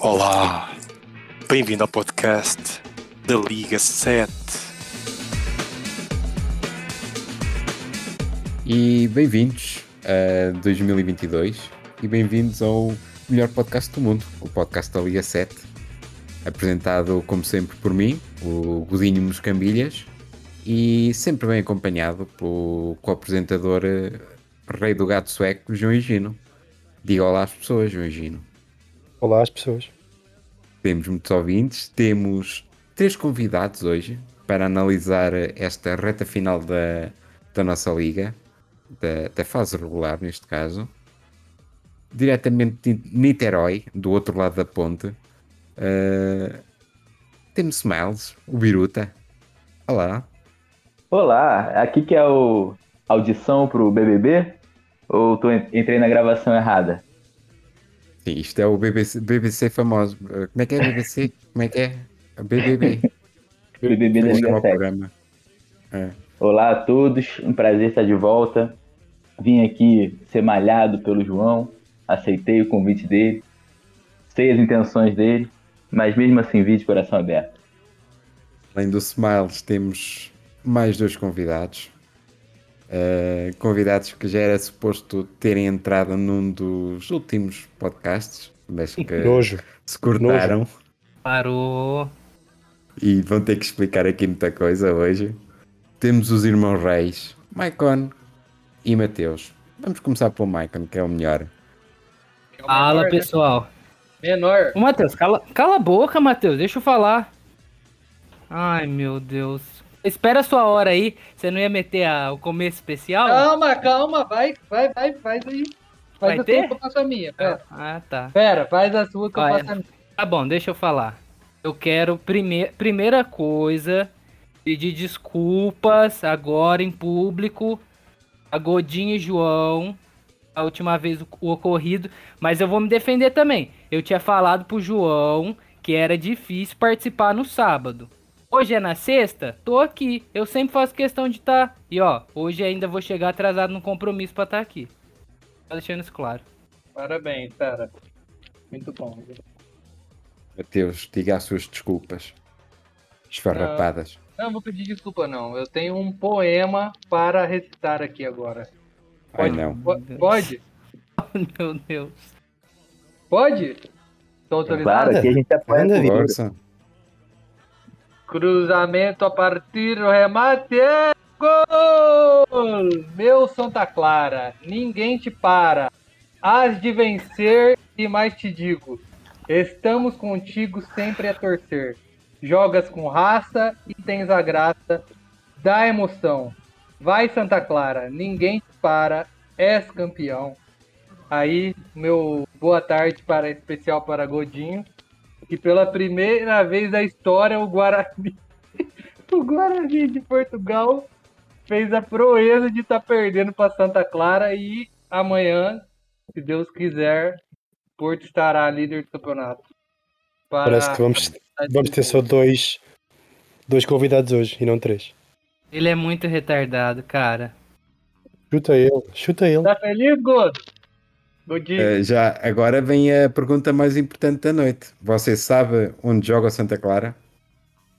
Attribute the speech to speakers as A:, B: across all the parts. A: Olá, bem-vindo ao podcast da Liga 7.
B: E bem-vindos a 2022 e bem-vindos ao melhor podcast do mundo, o podcast da Liga 7, apresentado como sempre por mim, o Godinho Moscambilhas, e sempre bem acompanhado pelo co-apresentador eh, Rei do Gato Sueco, João Higino. Diga olá às pessoas, João Higino.
C: Olá às pessoas.
B: Temos muitos ouvintes, temos três convidados hoje para analisar esta reta final da, da nossa liga, da, da fase regular neste caso, diretamente de Niterói, do outro lado da ponte. eh, temos Smiles, o Biruta. Olá,
D: Olá, aqui que é o audição pro BBB? Ou tô, en- entrei na gravação errada?
B: Sim, isto é o BBC, BBC famoso. Eh, Como é que é BBC? Como é que é? BBB.
D: BBB
B: Este
D: da
B: é o
D: Liga 7.
B: programa.
D: Olá a todos, um prazer estar de volta. Vim aqui ser malhado pelo João, aceitei o convite dele, sei as intenções dele, mas mesmo assim vi de coração aberto.
B: Além do Smiles, temos mais dois convidados. Uh, convidados que já era suposto terem entrado num dos últimos podcasts, mas que
C: Nojo.
B: se cortaram
E: Parou.
B: e vão ter que explicar aqui muita coisa hoje. Temos os irmãos Reis, Maicon e Mateus. Vamos começar pelo Maicon, que é o melhor.
E: Fala, pessoal.
F: Menor.
E: Ô, Matheus, cala, cala a boca, Matheus. Deixa eu falar. Ai, meu Deus. Espera a sua hora aí. Você não ia meter a- o começo especial?
F: Calma, calma, vai, vai, vai, faz aí. Faz
E: Vai
F: a
E: ter?
F: sua que eu faço a minha. Pera,
E: Ah, tá.
F: pera, faz a sua que eu
E: Vai.
F: faço a minha.
E: Tá bom, deixa eu falar. Eu quero, prime primeira coisa, pedir desculpas agora em público a Godinho e João. A última vez o, o ocorrido, mas eu vou me defender também. Eu tinha falado pro João que era difícil participar no sábado. Hoje é na sexta? Tô aqui. Eu sempre faço questão de estar. E ó, hoje ainda vou chegar atrasado no compromisso pra estar aqui. Tá deixando isso claro.
F: Parabéns, cara. Muito bom.
B: Mateus, diga as suas desculpas. Esfarrapadas.
F: Não, vou pedir desculpa, não. Eu tenho um poema para recitar aqui agora.
B: Ai não.
F: Po-
E: Deus.
F: Pode?
E: Meu Deus.
F: Pode? Estou autorizado?
D: Claro, aqui a gente tá apoia
C: Manda,
D: tudo.
B: Força.
F: Cruzamento a partir, o remate é gol! Meu Santa Clara, ninguém te para. Hás de vencer e mais te digo, estamos contigo sempre a torcer. Jogas com raça e tens a graça da emoção. Vai Santa Clara, ninguém te para, és campeão. Aí, meu boa tarde para especial para Godinho. E pela primeira vez da história, o Guarani. o Guarani de Portugal fez a proeza de estar perdendo para Santa Clara e amanhã, se Deus quiser, Porto estará líder do campeonato. Para
C: Parece que vamos, vamos ter só dois, dois convidados hoje e não três.
E: Ele é muito retardado, cara.
C: Chuta ele, chuta ele.
F: Tá feliz, Godo? Godinho,
C: É.
B: Uh, já agora vem a pergunta mais importante da noite. Você sabe onde joga o Santa Clara?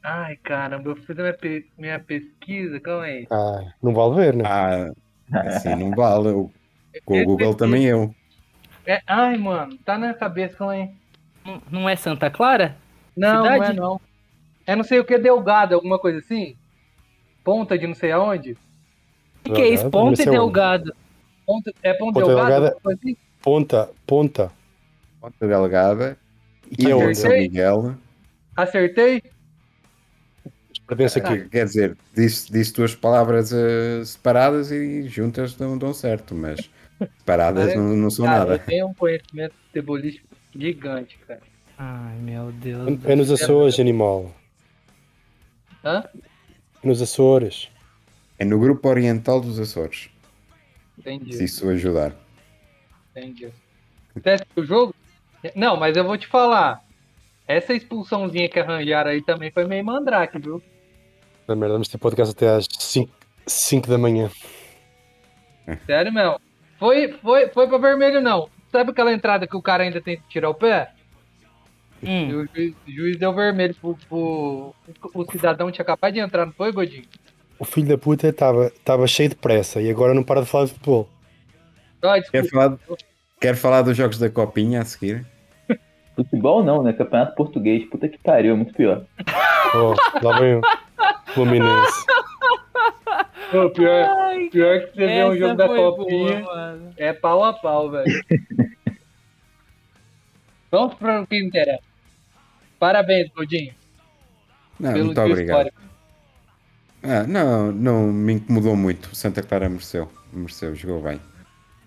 F: Ai, caramba, eu fiz a minha, pe- minha pesquisa, calma aí.
C: Ah, não vale ver, né?
B: Ah, assim não vale. O, com o Google também eu.
F: É, ai, mano, tá na cabeça, calma aí.
E: Não- Não é Santa Clara?
F: Não, não é
E: Cidade?
F: não. É não sei o que, Delgado, alguma coisa assim? Ponta de não sei aonde?
E: O que, que é
C: Delgado?
E: isso? Ponta e
C: Esse é o-
E: Delgado.
F: Ponta, é Ponta,
C: Ponta
F: Delgado?
C: Delgada.
F: alguma coisa assim?
C: Ponta, ponta.
B: Ponta Delgada e
C: E
B: a
C: é
B: Vila
C: onde?
B: São Miguel.
F: Acertei?
C: Pertence aqui.
B: Que- Quer dizer, diz, diz duas palavras eh, separadas e juntas não dão certo, mas separadas não, não são
F: Cara, eu
B: nada.
F: tenho um conhecimento futebolístico gigante, cara.
E: Ai, meu
D: Hum.
E: Deus.
C: É nos Açores, animal.
F: Hã?
C: É nos Açores.
B: É no Grupo Oriental dos Açores,
F: Entendi,
B: se isso ajudar.
F: entendi. Teste do jogo? Não, mas eu vou te falar. Essa expulsãozinha que arranjaram aí também foi meio mandrake, viu?
C: Da merda, vamos ter podcast até às 5 da manhã.
F: Sério mesmo. Foi, foi, foi pra vermelho, não. Sabe aquela entrada que o cara ainda tem que tirar o pé? E
E: Hum,
F: o juiz, o juiz deu vermelho pro, pro- O cidadão tinha acabado de entrar, não foi, Godinho?
C: O filho da puta estava cheio de pressa e agora não para de falar de futebol.
F: Ah, desculpa.
B: Quer falar, quer falar dos jogos da Copinha a seguir?
D: Futebol não, né? Campeonato português. Puta que pariu, é muito pior.
C: Oh, lá vem o Fluminense.
F: Pô, pior, pior que você vê um
E: essa
F: jogo da
E: foi
F: Copinha,
E: boa, mano.
F: é pau a pau, velho. Vamos para o que interessa. Parabéns, Godinho,
B: Não,
F: pelo
B: Ah, muito
F: dia
B: obrigado.
F: histórico.
B: Ah, não, não me incomodou muito. Santa Clara mereceu, mereceu, jogou bem.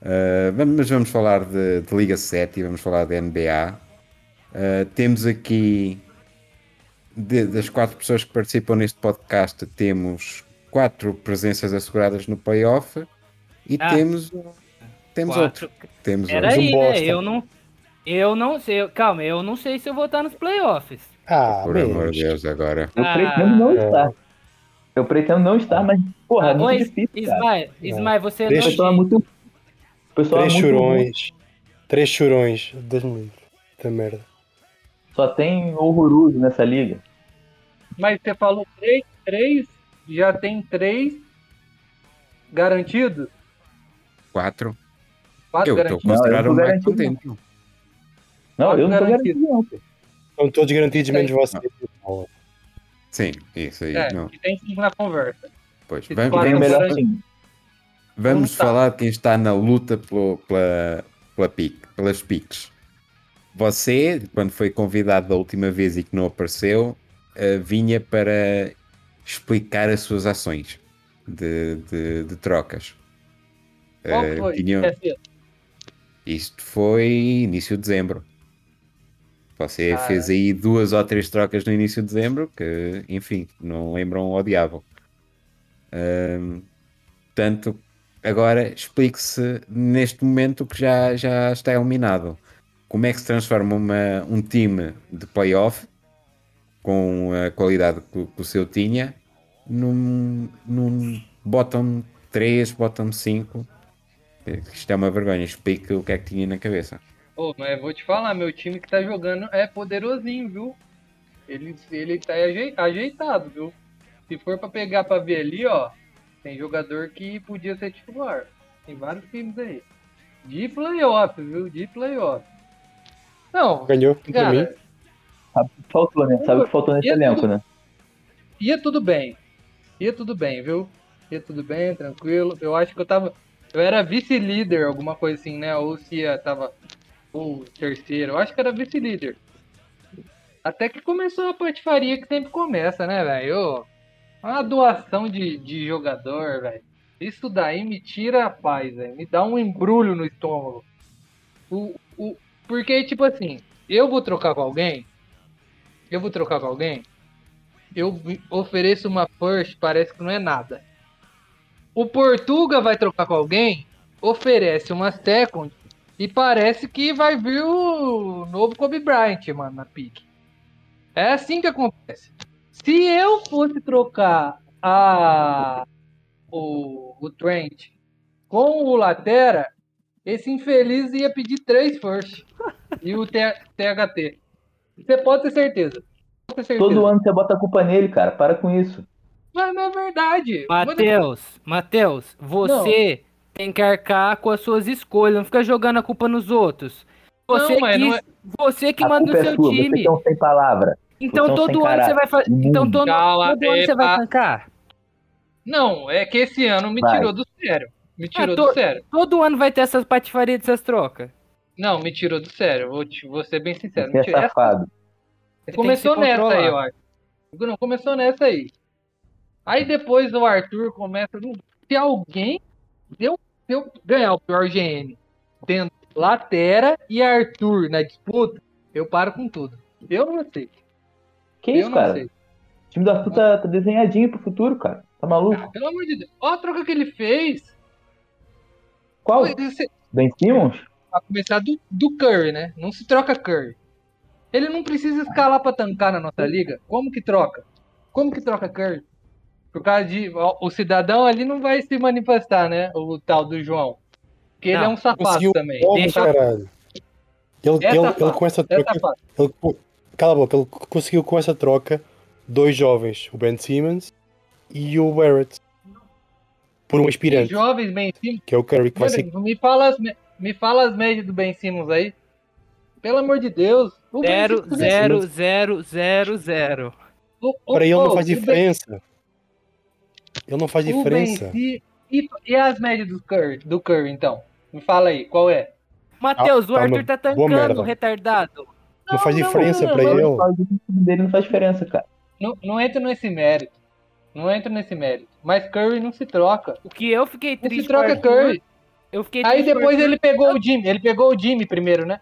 B: Ah, vamos- mas vamos falar de, de Liga 7 e vamos falar de NBA. Ah, temos aqui, de- das quatro pessoas que participam neste podcast, temos quatro presenças asseguradas no playoff e
E: Ah.
B: temos, temos outro.
E: Quatro.
B: Temos outro.
E: Peraí,
C: Um
E: né?
C: bosta.
E: Eu não. Eu não sei. eu- Calma, eu não sei se eu vou estar nos playoffs.
C: Ah,
B: Por amor
C: menos.
B: de Deus, agora.
D: Eu
E: Ah.
D: pretendo não
C: É.
D: estar. Eu pretendo não estar, mas, porra, é muito
E: Ah, Oi,
D: difícil, cara.
E: Ismael, Ismael, você
D: O
C: Deixa-
D: pessoal é
E: não.
D: muito... O pessoal é
C: Três
D: muito ruim.
C: churões. Três churões. Deus me livre. Da merda.
D: Só tem horroroso nessa liga.
F: Mas você falou três, três, já tem três garantidos?
B: Quatro.
F: Quatro
B: Eu estou a
F: garantidos.
B: considerar
D: Não, eu
B: o
D: não
B: mais
D: garanto,
B: contente.
D: Não,
F: Quatro
D: eu não tô
F: garantidos.
D: garantido, não. pô.
C: Estão todos garantidos, menos
F: É.
C: você.
B: Sim, isso aí.
F: É,
B: não,
F: que tem cinco na conversa.
B: pois.
F: que
B: Vamos,
F: quatro
D: Tem o
F: não
B: vamos-
D: melhor
F: garanto.
D: time.
B: Vamos
F: Lutar.
B: falar de quem está na luta pelo- pela, pela pique, pelas piques. Você, quando foi convidado da última vez e que não apareceu, eh, vinha para explicar as suas ações de, de- de trocas.
F: Qual
B: Eh,
F: foi?
B: tinham-
F: Quer dizer,
B: isto foi início de dezembro. Você
F: Ah.
B: fez aí duas ou três trocas no início de dezembro que, enfim, não lembram ao diabo. Ahm, portanto, agora explique-se neste momento que já, já está eliminado. Como é que se transforma uma- um time de playoff com a qualidade que, o- que o seu tinha num, num bottom 3, bottom 5? Isto é uma vergonha. Explique o que é que tinha na cabeça.
F: Pô, mas vou te falar, meu time que tá jogando é poderosinho, viu? Ele, ele tá ajei- ajeitado, viu? Se for pra pegar pra ver ali, ó, tem jogador que podia ser titular. Tem vários times aí. De playoff, viu? De playoff. Não,
C: Ganhou para mim.
F: cara,
D: Faltou, né? Sabe o que faltou nesse
F: Eu-
D: elenco, né?
F: ia é tudo bem. Ia tudo bem, viu? Ia tudo bem, tranquilo. Eu acho que eu tava. Eu era vice-líder, alguma coisa assim, né? Ou se eu tava. Ou terceiro. Eu acho que era vice-líder. Até que começou a patifaria que sempre começa, né, velho? Ô, é Uma doação de, de jogador, velho. Isso daí me tira a paz, velho. Me dá um embrulho no estômago. O, o, porque, tipo assim, eu vou trocar com alguém. Eu vou trocar com alguém eu vi- ofereço uma first, parece que não é nada. O Portuga vai trocar com alguém, oferece uma second e parece que vai vir o novo Kobe Bryant, mano, na pique. É assim que acontece. Se eu fosse trocar a o, o Trent com o Latera, esse infeliz ia pedir três first e o T- THT. Você pode ter certeza. Pode ter certeza.
D: Todo ano você bota a culpa nele, cara. Para com isso.
F: Mas não é verdade.
E: Matheus, Matheus, você tem que arcar com as suas escolhas, não fica jogando a culpa nos outros.
F: Não,
E: Você,
F: mas
E: quis-
F: não é-
E: você que
D: a
E: manda o
D: culpa é
E: seu
D: sua.
E: time.
D: Você é um sem palavra.
E: Então
D: Vocês são
E: todo
D: sem
E: ano você vai fazer. Então
D: Hum.
E: todo,
F: Cala
E: todo ano
F: a
E: você vai
F: boca.
E: tancar.
F: Não, é que esse ano me
D: Vai.
F: tirou do sério. Me tirou
E: Ah, tô-
F: do sério.
E: Todo ano vai ter essas patifarias dessas trocas.
F: Não, me tirou do sério. Vou, te- vou ser bem sincero.
D: Você
F: Me
D: é
F: tirou-
D: safado.
E: Você tem que
F: Começou
E: se
F: nessa aí,
E: controlar.
F: eu acho. Não, começou nessa aí. Aí depois o Arthur começa. "Não, Se alguém deu, se eu ganhar o pior GM tendo Latera e Arthur na disputa, eu paro com tudo. Eu não sei.
D: Que
F: eu
D: isso,
F: não
D: cara?
F: sei.
D: O time do Arthur tá, tá desenhadinho pro futuro, cara. Tá maluco?
F: Pelo amor de Deus. Olha a troca que ele fez.
D: Qual?
F: Esse-
D: Ben Simmons?
F: A começar do, do Curry, né? Não se troca Curry. Ele não precisa escalar pra tancar na nossa liga. Como que troca? Como que troca Curry? Por causa de. ó, O cidadão ali não vai se manifestar, né? O tal do João. Porque ele
E: Não,
F: é um safado
C: conseguiu-
F: também.
C: Oh,
E: deixa-
C: caralho. Ele,
F: Essa
C: ele, ele
F: fala,
C: com essa
F: É
C: troca,
F: safado.
C: ele, com- Cala a boca, ele conseguiu com essa troca dois jovens, o Ben Simmons e o Barrett. Por um aspirante,
F: Jovens, Ben Simmons.
C: que é o Curry, que vai ser.
F: Me fala, as, me- me fala as médias do Ben Simmons aí. Pelo amor de Deus. O Ben
E: Zero,
F: Simmons-
E: zero, zero, zero, zero.
F: o- o-
C: Para ele
F: oh,
C: não faz
F: o Ben-
C: diferença. Ele não faz
F: o Ben
C: diferença.
F: Si- E, e as médias do Curry, do Curry, então? Me fala aí, qual é?
E: Matheus, o
C: tá
E: Arthur
C: uma
E: tá
C: boa
E: tancando,
C: merda.
E: retardado.
C: Não faz diferença
F: não,
C: para
F: não,
C: ele.
D: dele não faz diferença, cara.
F: Não, não entro nesse mérito. Não entro nesse mérito. Mas Curry não se troca.
E: O que eu fiquei
F: Não se
E: triste.
F: troca é
E: com o Arthur,
F: Curry.
E: Eu fiquei
F: Aí
E: triste com o
F: depois
E: Arthur.
F: ele pegou o Jimmy. Ele pegou o Jimmy primeiro, né?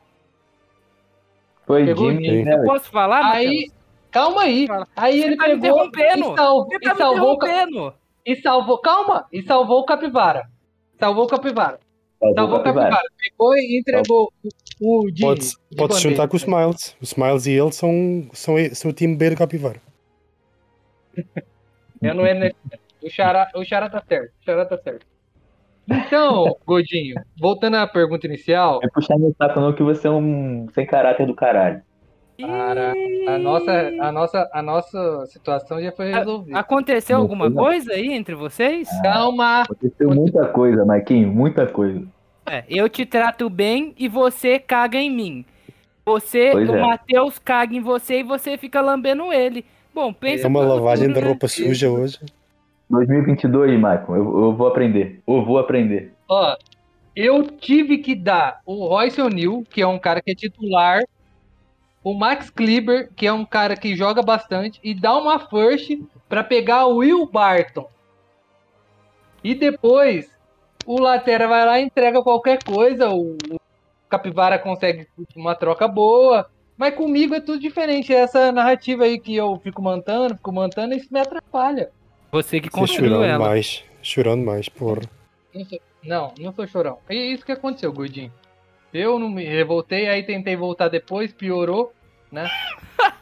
D: Foi
F: Pegou
D: Jimmy,
C: o Jimmy.
D: né, velho?
E: Posso falar, Matheus?
F: Aí. Calma aí. Aí ele
E: tá me
F: pegou
E: interrompendo.
F: e, salvo,
E: Você
F: e
E: tá me
F: salvou o ca-
E: interrompendo.
F: e salvou. Calma! E salvou o Capivara. Salvou o Capivara. Salvou o Capivara. Pegou e entregou o, o Jimmy.
C: Pode-se
F: de
C: pode
F: bandeja.
C: juntar com o Smiles. O Smiles e ele são, são, são o time B do Capivara.
F: Eu não entro nesse. O Xará, o Xará tá certo. O Xará tá certo. Então, Godinho, voltando à pergunta inicial,
D: É puxar meu saco não que você é um sem caráter do caralho.
F: Cara, a nossa, a nossa, a nossa situação já foi resolvida.
E: Aconteceu
D: Não
E: alguma
D: sei, não.
E: coisa aí entre vocês?
F: Calma!
D: Aconteceu muita coisa, Marquinhos, muita coisa.
E: É, eu te trato bem e você caga em mim. Você,
D: Pois
E: o
D: é.
E: Matheus caga em você e você fica lambendo ele. Bom, pensa.
C: É uma
E: no
C: lavagem
E: futuro,
C: da
E: né?
C: roupa suja hoje.
D: 2022, Michael, eu, eu vou aprender. Eu vou aprender.
F: Ó, eu tive que dar o Royce O'Neal, que é um cara que é titular, o Max Kleber, que é um cara que joga bastante, e dar uma first pra pegar o Will Barton. E depois, o Latera vai lá e entrega qualquer coisa, o, o Capivara consegue uma troca boa, mas comigo é tudo diferente. Essa narrativa aí que eu fico mantendo, fico mantendo, isso me atrapalha.
E: Você que
C: Você
E: construiu
C: chorou
E: ela.
C: demais. Chorou demais, porra.
F: Não sou, não, não sou chorão. É isso que aconteceu, Gordinho. Eu não me revoltei, aí tentei voltar depois, piorou, né?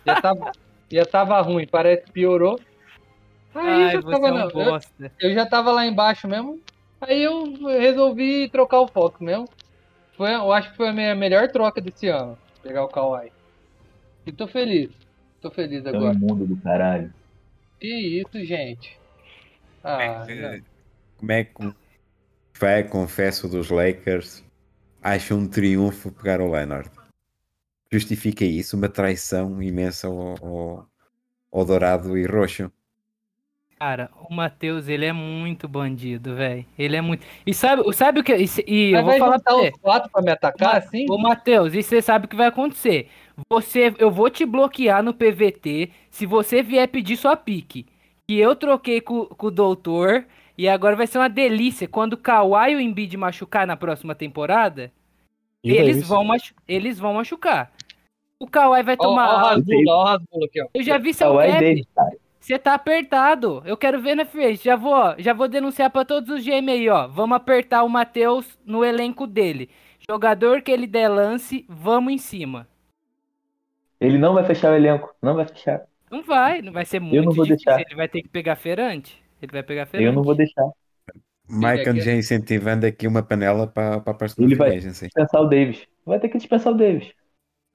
F: Já tava, já tava ruim, parece que piorou. Aí
E: Ai,
F: já
E: você
F: tava
E: é
F: na-
E: um
F: eu,
E: bosta.
F: eu já tava lá embaixo mesmo. Aí eu resolvi trocar o foco mesmo. Foi, eu acho que foi a minha melhor troca desse ano, pegar o Kawhi. E tô feliz. Tô feliz
D: É um
F: agora.
D: imundo do caralho.
F: Que isso, gente.
E: É,
F: Ah, não.
B: Como é que o fã, confesso, dos Lakers acha um triunfo pegar o Leonard? Justifica isso, uma traição imensa ao, ao- ao dourado e roxo.
E: Cara, o Matheus, ele é muito bandido, velho. Ele é muito. E sabe, sabe o que. E, se- e eu
F: Mas
E: vou
F: vai
E: falar pra
F: juntar
E: você.
F: os quatro pra me atacar, assim?
E: Ô, Matheus, e você sabe o que vai acontecer. Você, eu vou te bloquear no PVT se você vier pedir sua pique. Que eu troquei com, com o doutor e agora vai ser uma delícia. Quando o Kawhi e o Embiid machucar na próxima temporada,
C: E o
E: eles,
C: Davis?
E: vão machu- eles vão machucar. O Kawhi vai tomar...
F: Ó, ó o Rasmula, ó o Rasmula aqui, ó.
E: eu já vi
F: é
E: seu
D: Kawhi
E: cap.
D: dele, cara.
E: Você tá apertado. Eu quero ver na frente. Já vou, ó, já vou denunciar pra todos os GM aí, ó. Vamos apertar o Matheus no elenco dele. Jogador que ele der lance, vamos em cima.
D: Ele não vai fechar o elenco. Não vai fechar.
E: Não vai, não vai ser muito
D: não vou
E: difícil.
D: deixar.
E: Ele vai ter que pegar feirante. Ele vai pegar feirante.
D: Eu não vou deixar.
B: Michael
F: aqui-
B: já incentivando aqui uma panela para, para a próxima
D: Ele vai-
B: free agency.
D: Dispensar o Davis. Vai ter que dispensar o Davis.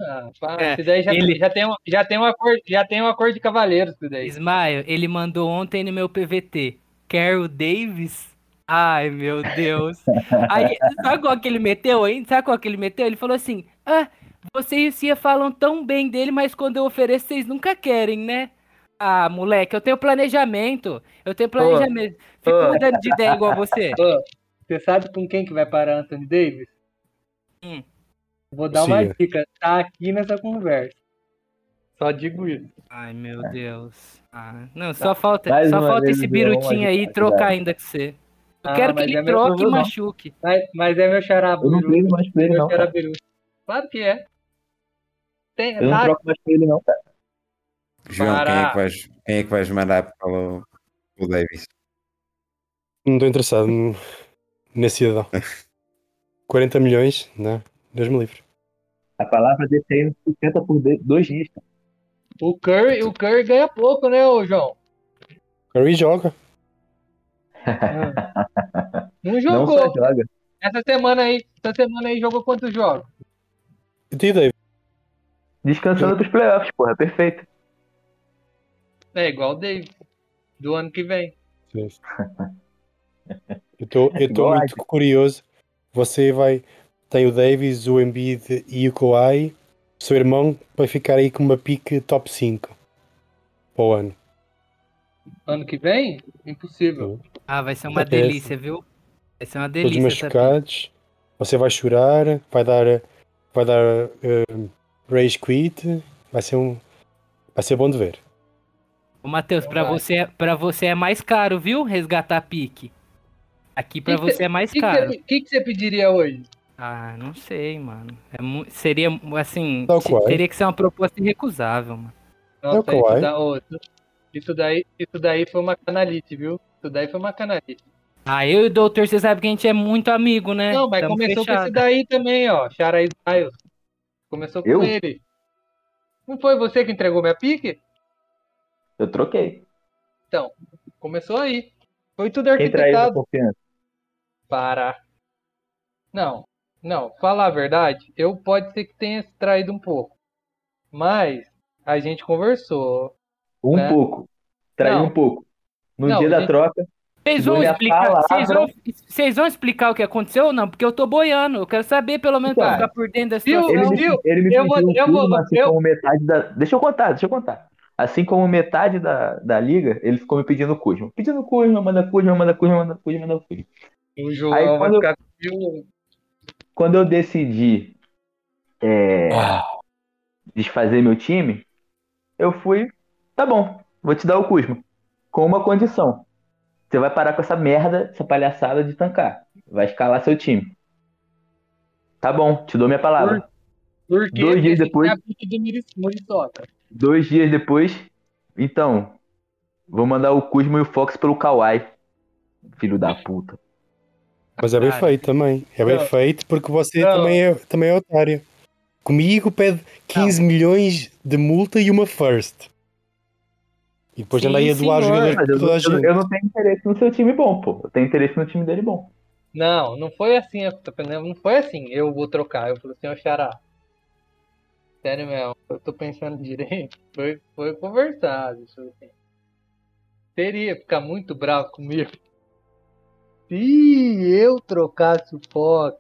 F: Ah, pá,
E: É,
F: isso daí já,
E: ele-
F: já, tem, um- já, tem uma cor, já tem uma cor de cavaleiros isso daí.
E: Ismael, ele mandou ontem no meu PVT. Carol Davis? Ai, meu Deus. Aí, sabe qual que ele meteu, hein? Sabe qual que ele meteu? Ele falou assim: Ah, vocês e o Cia falam tão bem dele, mas quando eu ofereço, vocês nunca querem, né? Ah, moleque, eu tenho planejamento. Eu tenho planejamento. Fico
F: ô.
E: mudando de ideia igual você.
F: Ô, você sabe com quem que vai parar Anthony Davis?
E: Hum.
F: Vou dar uma
C: Siga.
F: dica, tá aqui nessa conversa. Só digo isso.
E: Ai, meu Deus. Ah, não, só falta,
D: Tá, Mais
E: só
D: uma
E: falta
D: vez
E: esse
D: o Leão
E: birutinho
D: aí,
E: aí
D: cara,
E: trocar
D: cuidado.
E: ainda com você. Eu
F: Ah,
E: quero que
F: mas
E: ele
F: é meu
E: troque e
F: problema.
E: machuque.
F: Mas, mas é meu
D: Eu não
F: xarabiru.
D: treino mais com ele,
F: Meu
D: não. cara.
F: xarabiru. Claro que é. Tem,
D: Eu não
F: tá,
D: troco mais com ele, não, cara.
B: João, quem é,
F: Para.
B: que vais, quem é que vais mandar para o, para o Davis?
C: Não estou interessado no- nesse cidadão. 40 milhões, né? Deus me livre.
D: A palavra tá desse aí não sustenta por de- dois dias. cara.
F: o, Curry, o Curry ganha pouco, né, ô João?
C: Curry joga.
F: Não
D: Não só
F: jogou.
D: joga.
F: Essa semana aí, essa semana aí jogou quantos jogos?
C: E Davis?
D: Descansando pros playoffs, porra, perfeito.
F: É igual o David. Do ano que vem.
C: Eu tô, eu tô
D: Boa,
C: muito curioso. Você vai. Tem o Davis, o Embiid e o Kawhi, seu irmão, para ficar aí com uma pique top 5 para o ano.
F: Ano que vem? Impossível.
E: Ah, vai ser uma
C: Acontece.
E: delícia, viu? Vai ser uma
C: Todos
E: delícia. essa-
C: machucados. Você vai chorar, vai dar. Vai dar. eh, rage quit. Vai ser um. Vai ser bom de ver.
E: Ô, Matheus, pra
F: Vai.
E: você, pra você é mais caro, viu? Resgatar pique. Aqui pra
F: E que-
E: você é mais
F: O que,
E: caro.
F: que, que que você pediria hoje?
E: Ah, não sei, mano. É mu- seria, assim,
C: Tal
E: te-
C: qual.
E: teria que ser uma proposta irrecusável, mano.
C: É o
F: Nossa,
C: Kawhi.
F: isso, da, ô, isso, daí, isso daí foi uma canalite, viu? Isso daí foi uma canalite.
E: Ah, eu e o doutor, você sabe que a gente é muito amigo, né?
F: Não, mas
E: Tamo
F: começou com esse
E: fechado.
F: daí também, ó. Xarai Zion. Começou com
D: Eu?
F: ele. Não foi você que entregou minha pique?
D: Eu troquei.
F: Começou aí. Foi tudo
D: Quem traiu a
F: arquitetado.
D: confiança?
F: Para. Não, não, falar a verdade, eu pode ser que tenha se traído um pouco. Mas a gente conversou.
D: Um
F: Né?
D: pouco. Traiu
F: Não.
D: um pouco. No
F: Não,
D: dia
F: a
D: da
F: gente-
D: troca,
E: Vocês vão,
D: Dou-lhe a
E: explicar,
D: palavra.
C: né?
E: vocês, vão, vocês vão explicar o que aconteceu ou não? Porque eu tô boiando. Eu quero saber, pelo menos, pra
C: Então,
D: Cara,
E: ficar por dentro da
F: viu?
E: situação.
D: ele me,
F: viu?
D: ele me
F: Eu vou-
D: pediu um
F: eu vou-
D: turno, assim
F: eu-
D: como metade da. Deixa eu contar, deixa eu contar. Assim como metade da, da liga, ele ficou me pedindo Kuzma. Pedindo Kuzma, manda Kuzma, manda Kuzma, manda Kuzma, manda Kuzma.
F: O João
D: Aí,
F: vai
D: quando eu-
F: ficar com
D: Quando eu decidi é, desfazer meu time, eu fui. Tá bom, vou te dar o Kuzma. Com uma condição. Você vai parar com essa merda, essa palhaçada de tancar. Vai escalar seu time. Tá bom, te dou minha palavra.
F: Porque
D: Dois dias
F: esse
D: depois-
F: é a pique do Miris- Muriçoca.
D: Dois dias depois, então, vou mandar o Kuzma e o Fox pelo Kawhi. Filho da puta.
C: Mas é bem
E: Cara.
C: feito também. É bem
F: Não.
C: feito porque você
F: Não.
C: também é, também é otário. Comigo pede 15 milhões de multa e uma first. E depois
E: Sim,
C: anda aí a doar
E: senhor.
C: jogadores
D: Mas
C: para
D: eu,
C: toda a gente.
D: não- eu não tenho interesse no seu time bom, pô. Eu tenho interesse no time dele bom.
F: Não, não foi assim, eu tô pensando, não foi assim. Eu vou trocar. Eu falei assim, ó, Xará. Sério mesmo, eu tô pensando direito. Foi, foi conversado isso assim. Teria que ficar muito bravo comigo. Se eu trocasse o Fox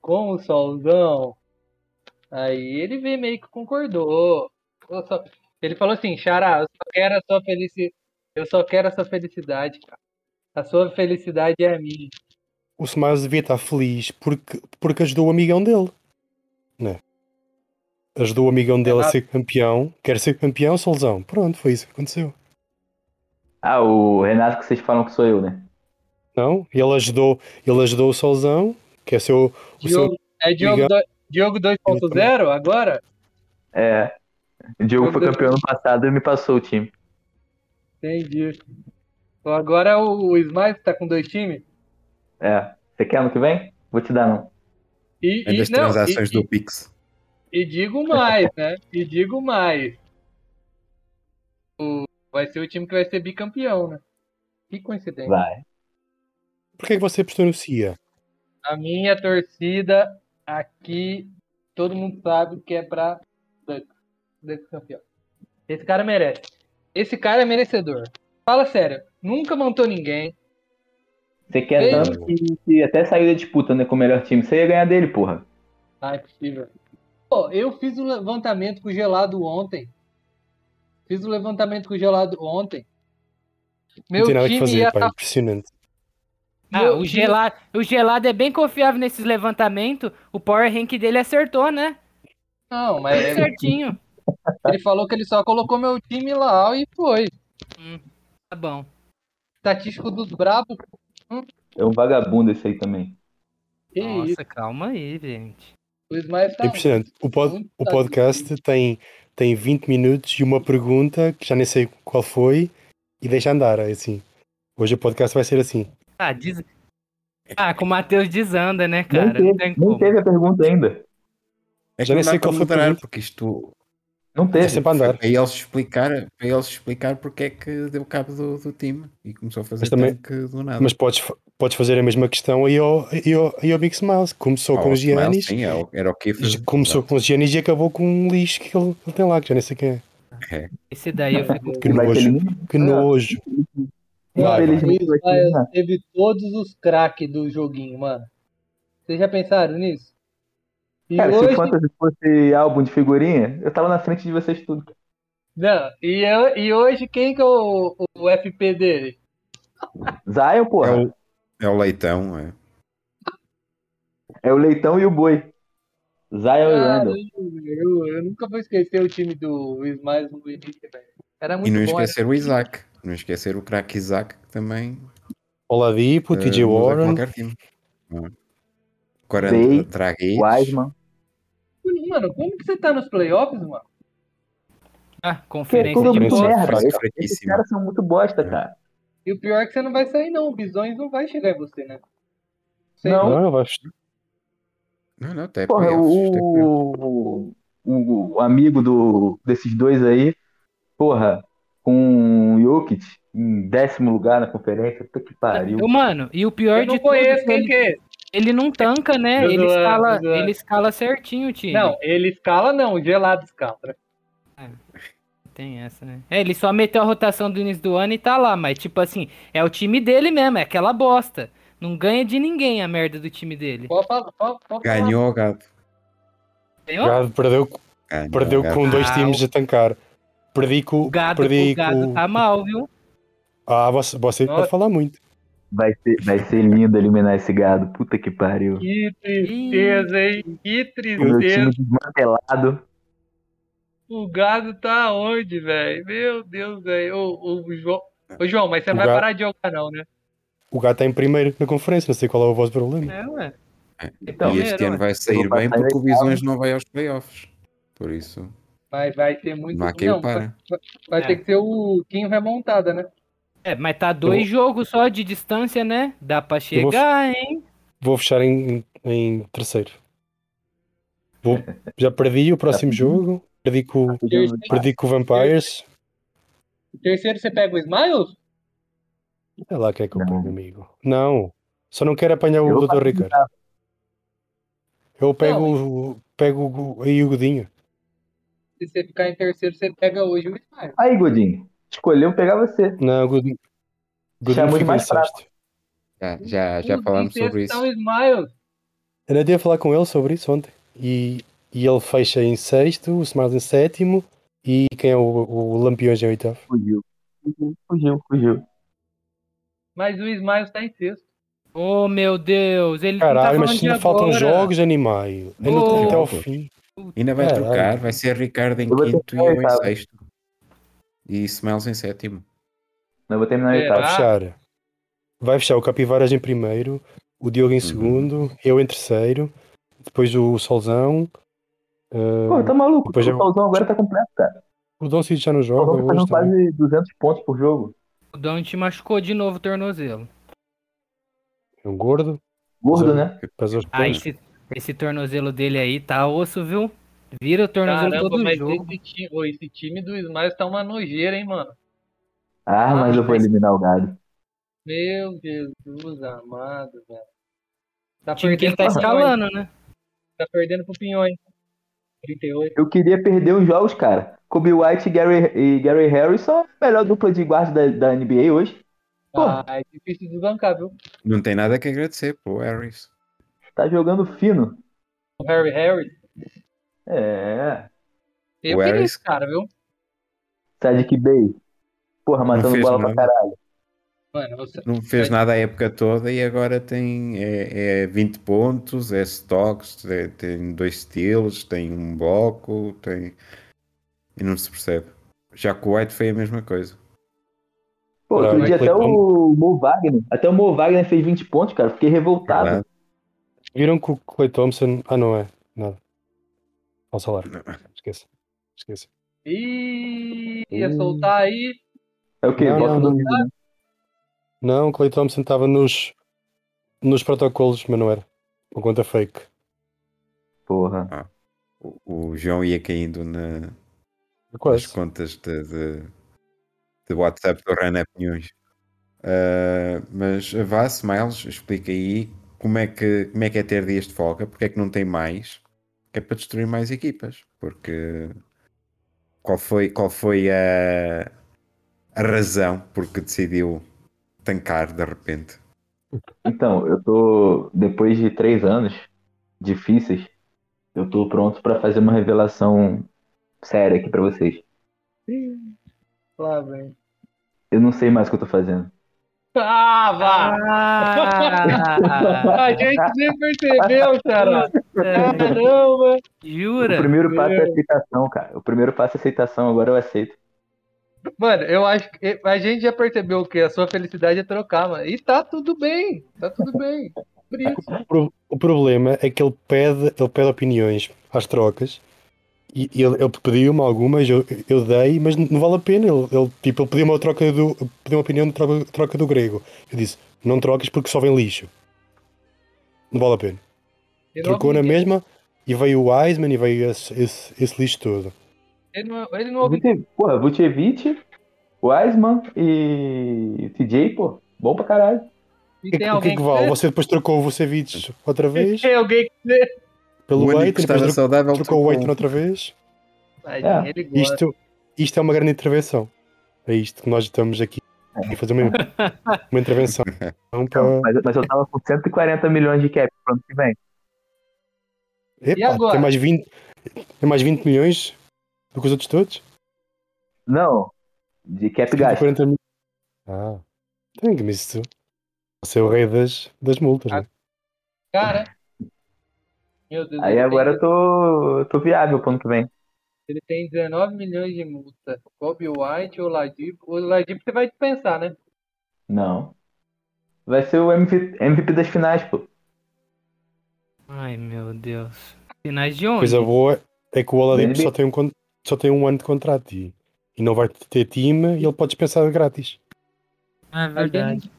F: com o Solzão, aí ele veio meio que concordou. Eu só- Ele falou assim, Xará, eu só quero a sua felicidade. Eu só quero a sua felicidade, cara. A sua felicidade é a minha.
C: O Smiles devia estar feliz porque, porque ajudou o amigão dele. Né? Ajudou o amigão dele a
F: nada.
C: ser campeão. Quer ser campeão, Solzão. Pronto, foi isso que aconteceu.
D: Ah, o Renato que vocês falam que sou eu, né?
C: Não? Ele ajudou, ele ajudou o Solzão, que é seu, o seu
F: Diogo, é Diogo, do, Diogo 2.0 agora?
D: É. O Diogo foi campeão no passado e me passou o time.
F: Entendi. Então agora o, o Smiles tá com dois times.
D: É. Você quer ano que vem? Vou te dar, não.
B: Além
F: E, e,
B: É das
F: não,
B: transações
F: e,
B: do Pix.
F: e digo mais, né? E digo mais. O- vai ser o time que vai ser bicampeão, né? Que coincidência.
D: Vai.
C: Porquê é que você apostou no CIA?
F: A minha torcida aqui, todo mundo sabe que é pra Ducks. Ducks campeão. Esse cara merece. Esse cara é merecedor. Fala sério, nunca montou ninguém.
D: Você quer
F: Ei.
D: tanto que, que até saiu da disputa né, com o melhor time. Você ia ganhar dele, porra.
F: Ah, impossível. Pô, eu fiz o levantamento com o gelado ontem. Fiz o levantamento com o gelado ontem. Meu
C: não tem nada
F: time
C: que fazer,
F: ia
C: pá,
F: tá-
C: impressionante.
E: Ah,
F: meu
E: o
F: time-
E: gelado, o gelado é bem confiável nesses levantamentos. O power rank dele acertou, né?
F: Não, mas
D: É.
E: Tudo
F: ele,
E: certinho.
F: ele falou que ele só colocou meu time lá e foi.
E: Tá bom.
F: Estatístico dos brabos.
D: É um vagabundo esse aí também.
F: Que isso?
E: Nossa, calma aí, gente.
F: O Ismael tá.
C: Impressionante. O, pod-
F: Muito
C: o podcast tem, tem 20 minutos e uma pergunta que já nem sei qual foi e deixa andar, é assim. Hoje o podcast vai ser assim.
E: Ah, diz... ah com o Matheus desanda, né,
D: não
E: cara?
D: teve,
E: Não tem
D: não
E: como.
D: teve a pergunta ainda.
B: É que
C: Já nem
B: não
C: sei
B: dá
C: qual
B: para
C: foi a
B: moderar,
C: pergunta.
B: porque isto.
D: Não
C: É
D: teve.
C: sempre a andar.
B: Para eles explicar, para eles explicar porque é que deu cabo do, do time e começou a fazer
C: Mas também-
B: tanque do nada.
C: Mas podes, fa- podes fazer a mesma questão e ao, e ao, e ao Big Smiles. Começou
B: Ah,
C: com
B: o
C: os Giannis,
B: Smiles, Sim, é o- era o que
C: começou com os Giannis e acabou com um lixo que ele, ele tem lá, que já nem sei quem é.
E: Esse daí eu fico.
C: Que
D: Vai ter
C: nojo,
D: ninguém.
C: que nojo. Vai, vai.
D: Infelizmente vai ter né? ninguém.
F: Mas teve todos os craques do joguinho, mano. Vocês já pensaram nisso? E
D: Cara, se
F: hoje.
D: o Fantasy fosse álbum de figurinha, eu tava na frente de vocês tudo.
F: Não, e, eu- e hoje quem que é o, o FP dele?
D: Zion,
B: É
D: porra,
B: o, é o leitão, é.
D: é o Leitão e o Boi. Zion e
F: Cara,
D: Randall.
F: eu, eu nunca vou esquecer o time do Smiles no início, velho. Era
B: E
F: muito
B: não
F: bom. era-
B: esquecer o Isaac. Não esquecer o craque Isaac, que também.
C: Oladipo,
B: eh,
C: TJ
B: muda
C: Warren,
B: Qualquer time. Ah.
D: Bey,
B: 40 traguês.
D: Wiseman.
F: Mano, como que você tá nos playoffs, mano?
E: Ah,
D: Que é
E: conferência
D: tudo
E: de
C: Conferência
E: bosta.
D: merda. É,
B: Frase
D: Esses- Esses
B: fraquíssima.
D: caras são muito bosta, cara.
F: E o pior é que você não vai sair, não. O Bisões não vai chegar em você, né? Sei
D: Não.
F: lá.
C: Não, eu acho-
B: Não, não, até
D: Porra,
B: playoffs, até playoffs.
D: o, o, o amigo do, desses dois aí, porra, com o Jokic em décimo lugar na conferência, puta que pariu.
E: Eu, mano, e o pior
F: Eu
E: de
F: não
E: tudo é
F: conheço
E: que
F: quem que
E: ele,
F: é.
E: ele não tanca, né?
F: Eu
E: Ele
F: zoando,
E: escala,
F: eu zoando.
E: ele escala certinho o time.
F: Não, ele escala não, o gelado escala.
E: Tem essa, né? É, ele só meteu a rotação do início do ano e tá lá, mas tipo assim, é o time dele mesmo, é aquela bosta. Não ganha de ninguém a merda do time dele.
F: Pode falar, pode, pode falar.
B: Ganhou, gato.
E: Ganhou?
C: já perdeu,
B: Ganhou,
C: perdeu
B: gato.
C: com dois
E: Ah,
C: times a tancar. Perdi com.
E: O gado,
C: perdi
E: o gado
C: com-
E: tá mal, viu?
C: Ah, você, você
F: Nossa.
C: pode falar muito.
D: Vai, ser, vai ser lindo eliminar esse gado, puta que pariu.
F: Que tristeza, hein?
D: O
F: Que
D: meu time
F: tristeza.
D: desmantelado.
F: O gado tá onde, velho? Meu Deus, velho. Ô, ô, João... ô, João, mas você
C: O
F: não vai
C: gado-
F: parar de jogar, não, né?
C: O gato está em primeiro na conferência, não sei qual é o vosso problema.
E: É, ué.
D: Então,
B: e este ano vai
D: Eu
B: sair
D: vou
B: bem
D: passar
B: porque o
D: legal.
B: Visões não vai aos playoffs. Por isso,
F: Mas vai ter muito.
B: não há quem
F: não,
B: o para.
F: vai
E: É.
F: ter que ser o Quinho remontada, né?
E: É, mas tá dois jogos só de distância, né? Dá pra
C: vou-
E: chegar, hein?
C: Vou fechar em, em terceiro. Vou- já perdi o próximo jogo. Perdi com, perdi com o Vampires.
F: Terceiro, você pega o Smiles?
C: É lá que é que eu
D: Não.
C: pego, amigo. Não. Só não quero apanhar o
D: Eu
C: Dr.
D: faço
C: Ricardo. Eu pego, o- pego o- aí o Godinho.
F: Se você ficar em terceiro, você pega hoje o Smiles.
D: Aí, Godinho, escolheu pegar você.
C: Não, o Godinho. Godinho
D: Chamou
C: fica em
D: de é mais fraco.
C: sexto.
B: Já, já, É, já
F: Os
B: falámos sobre
F: terceiros
B: isso.
F: são Smiles.
C: Eu ainda ia falar com ele sobre isso ontem. E, e ele fecha em sexto, o Smiles em sétimo. E quem é o, o Lampiões em oitavo?
D: Fugiu. Fugiu, Fugiu, fugiu.
F: Mas o Smiles tá em sexto.
E: Oh, meu Deus, ele não tá
C: Caralho,
E: falando
C: mas
E: de
C: ainda faltam
E: agora.
C: jogos, animais. Ainda
E: Boa.
C: tem até ao fim.
B: Ainda vai
C: Caralho.
B: trocar, vai ser Ricardo em
D: Eu vou
B: quinto e
D: tentar
B: eu em
D: oitavo.
B: sexto. E Smiles em sétimo.
D: Não, eu vou terminar o
F: É,
D: oitavo.
F: Ah.
C: Vai fechar. Vai fechar o Capivaras em primeiro, o Diogo em segundo, eu em terceiro, depois o Solzão. ah,
D: Pô, tá maluco.
C: Depois eu-
D: O Paulzão agora tá completo, cara.
C: o Dom Cid já não
D: O
C: joga
D: Paulzão tá
C: hoje
D: fazendo
C: também.
D: quase 200 pontos por jogo.
E: O Don te machucou de novo o tornozelo.
C: É um gordo, Mas
D: Gordo,
C: eu-
D: né?
C: pesa os
E: Ah,
C: pés.
E: esse, esse tornozelo dele aí tá osso, viu? Vira o tornozelo
F: Caramba,
E: todo
F: mas
E: jogo.
F: esse time, ô, esse time do Smiles tá uma nojeira, hein, mano?
D: Ah, mas eu vou eliminar o gado.
F: Meu Jesus amado, velho. Tá
E: O time que ele
F: perdendo
E: tá
F: pro Pinhões,
E: escalando, né?
F: Tá perdendo pro Pinhões. 38.
D: Eu queria perder os jogos, cara. Kobe White e Gary, e Gary Harris são a melhor dupla de guarda da, da NBA hoje. Pô,
F: Ah, é difícil desbancar, viu?
B: Não tem nada que agradecer, pô, Harris.
D: tá jogando fino.
F: O Harry Harris.
D: É.
F: Eu
B: O
F: queria
B: Harris-
F: esse cara, viu?
D: Sadiq Bay. Porra, matando
B: fez
D: bola pra
B: nada.
D: caralho.
F: Mano, você...
B: Não fez nada a época toda e agora tem é, é 20 pontos, é stocks, é- tem dois estilos, tem um bloco, tem. E não se percebe. Já com o White foi a mesma coisa.
D: Pô, outro
C: Ah,
D: dia
C: foi
D: até
C: bom.
D: o Mo Wagner. Até o Mo Wagner fez 20 pontos, cara. Fiquei revoltado.
B: Verdade.
C: Viram que o Clay Thompson. Ah, não é. Nada. Ao salário.
B: Não.
C: Esquece. Esquece.
F: Ih, ia
B: Hum.
F: soltar aí.
D: É o quê?
C: Não,
D: Bota
C: não,
D: o
C: não.
D: domingo, né?
C: Não, o Clay Thompson estava nos, nos protocolos, mas não era. Uma conta fake.
D: Porra.
B: O, o João ia caindo na- nas
C: É Quase.
B: contas de, de, de WhatsApp do Renan Pinhões. Uh, é mas vá, Smiles, explica aí como é, que, como é que é ter dias de folga, porque é que não tem mais, que é para destruir mais equipas, porque qual foi, qual foi a, a razão porque decidiu tancar de repente?
D: Então, eu tô. Depois de três anos difíceis, eu tô pronto pra fazer uma revelação séria aqui pra vocês.
F: Lá vem.
D: Eu não sei mais o que eu tô fazendo.
F: Ah, vá!
E: Ah,
F: A gente nem percebeu, cara. É,
D: O
F: Caramba!
E: jura?
D: primeiro passo é aceitação, cara. O primeiro passo é aceitação, agora eu aceito.
F: Mano, eu acho que a gente já percebeu que a sua felicidade é trocar, mano. E tá tudo bem. Tá tudo bem. Por isso.
C: O pro- O problema é que ele pede, ele pede opiniões às trocas e e ele, ele pediu-me algumas, eu, eu dei, mas não vale a pena. Ele, ele, tipo, ele pediu uma troca do. pediu uma opinião de troca, troca do grego. Eu disse, não trocas porque só vem lixo. Não vale a pena.
F: Ele não-
C: Trocou na mesma e veio o Wiseman e veio esse, esse, esse lixo todo.
F: Ele não, é- ele não
D: O
F: ouve.
D: Vute- Porra, Vucevic, Wiseman e TJ, pô. Bom pra caralho.
F: E
C: O que, o
F: tem
C: que é
F: alguém
C: que
F: que
C: vale?
F: vê?
C: Você depois trocou o Vucevic outra vez,
F: Tem alguém que vê?
B: o
C: pelo
B: único
C: Aiton,
B: que estava
C: depois tro-
B: saudável
C: trocou o
B: trocou.
C: Aiton outra vez.
D: É.
F: Tadinho,
E: É.
F: Ele gosta.
C: Isto, isto é uma grande intervenção. É isto que nós estamos aqui a fazer uma, uma intervenção. Então,
D: Então,
C: para...
D: mas, mas eu tava com 140 milhões de cap pro ano que vem.
C: Epá,
F: agora?
C: tem mais, 20, tem mais 20 milhões do que os outros todos?
D: Não, de cap
C: Tem
D: gasto.
C: 40 mil. Ah, tem que isso. Você é o rei das, das multas, né?
F: Cara. Meu Deus.
D: Aí
F: ele
D: agora eu
F: tem,
D: tô, eu tô viável pro ano que vem.
F: Ele tem 19 milhões de multa. Kobe White ou Ladipo. O Ladipo você vai dispensar, né?
D: Não. Vai ser o MV MVP das finais, pô.
E: Ai, meu Deus. Sinais de onde?
C: Coisa boa é que o Oladipo
D: NBA.
C: só tem um, con- só tem um ano de contrato e, e não vai ter time e ele pode dispensar grátis.
E: Ah, é verdade.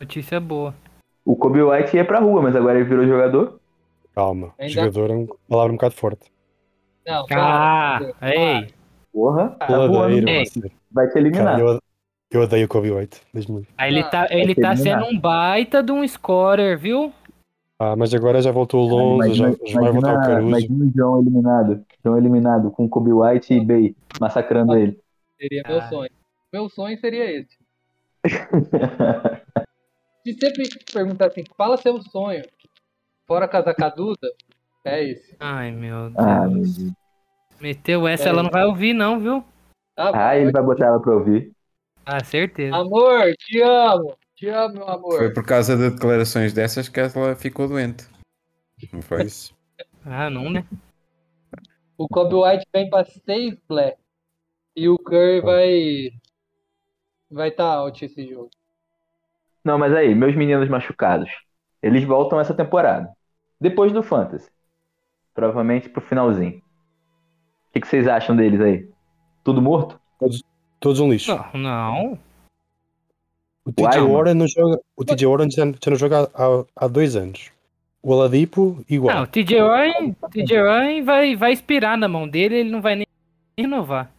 E: Notícia boa.
D: O Kobe White ia pra rua, mas agora ele virou jogador.
C: Calma,
F: Ainda-
C: jogador é uma palavra um bocado forte.
F: Não, para.
E: Ah, ei.
D: Porra, tá voando.
C: Ladeiro,
E: é.
C: você-
D: vai te eliminar.
C: cara, eu, eu odeio o Kobe White, Deus me livre.
E: Aí ele tá, ele tá sendo um baita de um scorer, viu?
C: Ah, mas agora já voltou o Lonzo, já, já vai voltar o Caruso.
D: imagina o João eliminado. João eliminado com Kobe White e Bay massacrando ele.
F: Seria meu
E: Ah.
F: sonho. Meu sonho seria esse. Se sempre perguntar assim, fala seu sonho. Fora casar com a Duda, é esse.
E: Ai, meu Deus.
D: ah, meu Deus.
E: Meteu essa, ela não vai ouvir, não, viu?
F: Tá bom.
D: ah, ele vai botar ela pra ouvir.
E: Ah, certeza.
F: Amor, te amo. Te amo, meu
B: Foi
F: amor.
B: por causa de declarações dessas que ela ficou doente. Não foi isso?
E: Ah, não, né?
F: O Kobe White vem pra seis black. E o Curry vai. Vai estar tá out esse jogo.
D: Não, mas aí, meus meninos machucados. Eles voltam essa temporada. Depois do Fantasy. Provavelmente pro finalzinho. O que, que vocês acham deles aí? Tudo morto?
C: Todos um lixo.
E: Não, não.
C: O TJ
D: Wiseman.
C: Warren não joga. O TJ Warren já, já não joga há, há dois anos. O Aladipo,
E: Não,
C: igual.
E: o TJ Warren, TJ Warren vai, vai expirar na mão dele, ele não vai nem renovar.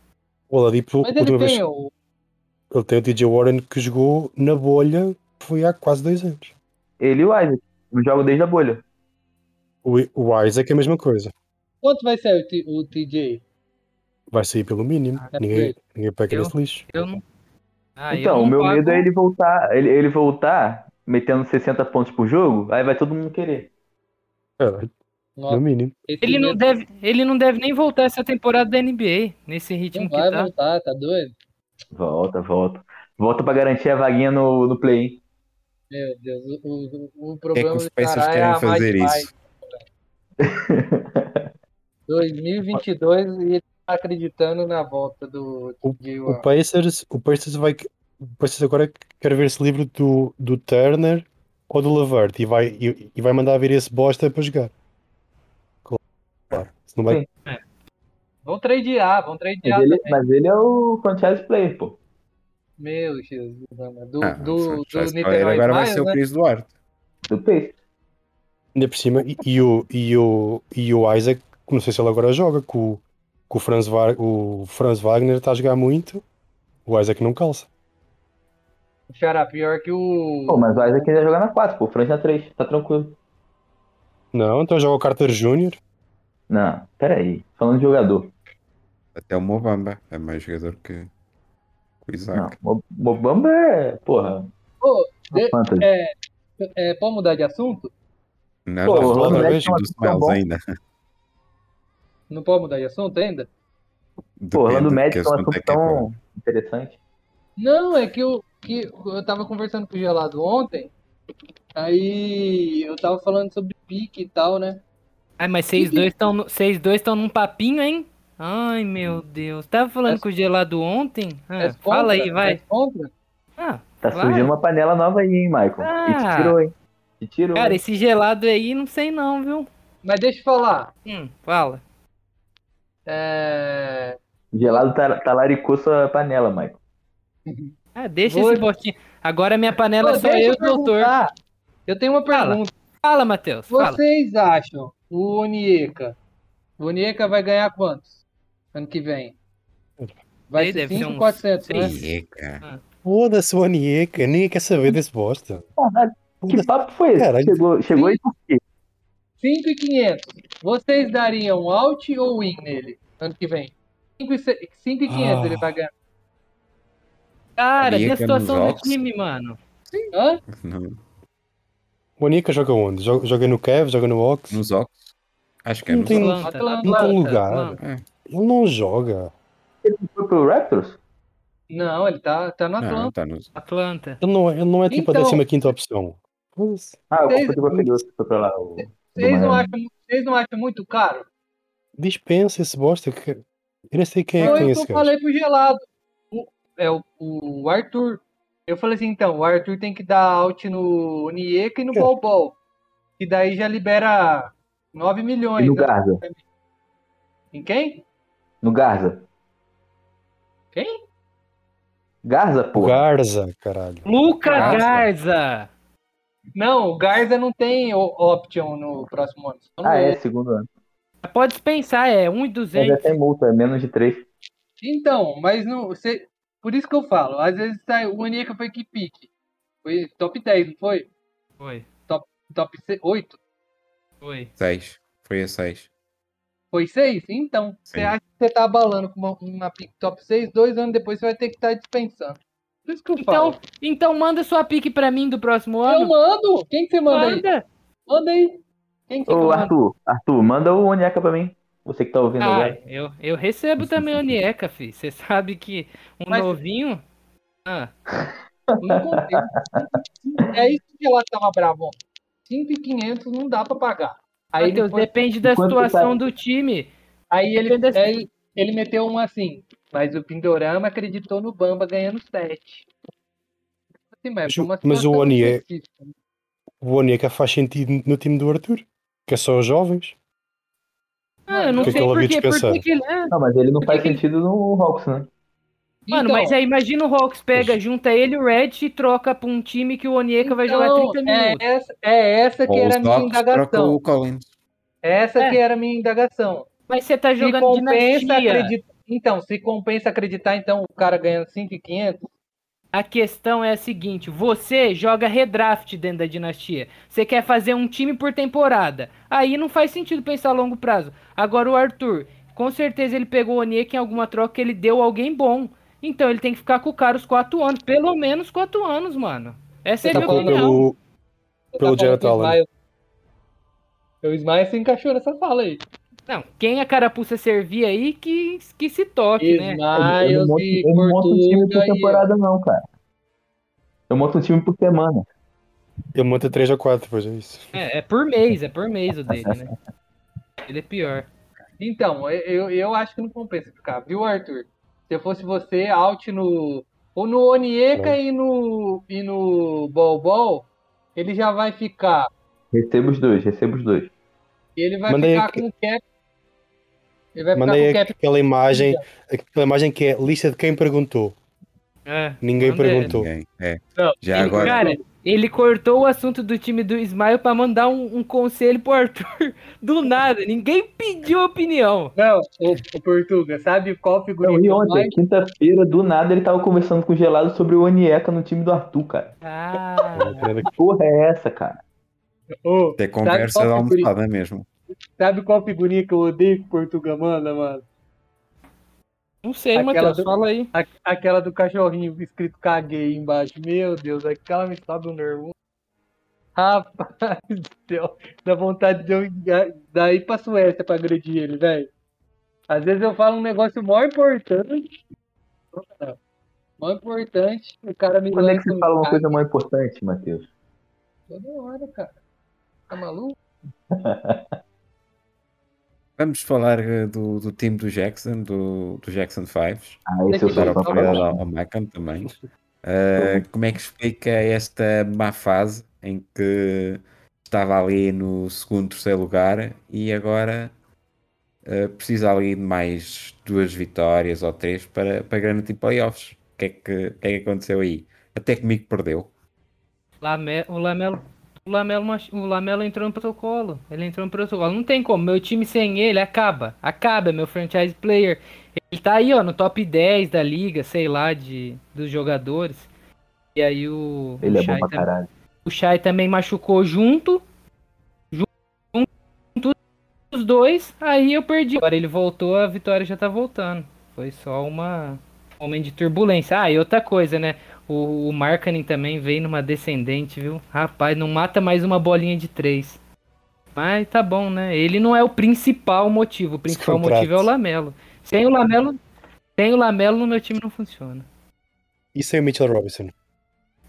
C: O Aladipo,
F: Mas
C: a última
F: ele
C: vez
F: tem o.
C: ele tem o TJ Warren que jogou na bolha foi há quase dois anos.
D: Ele e o Isaac. Não jogam desde a bolha.
C: O, I- o Isaac é a mesma coisa.
F: Quanto vai ser o, T- o TJ?
C: Vai sair pelo mínimo.
F: é
C: ninguém, ninguém pega
E: Eu-
C: nesse lixo.
E: Eu não. Ah, eu
D: então,
E: não
D: o meu
E: pago-
D: medo é ele voltar, ele, ele voltar metendo 60 pontos por jogo, aí vai todo mundo querer.
C: Caralho,
F: Nossa,
C: É, no mínimo.
F: esse
E: Ele não
F: mesmo
E: deve, ele não deve nem voltar essa temporada da NBA, nesse
F: não
E: ritmo que
F: vai
E: tá.
F: voltar, tá doido?
D: Volta, volta. Volta pra garantir a vaguinha no, no play, hein?
F: Meu Deus, o, o, o
B: O que é
F: problema
B: que os
F: do
B: Pacers
F: Ceará é
B: querem
F: a mais
B: fazer
F: mais.
B: isso?
F: 2022 e ele tá acreditando na volta do TJ
C: O
F: Warren.
C: Pacers, o Pacers vai. O Pacers agora quer ver-se livre do, do Turner ou do Lavert e vai, e, e vai mandar vir esse bosta para jogar. Claro. Se não vai,
D: Sim.
F: Vão tradear, vão tradear
D: Mas ele,
F: também.
D: mas ele é o franchise player, pô.
F: Meu Jesus, mano. Do,
B: Ah,
F: do,
B: já
F: do
B: se calhar
F: Niterói
B: agora vai
F: Lions,
B: ser o
F: né?
B: Cris Duarte.
D: Do Pace.
C: ainda por cima. E, e o, e, o, e o Isaac, que não sei se ele agora joga, que o, que o, Franz, Wa- o Franz Wagner está a jogar muito. O Isaac não calça.
F: Xará, pior que o.
D: Pô, mas o Isaac queria jogar na 4, pô. O Franz na 3, tá tranquilo.
C: Não, então joga o Carter Júnior.
D: Não, peraí. Falando de jogador.
B: Até o Mobamba é mais jogador que que o
D: Não,
B: Isaac.
D: Mo- Mobamba é. Porra.
F: Pô, de-
D: fantasy.
F: É, é, pode mudar de assunto?
B: Não,
D: Pô,
B: não,
D: o
B: fala
C: Orlando
B: do
D: Magic é um
B: dos
D: time tão
B: Miles
D: bom.
B: ainda.
F: Não pode mudar de assunto ainda?
D: Pô, Orlando
B: Depende,
D: Magic é
B: porque
D: um
B: eles não
D: assunto
B: têm quem
D: tão interessante.
F: Não, é que eu, que eu tava conversando com o Gelado ontem. Aí eu tava falando sobre pique e tal, né?
E: Ai, mas vocês dois estão vocês dois estão num papinho, hein? Ai,
F: Hum.
E: meu Deus. Tava falando
F: É-
E: com o gelado ontem? Ah,
F: É
E: fala
F: contra,
E: aí, vai.
F: é contra.
E: Ah,
D: Tá
E: Vai.
D: surgindo uma panela nova aí, hein, Michael? E te
E: Ah.
D: tirou, hein? Te tirou.
E: cara,
D: hein?
E: esse gelado aí não sei não, viu?
F: Mas deixa eu falar.
E: Hum, fala.
F: É...
D: O Gelado tá- talaricou sua panela, Michael.
E: Ah, deixa
F: Vou-
E: esse botinho. Agora minha panela é
F: Pô,
E: só eu
F: deixa
E: e o
F: eu
E: doutor.
F: perguntar. Eu tenho uma
E: Fala.
F: pergunta.
E: Fala, Matheus. Fala.
F: Vocês acham o Onieka? O Onieka vai ganhar quantos? Ano que vem? Vai
E: Ele
F: ser
E: deve ser
F: 5,400,
E: uns
F: né?
E: seis.
B: É, cara.
C: Foda-se o Anieka, nem quer saber desse bosta.
D: Caralho, que
C: Foda-se.
D: papo foi esse?
C: Caralho.
D: Chegou, chegou aí por quê?
F: 5,500. Vocês dariam out ou win nele ano que vem? 5,500
C: Ah.
F: ele vai ganhar.
E: Cara,
B: Anieka
E: e a situação
B: nos
E: do
B: Hawks.
E: time, mano?
F: Hã?
B: No-
C: O Anieka joga onde? Joga, joga no Cavs, joga no Ox?
B: Nos óculos. Acho que é
C: Não
B: nos
C: tem-
B: óculos.
E: Atlanta,
F: Não tem
E: Atlanta,
C: lugar.
E: Atlanta.
C: Ele não joga.
D: Foi pro Raptors?
F: Não, ele tá, tá
D: Ah,
F: no
B: Não,
F: Atlanta.
B: tá nos...
E: Atlanta.
C: Ele não, ele não é tipo
F: Então-
C: a 15 opção. Foda-se.
D: Ah, eu
F: Vocês-
D: confundi com aquele outro que foi pra lá. o-
F: Vocês
D: do
F: não,
D: Miami.
F: acham, vocês não acham muito caro?
C: Dispensa esse bosta. Que... Eu nem sei quem é
F: Foi
C: que tem
F: o que Então, eu
C: esse gajo.
F: falei pro gelado. O, é o, o Arthur. Eu falei assim, então, o Arthur tem que dar out no Nieka e no
C: É.
F: Bol Bol. Que daí já libera 9 milhões.
D: E no
F: né?
D: Garza?
F: Em quem?
D: No Garza?
F: Quem?
D: Garza,
C: O
D: porra.
C: Garza, caralho.
E: Luca
B: Garza.
E: Garza.
F: Ah. Não, o Garza não tem o- option no próximo ano. Então,
D: Ah, é, segundo ano.
E: Pode dispensar, é 1 e
D: Mas
E: 200.
D: já tem multa, é menos de 3.
F: Então, mas não. Você, por isso que eu falo, às vezes tá, o Nieka foi que pique. Foi top 10, não foi?
E: Foi,
F: Top 8?
E: foi.
B: Seis. Foi a seis.
F: Foi seis? Então, você
B: Sim.
F: acha que você tá abalando com uma, uma pick top 6, dois anos depois você vai ter que estar dispensando. Por isso que eu
E: Então,
F: falo.
E: então manda sua pique pra mim do próximo
F: Eu
E: ano.
F: mando! Quem que você manda aí?
E: Manda.
F: Manda aí! Quem que você
D: Ô,
F: manda?
D: Arthur, Arthur, manda o Oniaka pra mim. Você que tá ouvindo
E: Ah,
D: agora.
E: eu, eu recebo também o Nieca, fi. Você sabe que um
F: Mas-
E: novinho. Ah,
F: Não compensa. É isso que ela tava bravo. 5,500 não dá pra pagar. Aí, ele,
E: Matheus,
F: foi-
E: depende da
D: Enquanto
E: situação do time.
F: aí ele,
E: depende assim.
F: aí ele meteu um assim, mas o Pindorama acreditou no Bamba ganhando 7. Assim, mas, foi uma
C: Mas o
F: situação
C: Oni é-
F: específica.
C: O Anieka faz sentido no time do Arthur, que é só os jovens.
E: Ah, eu não
C: Por que
E: sei
C: que ela
E: por
C: veio
E: quê. Por
C: dispensar?
E: que que ele. ah,
D: Não, mas ele não faz sentido no Hawks, né?
E: Mano,
F: Então,
E: mas aí imagina o Hawks pega, junta ele e o Red e troca pra um time que o Onieka vai jogar
F: Então,
E: 30
F: é
E: minutos.
F: essa, é essa que
B: Ou
F: era a
B: os
C: tá
F: minha
B: óculos troca
F: indagação.
B: o Collins.
F: Essa
E: É.
F: que era a minha indagação.
E: Mas você tá
F: Se
E: jogando
F: compensa
E: dinastia.
F: acreditar. Então, se compensa acreditar, então o cara ganhando 5,500.
E: A questão é a seguinte: você joga redraft dentro da dinastia. Você quer fazer um time por temporada. Aí não faz sentido pensar a longo prazo. Agora o Arthur, com certeza ele pegou o Oniek em alguma troca que ele deu a alguém bom. Então ele tem que ficar com o cara os quatro anos. Pelo menos quatro anos, mano. Essa é a
C: Tá
E: minha
C: falando
E: opinião.
C: pelo.
F: você
C: Pelo
F: tá falando
C: Jared
F: com o
C: Allen.
F: Ismael. O Ismael se encaixou nessa fala aí.
E: Não, quem a carapuça servir aí que, que se toque, né?
F: Ismael
D: eu monto,
F: e
D: eu não monto um time por
F: Ah, Portuga e eu.
D: temporada, não, cara. Eu monto um time por semana.
C: Ele monta 3 ou 4, pois é isso.
E: É, é por mês, é por mês o dele, né? Ele é pior.
F: Então, eu, eu- eu acho que não compensa ficar, viu, Arthur? Se eu fosse você, out no. Ou no Onieka e no. e no Bol Bol, ele já vai ficar.
D: Recebo os dois, recebo os dois.
F: Ele vai
C: Manda aí
F: ficar
C: aqui-
F: com o cap. Ele vai
C: Manda
F: ficar
C: aí
F: É tá com o cap
C: aquela imagem, aquela imagem que é lista de quem perguntou.
E: É,
C: Ninguém
E: manda ele.
C: perguntou.
B: Ninguém. É.
F: Não,
B: Já
E: Ele-
B: agora.
E: Cara, Ele cortou o assunto do time do Ismael pra mandar um, um conselho pro Arthur do nada. Ninguém pediu opinião.
F: Não, o, o Portuga, sabe qual figurinha
D: Não, e
F: que eu
D: ontem,
F: mais-
D: quinta-feira, do nada, ele tava conversando com o Gelado sobre o Onieca no time do Arthur, cara.
E: Ah,
D: Que porra é essa, cara?
F: Ô,
B: Ter conversa
F: qual
B: da
F: figurinha-
B: almofada mesmo.
F: sabe qual figurinha que eu odeio que o Portuga manda, mano?
E: não sei,
F: Aquela
E: Matheus,
F: do-
E: fala aí.
F: A- aquela do cachorrinho escrito caguei embaixo. Meu Deus, aquela me sobe o nervo. Rapaz do céu, dá vontade de eu ir da- daí pra Suécia pra agredir ele, velho. Às vezes eu falo um negócio mó importante. Mó importante, o cara me
D: Quando é que
F: lança
D: você
F: um
D: fala uma
F: cague
D: coisa mais importante, Matheus?
F: Toda hora, cara. Tá maluco?
B: Vamos falar eh, do, do time do Jackson, do, do Jackson Fives.
D: Ah, esse eu
F: Deixa
B: Dar
D: sou
B: a
F: eu
D: pra
B: oportunidade
D: falar.
B: ao ao Macam também. Eh, como é que explica esta má fase em que estava ali no segundo, terceiro lugar e agora eh, precisa ali de mais duas vitórias ou três para, para garantir tipo, playoffs? O que, é que, o que é que aconteceu aí? Até comigo perdeu.
E: Lame- o Lamelo. O Lamelo, mach- o Lamelo entrou no protocolo. Ele entrou no protocolo. Não tem como. Meu time sem ele acaba. Acaba, meu franchise player. Ele tá aí, ó, no top 10 da liga, sei lá, de, dos jogadores. E aí o.
D: Ele
E: o
D: é bom
E: Shai
D: pra
E: tá
F: né?
E: também-
D: caralho.
E: O Shai também machucou junto. Junto os dois. Aí eu perdi. Agora ele voltou, a vitória já tá voltando. Foi só uma. Um momento de turbulência. Ah, e outra coisa, né? O, o Markkanen também veio numa descendente, viu? Rapaz, não mata mais uma bolinha de três. Mas tá bom, né? Ele não é o principal motivo. O principal
C: contratos.
E: motivo é o Lamelo. Sem o Lamelo, sem o Lamelo, meu time não funciona.
C: E sem é o Mitchell Robinson.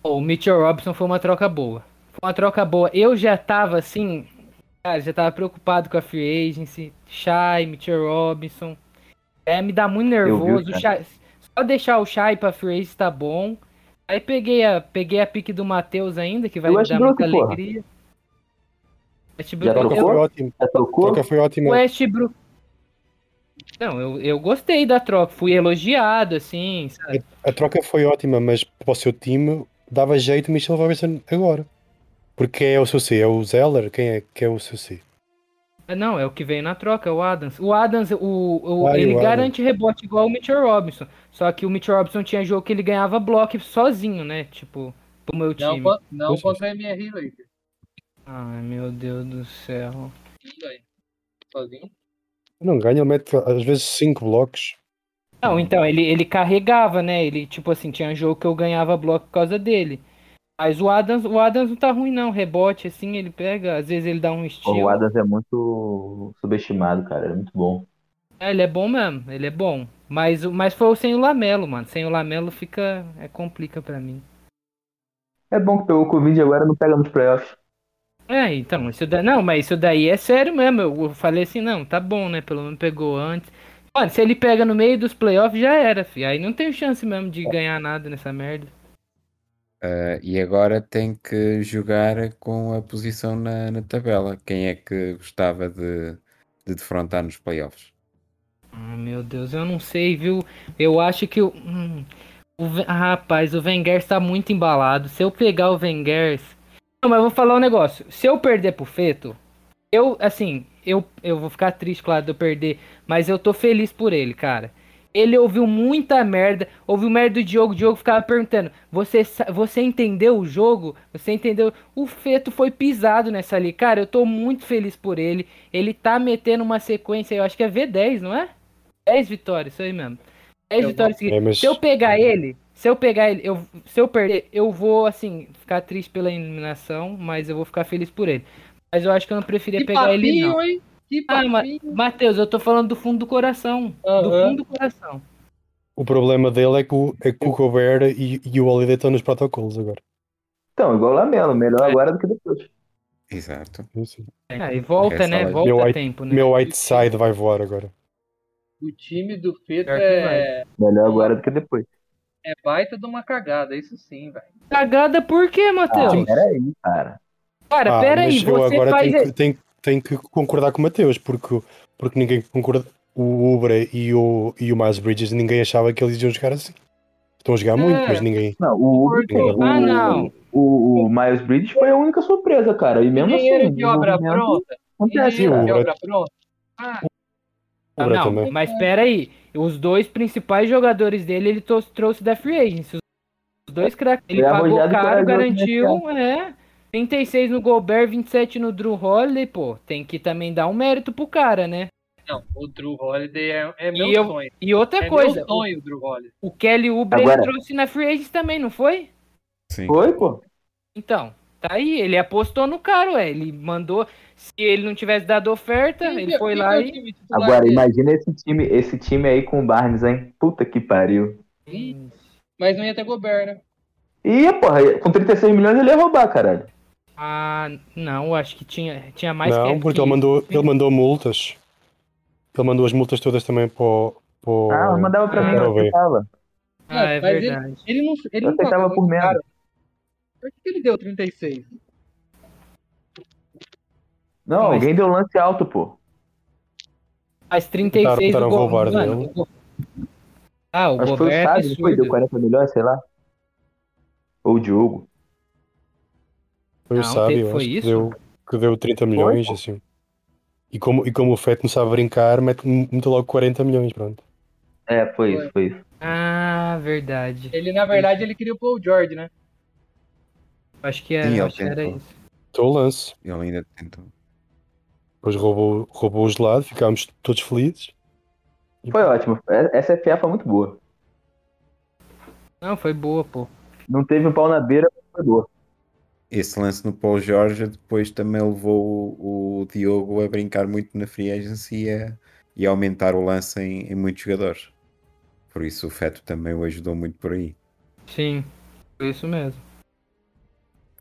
E: Pô, O Mitchell Robinson foi uma troca boa. Foi uma troca boa. Eu já tava assim, cara, já tava preocupado com a free agency. Shai, Mitchell Robinson. É, me dá muito nervoso.
D: vi, cara.
E: O Shai- só deixar o Shai pra free agency tá bom. Aí peguei a, peguei a pique do Matheus ainda, que vai
D: E o
E: me dar
D: Westbrook,
E: muita
D: porra?
E: alegria.
D: Já
C: A troca
E: eu-
C: foi ótima.
D: Já
C: é A
D: tocou?
F: é
C: troca foi ótima.
E: o Westbrook. Não, eu, eu gostei da troca. Fui elogiado, assim, sabe?
C: A troca foi ótima, mas para o seu time dava jeito o Mitchell Robinson agora. Porque quem é o seu C? É o Zeller? Quem é, quem é o seu C?
E: Ah, Não, é o que veio na troca, é o Adams. O Adams, o, o-
C: Ah, e
E: ele
C: o Adams.
E: garante rebote igual o Mitchell Robinson. Só que o Mitchell Robinson tinha jogo que ele ganhava bloco sozinho, né? Tipo, pro meu
F: Não,
E: time.
F: con- não
C: Puxa,
F: contra a MR Lakers.
E: Ai, meu Deus do céu.
F: Sozinho.
C: Não ganha, ele mete às vezes 5 blocos.
E: Não, então, ele, ele carregava, né? Ele, tipo assim, tinha jogo que eu ganhava bloco por causa dele. Mas o Adams, o Adams não tá ruim, não. Rebote, assim, ele pega, às vezes ele dá um
D: Pô,
E: estilo.
D: O Adams é muito subestimado, cara. Ele é muito bom.
E: É, ele é bom mesmo, ele é bom. Mas, o- mas foi o sem o Lamelo, mano. Sem o Lamelo fica. É complica pra mim.
D: É bom que pegou o Covid agora não pega nos playoffs.
E: É, então, isso da... não, mas isso daí é sério mesmo. Eu eu falei assim, não, tá bom, né? Pelo menos pegou antes. Mano, se ele pega no meio dos playoffs, já era, fi. Aí não tem chance mesmo de ganhar nada nessa merda.
B: Eh, e agora tem que jogar com a posição na, na tabela. Quem é que gostava de, de defrontar nos playoffs?
E: Ah, meu Deus, eu não sei, viu? Eu acho que o. hum, o Ve- ah, rapaz, o Wenger está muito embalado. Se eu pegar o Wenger. Não, mas eu vou falar um negócio. Se eu perder pro Feto, eu, assim, eu, eu vou ficar triste, claro, de eu perder. Mas eu tô feliz por ele, cara. Ele ouviu muita merda. Ouviu merda do Diogo. O Diogo ficava perguntando: você, sa- você entendeu o jogo? Você entendeu? O Feto foi pisado nessa ali. Cara, eu tô muito feliz por ele. Ele tá metendo uma sequência, eu acho que é V10, não é? 10 vitórias, isso aí mesmo. 10
F: Eu
E: vitórias seguidas.
C: É, mas
E: Se eu pegar ele, se eu pegar ele, eu, se eu perder, eu vou, assim, ficar triste pela eliminação, mas eu vou ficar feliz por ele. Mas eu acho que eu não preferia
F: Que
E: pegar ele, não.
F: papinho, hein? Que
E: Ah, mas-
F: papinho.
E: Matheus, eu tô falando do fundo do coração. Do
F: Aham.
E: fundo do coração.
C: o problema dele é que o, é que o Gobert e, e o Holiday estão nos protocolos agora.
D: Então, igual o Lamelo, melhor
F: É.
D: agora do que depois.
B: Exato.
C: Eu sei.
E: É, e volta,
B: Essa
E: né?
B: hora-
E: Volta
C: Meu
E: a
C: ai-
E: tempo, né?
C: Meu Whiteside vai voar agora.
F: O time do Feto
E: Pior que
F: é,
D: Melhor agora do que depois.
F: é baita de uma cagada, isso sim, velho.
E: Cagada por quê,
D: Ah,
F: Então.
E: Matheus?
D: peraí, cara.
E: Cara,
C: Ah,
E: pera aí,
C: mas eu
E: você
C: agora
E: faz... é
C: tenho, que, tenho, tenho que concordar com o Mateus, porque, porque ninguém concorda. O Ubre e o, e o Miles Bridges, ninguém achava que eles iam jogar assim. Estão a jogar muito,
F: É.
C: mas ninguém.
D: Não, o
C: Por
D: Uber.
C: quê?
D: o-
E: Ah, não.
D: o, o Miles Bridges foi a única surpresa, cara. E mesmo
F: Dinheiro
D: assim.
F: de obra
D: o movimento
F: pronta.
D: Acontece,
F: Dinheiro de
D: cara.
C: Obra.
F: obra pronta. Ah,
E: Ah,
C: Obra
E: não,
C: também.
E: mas espera aí. Os dois principais jogadores dele, ele tos- trouxe da Free Agency. Os dois craques. Ele
D: Ele é
E: pagou
D: arrojado e
E: caro,
D: corajoso
E: garantiu, é. 36 no Gobert, 27 no Drew Holiday, pô. Tem que também dar um mérito pro cara, né?
F: não, o Drew Holiday é, é meu
E: E eu-
F: sonho.
E: E outra
F: É
E: coisa,
F: meu sonho, o Drew Holiday.
E: o, o Kelly Oubre ele
D: Agora-
E: trouxe na Free Agency também, não foi?
B: Sim.
D: Foi, pô.
E: Então, tá aí. Ele apostou no cara, ué. Ele mandou. Se ele não tivesse dado oferta, ele foi
F: Quem
E: lá
F: é o
E: e.
F: time titular
D: Agora,
F: dele?
D: imagina esse time, esse time aí com o Barnes, hein? Puta que pariu.
F: Ih, Mas não ia ter Gobert, né?
D: E, porra, com 36 milhões ele ia roubar, caralho.
E: Ah, não, acho que tinha, tinha mais
C: não,
E: que-
C: porque
E: que-
C: ele mandou, ele mandou multas. Ele mandou as multas todas também para o.
D: Ah, mandava pra mim, eu
C: Quero ver.
D: aceitava.
E: Ah, é
F: Mas ele-
E: verdade.
F: Ele não, ele
D: Eu
F: não pagou
D: aceitava por
F: muito
D: menos.
F: caro. Por que que ele deu 36?
D: Não,
E: Mas-
D: alguém deu lance alto, pô.
E: Mas 36
C: Tentaram
E: o Go-
C: roubar
E: mano,
C: dele.
E: o Go-
C: né?
E: Ah, o
D: Acho que foi o
E: Gobert é
D: Salles, não foi? Deu
E: absurdo.
D: 40 milhões, sei lá. Ou o Diogo.
C: Foi o
E: Não,
C: sábio,
E: teve-
C: acho
E: foi
C: que
E: isso?
C: deu, que deu 30 milhões,
D: pô.
C: assim. E como, e como o Fett não sabe brincar, mete, mete logo 40 milhões, pronto.
D: É, foi
F: Foi.
D: isso, foi isso.
E: Ah, verdade.
F: Ele, na verdade, ele queria o Paul George, né?
E: Acho que era,
D: é
B: Sim,
E: acho que era
B: ok.
E: isso.
C: Então lance.
B: Ele ainda tentou.
C: Depois roubou, roubou o gelado, ficámos todos felizes.
D: Foi ótimo. É- Essa FA foi muito boa.
E: Não, foi boa, pô.
D: Não teve um pau na beira, mas foi boa.
B: Esse lance no Paul Jorge depois também levou o, o Diogo a brincar muito na free agency e a, e a aumentar o lance em, em muitos jogadores. Por isso o Feto também o ajudou muito por aí.
E: Sim, foi isso mesmo.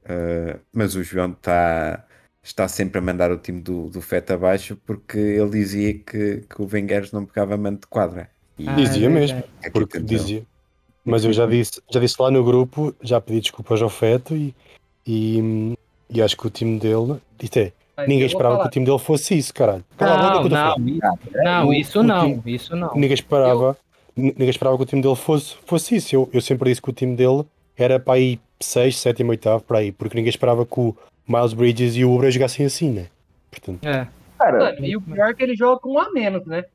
B: Uh, mas o João tá, está sempre a mandar o time do, do Feto abaixo porque ele dizia que, que o Wengeres não pegava mando de quadra. E
E: Ah,
C: Dizia
E: é
C: mesmo,
E: verdade.
B: aqui
C: porque
B: temos ele.
C: dizia. Mas eu já disse, já disse lá no grupo, já pedi desculpas ao Feto e, e, e acho que o time dele. Isto é,
F: Mas
C: ninguém
F: eu vou
C: esperava que
F: falar.
C: o time dele fosse isso, caralho. Cala a boca
E: Não,
C: que eu tô a falar.
E: não, isso-
C: O-
E: não, isso
C: o
E: não,
C: time-
E: isso não.
C: Ninguém esperava, ni- ninguém esperava que o time dele fosse, fosse isso. Eu, eu sempre disse que o time dele era para aí 6, 7, 8, para aí, porque ninguém esperava que o Miles Bridges e o Ubra jogassem assim, né? Portanto,
E: É,
D: Cara,
F: Mano, e o pior é que ele joga com um a menos, né?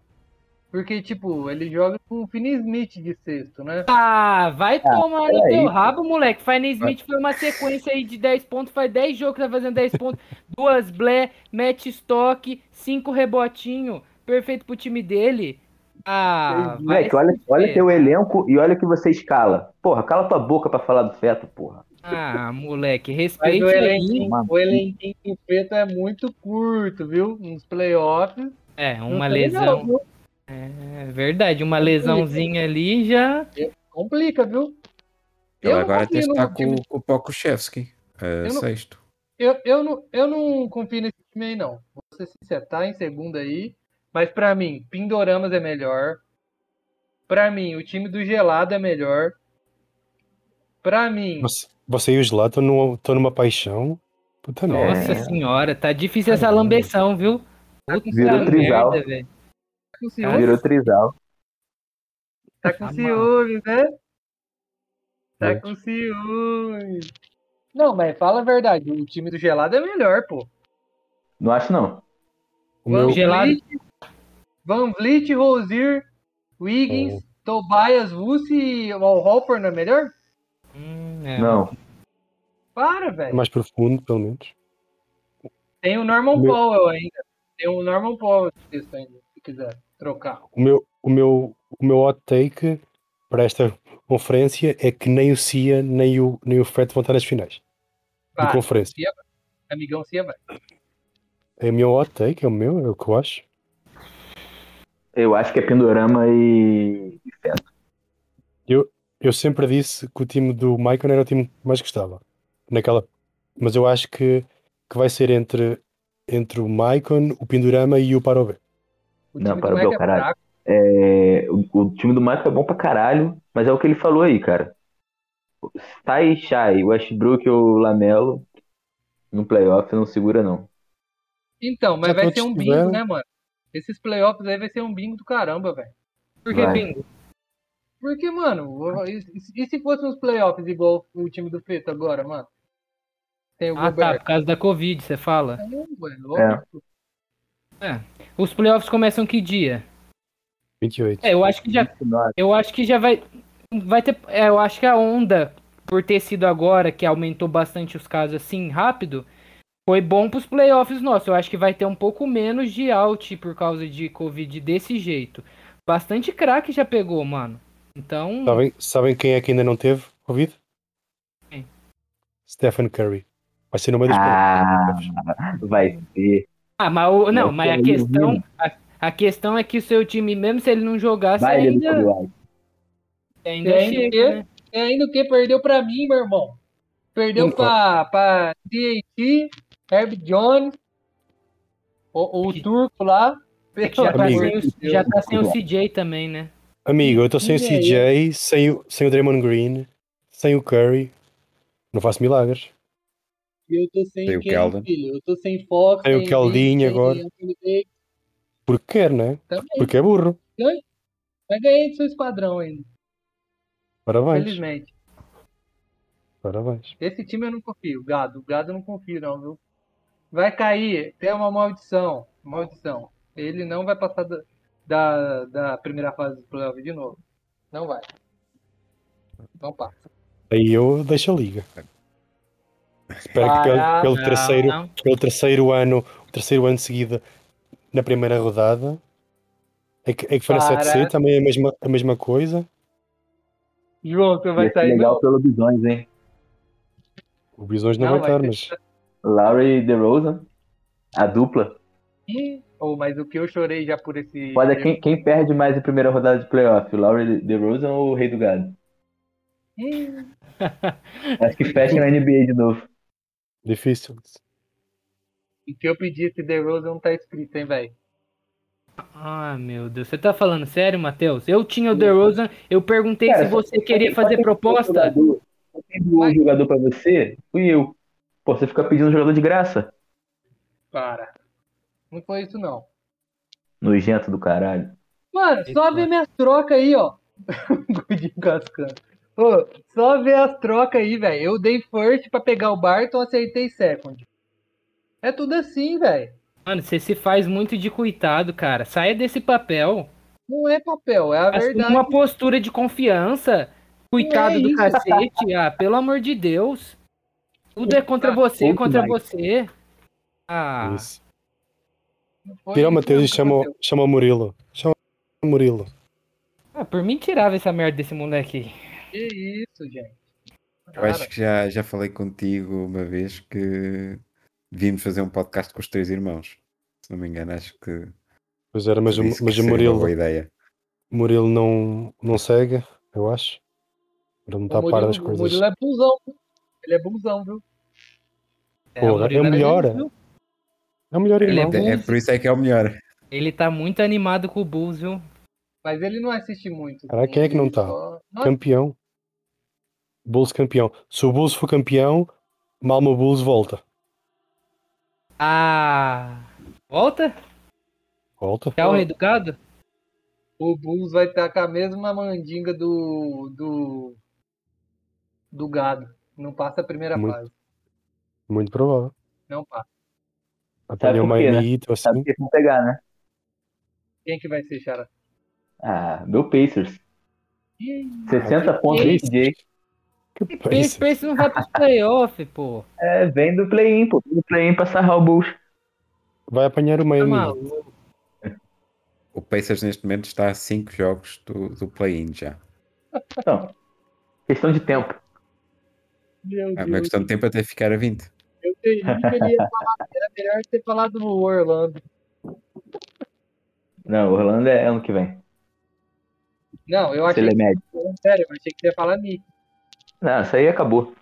F: Porque, tipo, ele joga com o Finney Smith de sexto, né?
E: Ah, vai tomar no
D: peraí.
E: teu rabo, moleque. Fine Smith foi uma sequência aí de 10 pontos, faz 10 jogos que tá fazendo 10 pontos. Duas blé, mete estoque, 5 rebotinho. Perfeito pro time dele. Ah, vai
D: moleque, olha,
E: se
D: olha
E: ver.
D: teu elenco e olha o que você escala. Porra, cala tua boca pra falar do feto, porra.
E: Ah, moleque,
F: Mas
E: respeite
F: o
E: aí.
F: elenquinho,
D: mano.
F: o elenquinho do preto é muito curto, viu? Nos playoffs.
E: É,
F: não
E: uma
F: sei não,
E: lesão.
F: viu?
E: É verdade, uma lesãozinha ali já.
F: Complica, viu?
B: Ele
F: Eu não
B: agora até
F: confio no
B: está
F: time-
B: com, com o Pokushevski, uh,
F: Eu não-
B: sexto.
F: Eu, eu, não, eu não confio nesse time aí, não. Vou ser sincero, tá em segundo aí. Mas pra mim, Pindoramas é melhor. Pra mim, o time do Gelado é melhor. Pra mim,
C: você, você e o Gelado estão numa, estão numa paixão.
D: É.
C: Puta merda.
E: Nossa senhora, tá difícil essa lambeção, viu? Puta
D: Virou
E: merda,
D: trisal.
E: velho.
F: tá com
E: Nossa.
F: ciúmes,
D: Virou trisal.
F: tá com
E: Tá mal.
F: ciúmes, né? Tá com ciúmes. Não, mas fala a verdade. O time do Gelado é melhor, pô.
D: Não acho, não.
C: O meu,
E: Ge- Gelado-
F: Vliet, Van Vliet, Rosier, Wiggins, Tobias, Vuce e Al Hopper não é melhor?
E: Hum, é.
D: Não.
F: Para, velho.
C: mais profundo, pelo menos.
F: Tem o Norman
C: Meu-
F: Powell ainda. Tem o Norman Powell texto ainda, se quiser trocar.
C: O meu, o meu, o meu hot take para esta conferência é que nem o Cia nem o, nem o Feto vão estar nas finais de
F: Para,
C: conferência.
F: amigão, se vai.
C: É o meu hot take, é o meu, é o que eu acho.
D: Eu acho que é Pindorama e. e feto.
C: Eu sempre disse que o time do Michael era o time que mais gostava. Naquela... Mas eu acho que, que vai ser entre, entre o Maicon, o Pindorama e o Parobé.
F: O
D: Não,
F: time
D: para
F: do
D: o meu
F: Mac é
D: caralho.
F: fraco.
D: É, o, o time do Michael é bom pra caralho, mas é o que ele falou aí, cara. Sai Shai, Westbrook ou Lamelo no playoff não segura, não.
F: Então, mas
C: Já
F: vai
C: todos
F: ser um bingo,
C: tiveram.
F: né, mano? Esses playoffs aí vai ser um bingo do caramba, velho.
E: Por que
D: Vai.
E: bingo?
F: Porque, mano, o- e e se fosse uns playoffs igual o time do Preto agora, mano? Tem o
E: Ah, tá,
F: Gobert.
E: por causa da Covid, você fala.
F: Não, é lógico.
E: Os playoffs começam que dia?
C: 28.
E: É, eu acho que já, eu acho que já vai, vai ter, é, eu acho que a onda por ter sido agora que aumentou bastante os casos assim rápido, foi bom pros playoffs nossos. Eu acho que vai ter um pouco menos de out por causa de Covid desse jeito. Bastante craque já pegou, mano. Então,
C: Sabem, sabem quem é que ainda não teve Covid?
E: Quem?
C: Stephen Curry. Vai ser no meio dos
D: Ah,
C: playoffs.
D: vai ser.
E: ah, mas o- não,
D: Vai
E: mas
D: ser
E: a
D: um
E: questão,
D: menino.
E: a, a questão é que o seu time mesmo se ele não jogasse
D: Vai ele do
E: ainda,
D: Kobe
E: ainda
F: Tem que-
E: chega, né?
F: É ainda o que perdeu pra mim, meu irmão. Perdeu
C: Não.
F: pra, pra DAT, Herb Jones, o, o
E: Que-
F: turco lá. Pelo
E: Já tá,
F: amor
E: sem
F: de
E: o,
F: Deus.
E: já tá sem o CJ também, né?
C: Amigo, eu estou sem o
F: Quem é
C: CJ, sem o, sem o Draymond Green, sem o Curry. Não faço milagres.
F: Eu tô sem
B: Tem o
F: quem,
B: Keldon.
F: filho? Eu tô sem Fox.
C: Tem o Keldinho
F: Keldinho
C: agora. Porque quer, né?
F: Também.
C: Porque é burro.
F: Mas ganhei do seu esquadrão ainda,
C: Parabéns.
E: né?
F: infelizmente.
C: Parabéns.
F: Esse time eu não confio, gado. Gado eu não confio, não, viu? Vai cair, tem uma maldição. Maldição. Ele não vai passar da, da, da primeira fase do playoff de novo. Não vai. Então Não passa.
C: Aí eu deixo a liga. Espero que pelo, pelo
E: Não,
C: terceiro,
E: não.
C: pelo terceiro ano, o terceiro ano de seguida na primeira rodada. É que, é que foi na
F: Para.
C: 7C também é a mesma, a mesma coisa.
F: João, você vai
D: Vai ser
F: sair
D: legal
F: não?
D: pelo Bisões, hein?
C: O Bisões não,
F: Não, é
C: vai estar,
F: vai
C: mas.
D: Lowry e DeRozan, a dupla.
F: Ih, oh, mas o que eu chorei já por esse.
D: Olha, quem, quem perde mais a primeira rodada de playoff? Lowry e DeRozan ou o Rei do Gado?
F: Ih,
D: Acho que fecha na NBA de novo.
C: Difícil.
F: o que eu pedi esse The Rose não tá escrito, hein, velho?
E: Ah, meu Deus. Você tá falando sério, Matheus? Eu tinha o DeRozan, eu perguntei
D: Cara,
E: se você queria fazer proposta.
D: Jogador, só tem um jogador pra você, fui eu. Pô, você fica pedindo jogador de graça.
F: Para. Não foi isso, não.
D: Nojento do caralho.
F: Mano, só
E: Eita.
F: ver minhas trocas aí, ó. Gordinho cascando. Ô, só ver as trocas aí, velho. Eu dei first pra pegar o Barton, acertei second. É tudo assim, velho.
E: Mano, você se faz muito de coitado, cara. Saia desse papel.
F: Não é papel, é a
E: Assuma
F: verdade.
E: uma postura de confiança. Coitado
F: Não é
E: do
F: isso.
E: cacete. Ah, pelo amor de Deus. Tudo é contra você,
D: Ponto
E: contra
D: mais.
E: você. Ah,
C: Isso.
F: Não foi
C: Tira o
F: isso
C: Mateus e
F: não que
C: chama,
F: aconteceu.
C: chama o Murilo. Chama o Murilo.
E: ah, por mim tirava essa merda desse moleque.
F: Que isso, gente.
B: Eu acho que já, já falei contigo uma vez que devíamos fazer um podcast com os três irmãos. Se não me engano, acho que.
C: Pois era, mas, o-
B: disse que
C: mas o
B: seria uma
C: Murilo,
B: boa ideia.
C: Murilo não, não segue, eu acho. Ele não está a
F: o
C: par
F: Murilo,
C: das
F: o
C: coisas.
F: Murilo é bonzão. Ele é bonzão, viu?
C: Pô,
E: Murilo
C: é o
E: era
C: melhor.
E: isso, viu?
C: É o melhor
E: Ele é
C: irmão.
E: bom.
B: É, é por isso é que é o melhor.
E: Ele tá muito animado com o Bulls, viu?
F: Mas ele não assiste muito.
C: Caraca, quem é que não tá?
F: Só- Nossa,
C: Campeão. Bulls campeão. Se o Bulls for campeão, Malmo Bulls volta.
E: Ah. Volta?
C: Volta.
E: Tchau, reeducado?
F: O Bulls vai estar com a mesma mandinga do. do. do gado. Não passa a primeira
C: Muito.
F: fase.
C: Muito provável.
F: Não passa.
C: Apanhou o
D: por quê,
C: Miami
D: né?
C: Heat ou
D: Sabe
C: assim.
D: o que vão pegar, né?
F: Quem que vai ser, Xara?
D: Ah, meu Pacers. 60 pontos
F: que
D: de CJ.
C: Que
E: Pense,
C: pace.
E: pense não vai pros playoff, pô.
D: É, vem do play-in, pô. Vem do play-in pra sarrar o Bulls.
C: Vai apanhar o
E: Tá
C: Miami. Heat.
E: maluco.
B: O Pacers neste momento está a 5 jogos do, do play-in já.
D: Não. Questão de tempo.
F: Meu
B: É uma
F: Deus,
B: questão de tempo até ficar a 20.
F: eu teria que ele ia falar. Era melhor ter falado do Orlando.
D: Não, o Orlando é ano que vem.
F: Não, eu
D: Se
F: achei
D: ele é
F: que.
D: médio.
F: Sério, eu achei que você ia falar Nick.
D: Não, isso aí acabou.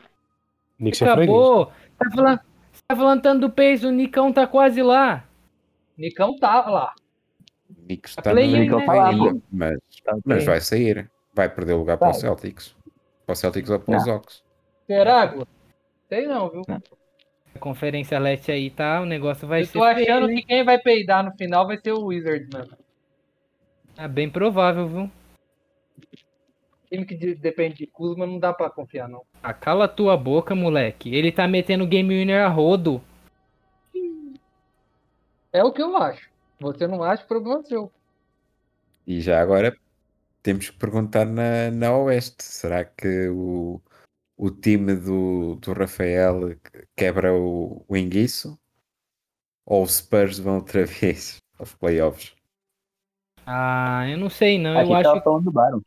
C: Knicks é freguês.
E: Acabou. Tá falando, você tá falando tanto do Pace, o Nicão tá quase lá.
F: Nicão tá lá.
B: Nick
E: A
B: está no
E: play-in,
B: meio
E: né?
B: play-in, mas,
D: Tá
B: mas
D: no play-in.
B: vai sair. Vai perder lugar para o
D: Vai.
B: Celtics. Para o Celtics ou para os Ox.
F: Será, Gu? Sei não, viu?
E: A Conferência Leste aí tá, o negócio vai
F: Eu
E: ser.
F: tô achando
E: feio, hein?
F: que quem vai peidar no final vai ser o Wizards, mano.
E: Tá bem provável, viu?
F: time que de- depende de Kuzma não dá pra confiar, não.
E: Ah, cala tua boca, moleque. Ele tá metendo game winner a rodo.
F: É o que eu acho. Você não acha, problema seu.
B: E já agora temos que perguntar na, na Oeste: será que o, o time do, do Rafael quebra o, o enguiço? Ou os Spurs vão outra vez aos playoffs?
E: Ah, eu não sei não.
F: tá
D: Aqui
E: Eu
D: tava
E: acho,
D: falando do Baron.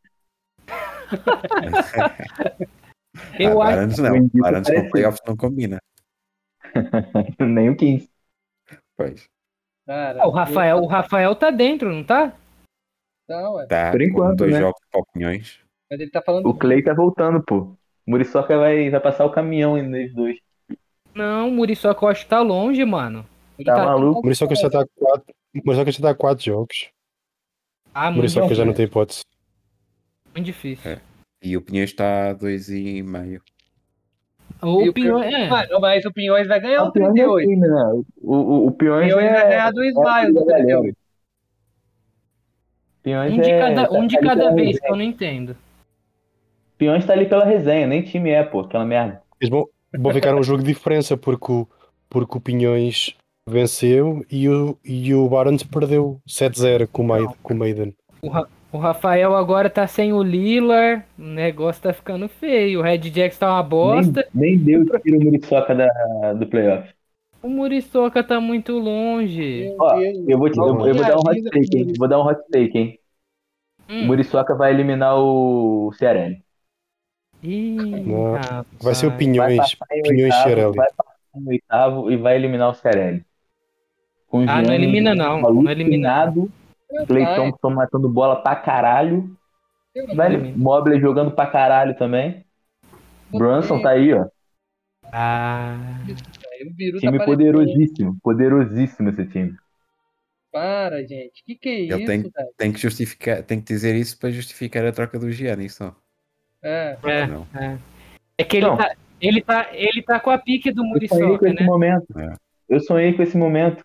E: eu
B: ah,
E: acho
B: Barons
D: o
B: não,
D: enguiço
B: Barons com
D: parece-
B: playoffs não combina.
D: Nem o 15.
B: Pois,
F: Cara,
E: Ah, o Rafael, o Rafael tá dentro, não tá?
F: Tá, ué.
B: tá
D: Por
B: com
D: enquanto,
B: dois
D: né?
B: jogos para opiniões.
F: Mas ele tá falando.
D: O Clay tá voltando, pô. O Muriçoca vai, vai passar o caminhão ainda neles dois.
E: Não, o Muriçoca eu acho que tá longe, mano. Ele
D: Tá maluco?
C: O Muriçoca já está a quatro, o Muriçoca já está a quatro jogos.
E: Ah,
C: O
E: muito,
C: Muriçoca já não tem hipótese.
E: muito difícil.
B: É. E o tá Pinhões está a 2,5.
E: O
F: E o
E: Pinho-
F: Pinho-
E: é.
F: Ah, não, mas o Pinhões vai ganhar o
D: Piões é o
F: 38.
D: time, né? O, o, o
F: O
D: Piões
F: Pinhões vai
D: é...
F: ganhar do
D: é
F: Smiles, entendeu?
D: galera. Piões
E: Um de
D: é-
E: cada, um de
D: tá ali
E: cada
D: pela
E: vez,
D: resenha.
E: que eu não entendo.
D: Piões tá ali pela resenha, nem time é, pô. Aquela merda.
C: Eles vão, vão ficar um jogo de diferença porque o, porque o Pinhões venceu e o, e o Barons perdeu 7-0 com o Maid- com o Maiden.
E: O Rafael agora tá sem o Lillard, o negócio tá ficando feio. O Red Jackson tá uma bosta.
D: Nem, nem deu tiro o Muriçoca da, do playoff.
E: O Muriçoca tá muito longe.
D: Ó, eu vou, te- eu, eu vou dar um hot
F: Avisa
D: take, hein?
F: pro
D: Vou dar um hot take, hein? O
E: Hum.
D: Muriçoca vai eliminar o Cearelli.
E: Ih,
C: Não,
E: rapaz.
C: Vai ser o
D: Ah, Vai
C: Pinhões.
D: passar em
C: Pinhões
D: oitavo,
C: Cirelli.
D: Vai passar em oitavo e vai eliminar o Cerelli. Com o
E: Ah, não
D: Gianni
E: elimina não, não elimina.
D: alucinado, Clay Thompson matando bola pra caralho. Vai,
E: elimina.
D: Mobley jogando pra caralho também. Brunson tá aí, ó.
E: Ah,
F: O Biru tá
D: Time
F: parecendo-
D: poderosíssimo. Poderosíssimo esse time.
F: Para, gente. Que que é
B: Ele
F: isso,
B: tem-
F: velho?
B: Tem que justificar, tem que dizer isso para justificar a troca do Giannis, só.
F: É.
E: é.
B: Não.
E: É que ele,
D: Não.
E: tá, ele, tá, ele tá com a pique do
D: Eu sonhei com
E: Muriçoca,
D: esse
E: né?
D: momento.
B: É.
D: Eu sonhei com esse momento.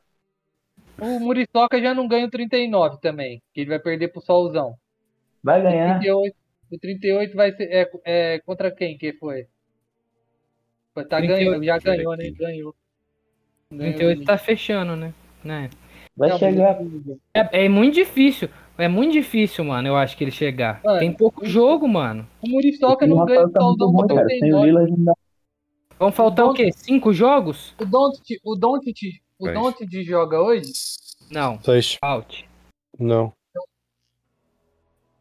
F: O Muriçoca já não ganha o 39 também. Que ele vai perder pro Solzão.
D: Vai ganhar.
F: 38, o 38 vai ser. É, é, contra quem que foi? Foi, Tá
E: 38,
F: ganhando, já
B: deixa eu ver
F: ganhou, né?
B: aqui.
F: Ganhou. Ganhou Tá
E: 38
F: do
E: tá fechando, né? né?
D: Vai
F: Não, mas-
D: chegar.
E: É, é muito difícil. É muito difícil, mano, eu acho que ele chegar.
F: Mano,
E: Tem pouco jogo, mano.
F: O Muriçoca
D: O
F: não ganha
D: Rafael
F: o
D: tá muito
F: Saldão
D: bom,
F: com
D: cara. Sem o
F: 39.
D: Lillard não dá.
E: Vão faltar o quê? Cinco jogos?
F: O Doncic, o Doncic, o
B: Pois.
F: Doncic joga hoje?
E: Não.
C: Seis.
E: Out.
C: Não.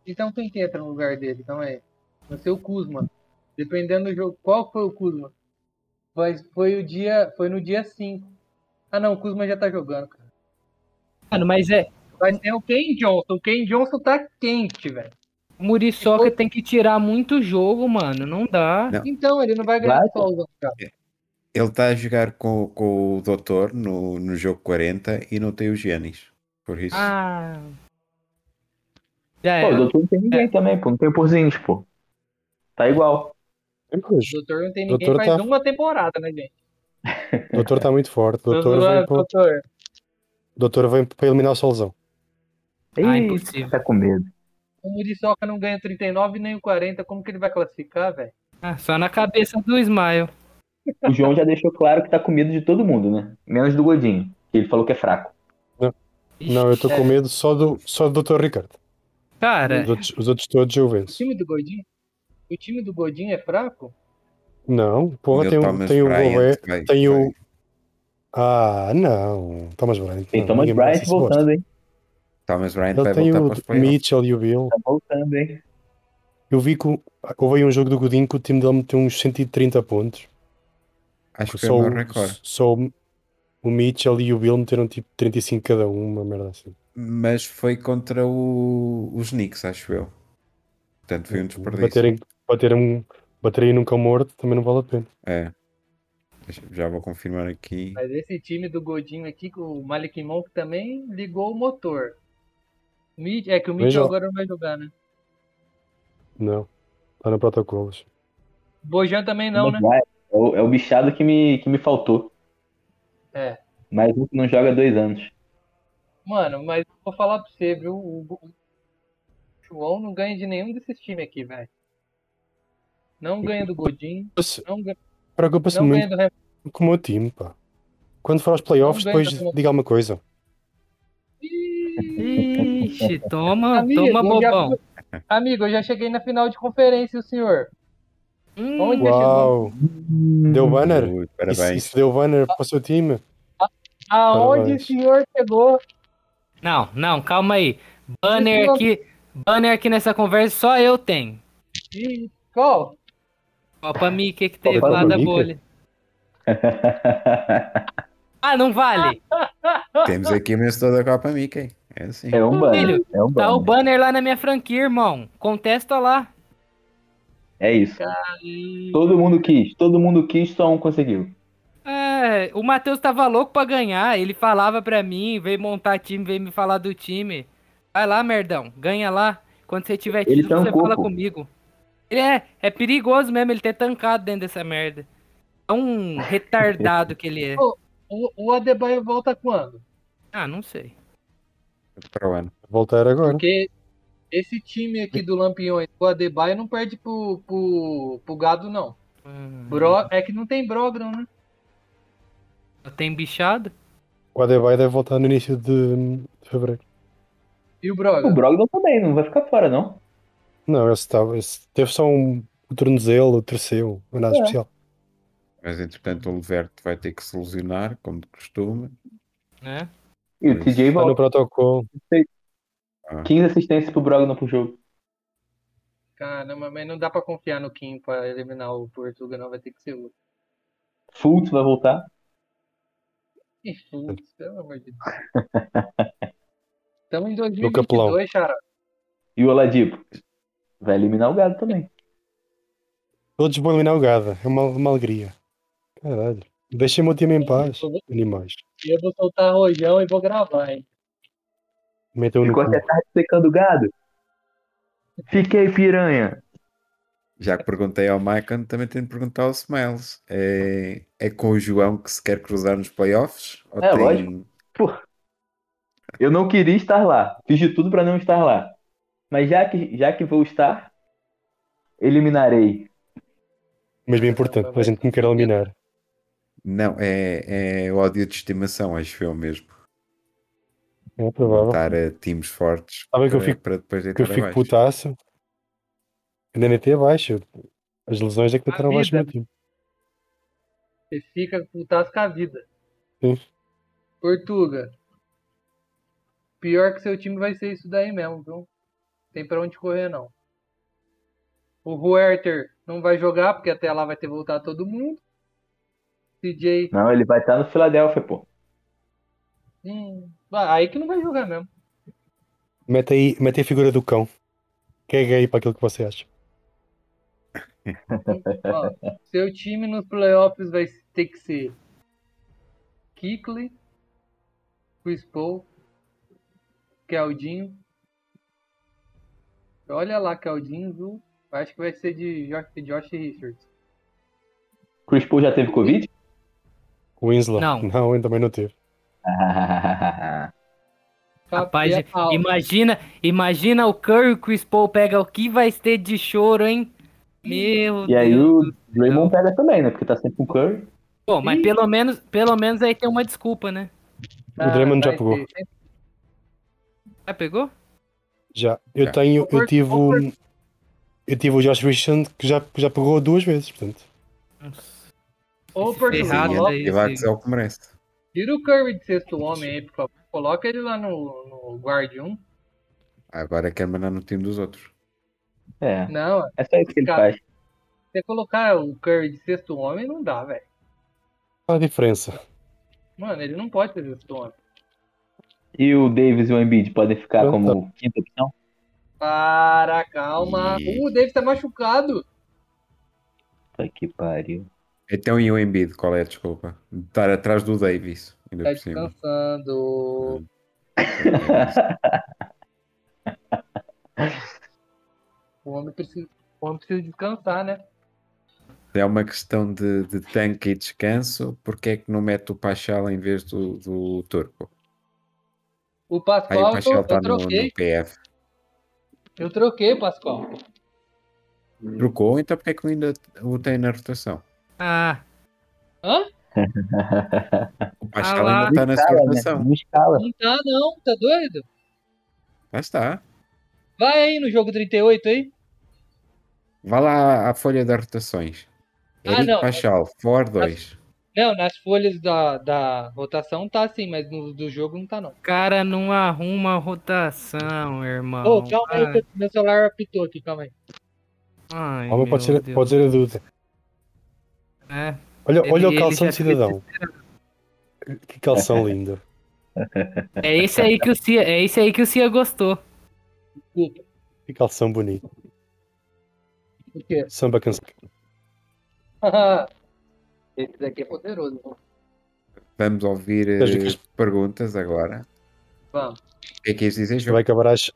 F: Então quem que entra no lugar dele? Então é. Vai ser o Kuzma. Dependendo do jogo. Qual foi o Kuzma? Mas foi o dia. Foi no dia 5. Ah não, o Kuzma já tá jogando, cara.
E: Mano, mas é.
F: Vai ser o Ken Johnson. O Ken Johnson tá quente, velho.
E: o Muriçoca tem que tirar muito jogo, mano. Não dá.
B: Não.
F: Então, ele não vai ganhar
D: Vai,
F: o Solzão, cara.
B: Ele está a jogar com, com o Doutor no, no jogo 40 e não tem o Giannis. Por isso,
E: Ah. Já
D: Pô, o
E: é.
D: doutor não tem ninguém também, pô. Não tem o Porzinhos, pô. Tá igual.
C: É hoje.
F: Doutor não tem ninguém
C: Doutor
F: faz
C: tá-
F: uma temporada, né, gente?
C: O doutor está muito forte. O doutor,
F: Doutor,
C: vem para,
F: doutor.
C: o doutor vem para eliminar o Solzão.
E: Ah,
D: Ih,
E: impossível.
D: Tá com medo.
F: O Muriçoca não ganha 39 nem o 40. Como que ele vai classificar, velho?
E: Ah, só na cabeça do Smile.
D: O João já deixou claro que tá com medo de todo mundo, né? Menos do Godinho, que ele falou que é fraco.
E: Ixi,
C: Não, eu estou com medo só do, só do doutor Ricardo.
E: Cara,
C: Os outros, os outros todos eu
F: O
C: venço.
F: time do Godinho? O time do Godinho é fraco?
C: Não,
B: o
C: porra,
B: meu
C: tem, o-
B: Thomas
C: tem o
B: Bryant
C: Gobert,
B: vai-
C: tem
B: vai-
C: o... Ah, não. Thomas Bryant.
D: Tem
C: não,
D: Thomas
C: ninguém merece
D: Bryant
C: esse posto.
D: voltando, hein?
B: Thomas Bryant
C: Ele
B: vai
C: tem
B: voltar para os
C: o
B: playoffs.
C: Mitchell e o Bill.
D: Tá voltando, hein?
C: Eu vi que o- houve aí um jogo do Godinho que o time dele meteu uns 130 pontos.
B: Acho que foi
C: Só,
B: o
C: o-
B: meu recorde.
C: só o o Mitchell e o Bill meteram tipo 35 cada um, uma merda assim.
B: Mas foi contra o- os Knicks, acho eu. Portanto, foi um desperdício.
C: Baterem, baterem, um, baterem nunca morto também não vale a pena.
B: É. Deixa- Já vou confirmar aqui.
F: Mas esse time do Godinho aqui, com o Malik Monk também ligou o motor. O Mitch- É que o Mitchell
C: Veja-
F: agora não vai jogar, né?
C: Não. Está no protocolos.
F: Bojan também não, né?
D: Thomas Bryant. É o, é o bichado que me, que me faltou.
F: É.
D: Mais um que não joga há dois anos.
F: Mano, mas vou falar pra você, viu? O Go- o João não ganha de nenhum desses times aqui, velho. Não ganha do Godinho.
C: Preocupa-se-
F: Não, ga-
C: Preocupa-se
F: não ganha
C: muito
F: do Renato.
C: com o meu time, pá. Quando for aos playoffs,
F: Não ganha
C: depois
F: do-
C: diga alguma coisa.
E: Ixi, toma,
F: Amigo,
E: toma,
F: eu já-
E: bobão.
F: Amigo, eu já cheguei na final de conferência, o senhor.
E: Hum,
F: Onde
C: Uau! Deu banner?
B: Ui,
C: Isso,
B: parabéns.
C: isso deu banner para o seu time?
F: Aonde
C: Parabéns.
F: o senhor chegou?
E: Não, não, calma aí. Banner
F: Isso não-
E: aqui, banner aqui nessa conversa só eu tenho.
F: E qual?
E: Copa Mickey que teve
C: Copa
E: lá da
C: Mickey?
E: bolha. Ah, não vale.
B: Temos aqui o vencedor da Copa Mickey. É assim.
D: é um banner.
E: Filho,
D: É um
E: Tá o
D: banner.
E: banner lá na minha franquia, irmão. Contesta lá.
D: É isso. Todo mundo quis. Todo mundo quis, só um conseguiu.
E: É, o Matheus tava louco pra ganhar. Ele falava pra mim, veio montar time, veio me falar do time. Vai lá, merdão, ganha lá. Quando você tiver
D: Ele
E: título, você
D: tancou,
E: fala
D: pô.
E: comigo. Ele é, é perigoso mesmo ele ter tancado dentro dessa merda. É um retardado que ele é.
F: O, o Adebayo volta quando?
E: Ah, não sei.
B: Para o ano.
C: Voltar agora.
F: Porque esse time aqui do Lampiões, o Adebayo não perde pro, pro, pro gado, não.
E: Hum,
F: Bro, é que não tem Brogdon, né?
E: Ah, Tem bichado?
C: O Adebayo deve voltar no início de, de fevereiro.
F: E o
D: O
F: Brogdon?
D: Brogdon também, não vai ficar fora, não.
C: Não, esse, tá, esse teve só um, um tornozelo, terceiro, não é nada
D: É.
C: especial.
B: Mas entretanto o Leverte vai ter que se lesionar, como de costume.
E: Né?
D: E o
B: Pois.
D: TJ
C: Está no
D: volta.
C: protocolo.
D: 15 assistências pro Brogdon pro jogo.
F: Caramba, mas não dá pra confiar no Kim pra eliminar o Portugal, não. Vai ter que ser outro.
D: Fultz vai voltar.
F: Ih, putz, pelo amor de Deus. Estamos em
C: Luca Plão.
F: 2022, cara.
D: E o Oladipo vai eliminar o Gado também.
C: Todos vão eliminar o Gada. É uma, uma alegria. Caralho. Deixem-me o time em paz, animais.
F: E eu vou soltar rojão e vou gravar, hein?
C: Metam no
D: Ficou
C: cu.
D: até é tarde secando o Gado. Fiquei piranha.
B: Já que perguntei ao Maicon, também tenho de perguntar ao Smiles. É, é com o João que se quer cruzar nos playoffs? Ou
D: É,
B: tem-
D: lógico. Eu não queria estar lá. Fiz de tudo pra não estar lá. Mas já que, já que vou estar, eliminarei.
C: Mesmo é importante, a gente me quer eliminar.
B: Não, é, é o ódio de estimação, acho eu mesmo.
C: É provável.
B: Montar eh, times fortes
C: Sabem que eu
B: para,
C: fico-
B: para depois
C: É Que eu
B: deitar
C: fico
B: abaixo.
C: putaço. Ainda nem tem abaixo. é As lesões é que
E: Ah,
C: deitaram abaixo o meu time.
F: Você fica putaço com a vida.
C: Sim.
F: Portuga. Pior que seu time vai ser isso daí mesmo, viu? Tem pra onde correr, não. O Huerter não vai jogar, porque até lá vai ter voltado todo mundo. CJ.
D: Não, ele vai estar no Filadélfia, pô.
F: Hum, aí que não vai jogar mesmo.
C: Mete aí, mete aí a figura do cão. Caga aí para aquilo que você acha.
F: Ó, seu time nos playoffs vai ter que ser Kikli, Chris Paul, Keldinho. Olha lá, Keldinho, viu? Eu Acho que vai ser de Josh, Josh Richards.
D: Chris Paul já teve Covid?
C: O Winslow.
E: Não.
C: Não, ainda também não teve.
F: Tá
E: Rapaz, é
F: Capé Alves.
E: imagina, imagina o Curry e o Chris Paul pega o que vai ter de choro, hein? Meu
D: e aí
E: Deus.
D: o Draymond pega também, né? Porque tá sempre com o Curry.
E: Bom, mas pelo menos, pelo menos aí tem uma desculpa, né?
C: o Draymond já
F: tá? vai
C: pegou.
F: ser.
E: Ah, pegou?
C: Já. Eu
B: Já.
C: tenho. Eu
F: Over-
C: tive o.
F: over-
C: Eu tive o Josh Richardson que já, já pegou duas vezes, portanto.
F: Ô,
E: Esse
F: Portugal,
E: ferrado
B: Sim,
E: Errado
B: e
E: aí,
B: lá
E: sim.
B: que é o que merece.
F: Tira o Curry de sexto homem aí, por favor. Coloca ele lá no, no guard 1.
B: Agora quer mandar no time dos outros.
D: É.
F: Não,
D: É só isso que ele
F: Cara,
D: faz.
F: você colocar o Curry de sexto homem não dá, velho.
C: Qual é a diferença?
F: Mano, ele não pode ser sexto homem.
D: E o Davis e o Embiid podem ficar
C: Então tá.
D: como quinta opção?
F: Para, calma.
B: Ih.
F: Uh, o Davis tá machucado.
D: Puta que pariu.
B: Então e o Embiid, qual é a desculpa? De Estar atrás do Davis, ainda
F: Tá
B: por cima.
F: descansando.
E: Tá
F: O homem precisa, o homem precisa descansar, né?
B: É uma questão de, de tanque e descanso. Porque é que não mete o Pachal em vez do, do Turco?
F: O
B: Aí tá o
F: Pascoal, eu,
B: Pachal está
F: eu
B: no, no
F: troquei.
B: PF.
F: Eu troquei o Pascoal.
B: Trocou, então porque é que ele ainda o tem na rotação?
E: Ah,
B: O
E: Ah
B: Pascal
E: lá.
B: ainda está
D: né?
B: na sua rotação.
D: Não escala.
F: Não tá, não, tá doido?
B: Lá está.
F: Vai aí no jogo 38 aí.
B: Vá lá à folha das rotações.
F: Ah,
B: Eric
F: não.
B: Pachal, For 2.
F: Não, nas folhas da, da rotação tá sim, mas no do jogo não tá não.
E: o cara não arruma rotação, irmão.
F: Ô, calma aí,
E: Ai,
F: que meu celular apitou aqui, calma aí.
E: ai,
C: Homem,
E: meu
C: pode ser,
E: Deus.
C: pode ser a dúvida.
E: É,
C: Olha,
E: Ele-
C: olha o
E: ele
C: calção
E: já
C: do cidadão. Que calção lindo.
E: É esse aí que o Cia, é esse aí que o Cia gostou.
F: Desculpa.
C: Que calção bonito.
F: Por quê?
C: Samba canção.
F: Esse daqui é poderoso. mano.
B: Vamos ouvir
C: Queres
B: eh,
C: que-
B: perguntas agora.
F: Vamos.
B: O que é que ias dizer, João?
C: Vai acabar às.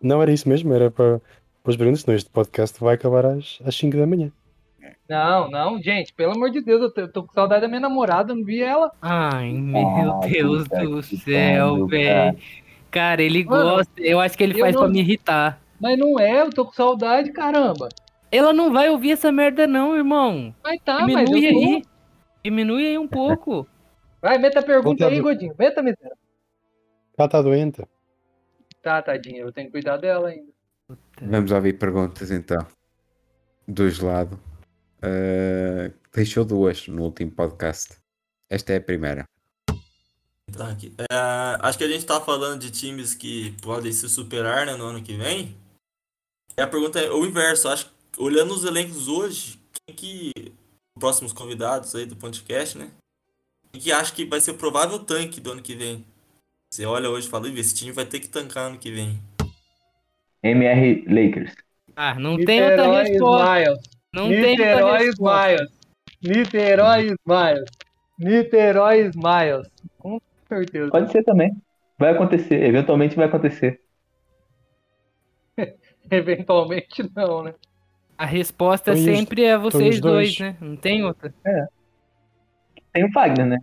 C: Não era isso mesmo, era para, para os brindes, não. Este podcast vai acabar às, às 5 da manhã.
F: Não, não, gente, pelo amor de Deus, eu tô, eu tô com saudade da minha namorada, não vi ela.
E: Ai, meu
D: Ah,
E: Deus
D: puta
E: do
D: que
E: céu,
D: pariu,
E: velho. Cara, ele
F: Mano,
E: gosta. Eu acho que ele
F: eu
E: faz
F: não-
E: pra me irritar.
F: Mas não é, eu tô com saudade, caramba.
E: Ela não vai ouvir essa merda, não, irmão.
F: Mas tá, mas eu
E: Diminui
F: tô...
E: aí. Diminui aí um pouco.
F: Vai, meta a pergunta
C: Voltando.
F: aí, Godinho. Meta a miséria.
C: Ela está doente.
F: Tá, tadinha, eu tenho que cuidar dela ainda.
B: Vamos ouvir perguntas então. Do gelado. Eh, deixou duas no último podcast. Esta é a primeira.
G: Tá aqui. É, acho que a gente tá falando de times que podem se superar, né, no ano que vem. E a pergunta é o inverso. Acho que, olhando os elencos hoje, quem que. Próximos convidados aí do podcast, né? Quem que acha que vai ser o provável tanque do ano que vem? Você olha hoje e fala, "Ih, esse time vai ter que tancar ano que vem.
D: MR Lakers.
E: Ah, não tem outra
F: Niterói
E: resposta.
F: Smiles.
E: Não tem outra
F: Niterói
E: resposta.
F: Smiles. Niterói Smiles. Niterói Smiles. Com certeza.
D: Pode ser também. Vai acontecer, eventualmente vai acontecer.
F: Eventualmente não, né?
E: A resposta
C: Então, e os-
E: sempre é vocês
C: os
E: dois,
C: dois?
E: né? Não tem outra.
D: Tem o Fagner, né?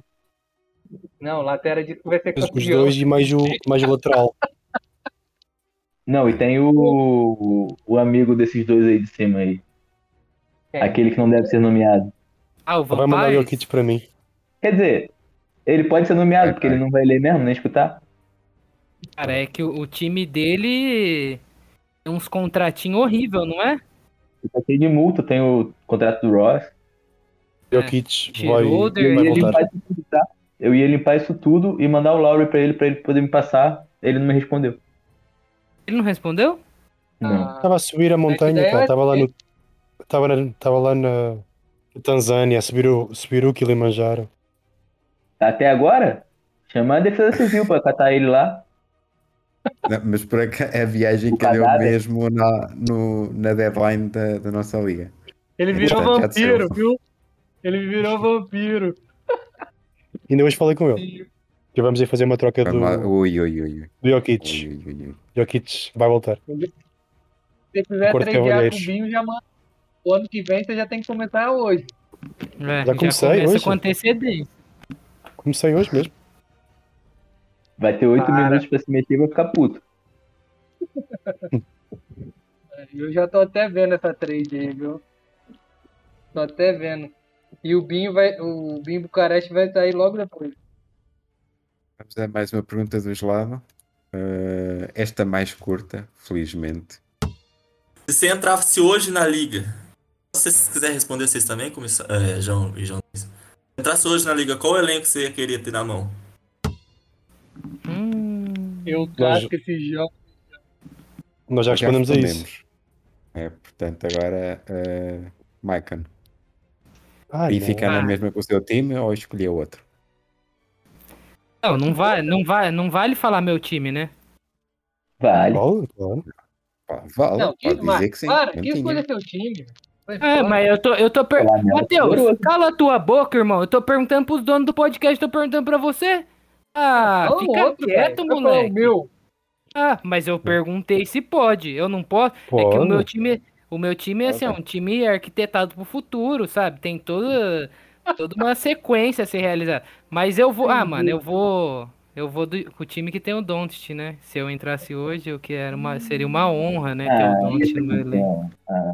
F: Não, Latera disse que vai ser
C: Os
F: campeão.
C: dois e mais o, mais o lateral.
D: Não,
C: É.
D: e tem o, o, o amigo desses dois aí de cima aí.
F: É.
D: Aquele que não deve ser nomeado.
E: Ah, o
C: Ela Vai mandar o
E: Vampires?
C: Jokic para mim.
D: Quer dizer, ele pode ser
C: É,
D: nomeado, porque ele não vai ler mesmo, nem escutar.
E: Cara, é que o, o time dele tem uns contratinhos horríveis, não é?
D: Ele tá cheio de multa, tem o contrato do Ross.
F: É.
C: Jokic vai,
E: Schroeder,
C: vai
D: Eu ia
E: ele-
C: voltar.
D: limpar isso tudo, tá? Eu ia limpar isso tudo e mandar o Lowry pra ele, pra ele poder me passar. Ele não me respondeu.
E: Ele não respondeu?
D: Não.
F: Ah,
C: Estava a subir a montanha,
F: ideia
C: cara.
F: é
C: Estava lá,
F: que-
C: no, estava na, estava lá na Tanzânia a subir o, subir o Kilimanjaro.
D: Até agora, chamar a defesa civil pra catar ele lá.
B: Não, mas por acaso é a viagem
D: O
B: que deu
D: cadáver.
B: mesmo na, no- na deadline da, da nossa liga.
F: Ele virou
B: Portanto, já
F: vampiro,
B: deu.
F: viu? Ele virou vampiro.
C: Ainda hoje falei com ele. Que vamos ir fazer uma troca do,
B: Vamos lá. Ui, ui, ui, ui,
C: do Jokic.
B: ui, ui, ui.
C: Jokic vai voltar.
F: Se quiser
C: Acordo
F: tradear com o
C: Cavaleiros.
F: Binho, já manda. O ano que vem você já tem que começar hoje.
E: É, já
C: comecei
E: começa
C: hoje?
E: com antecedência.
C: Comecei hoje mesmo.
D: Vai ter oito
F: Para.
D: minutos pra se mexer e vai ficar puto.
F: Eu já tô até vendo essa trade aí, viu? Tô até vendo. E o Binho vai. O Binho Bucareste vai sair logo depois.
B: Vamos a mais uma pergunta do gelado. Eh, esta mais curta, felizmente.
G: Se você entrasse hoje na liga, se vocês quiserem responder vocês também, comissa- é, João e João. Luiz. Se entrasse hoje na liga, qual elenco você ia querer ter na mão?
E: Hum,
F: Eu casco esse jogo.
C: Nós já respondemos a isso.
B: É, portanto, agora, eh, Maicon.
C: Ah,
B: e
C: não.
B: ficar na
E: Ah.
B: mesma com o seu time ou escolher outro?
E: Não, não vai, não vai, não vale falar meu time, né?
D: Vale.
C: Vale,
F: É
C: claro.
B: Pá, vale,
F: Não, que,
B: pode dizer
F: Marcos,
B: que sim.
F: para,
B: não
F: que
B: tinha.
F: escolha seu time. Vai
E: Ah,
F: fora.
E: mas eu tô, eu tô per...
D: Falar merda.
E: Matheus, cala a tua boca, irmão. Eu tô perguntando pros donos do podcast, tô perguntando pra você. Ah,
F: Fala
E: fica
F: outro,
E: quieto,
F: velho. Tá Vai falar o
E: moleque.
F: meu.
E: Ah, mas eu perguntei se pode. Eu não posso. É que o
C: Pode.
E: meu time, o meu time é assim, é um time arquitetado pro futuro, sabe? Tem toda toda uma sequência a ser realizada. Mas eu vou, ah, mano, eu vou eu vou do- com o time que tem o Doncic, né? Se eu entrasse hoje, eu que era uma seria uma honra, né, ter o
D: Ah,
E: Doncic
D: ia
E: no meu
D: ser
E: elenco.
D: campeão. Ah,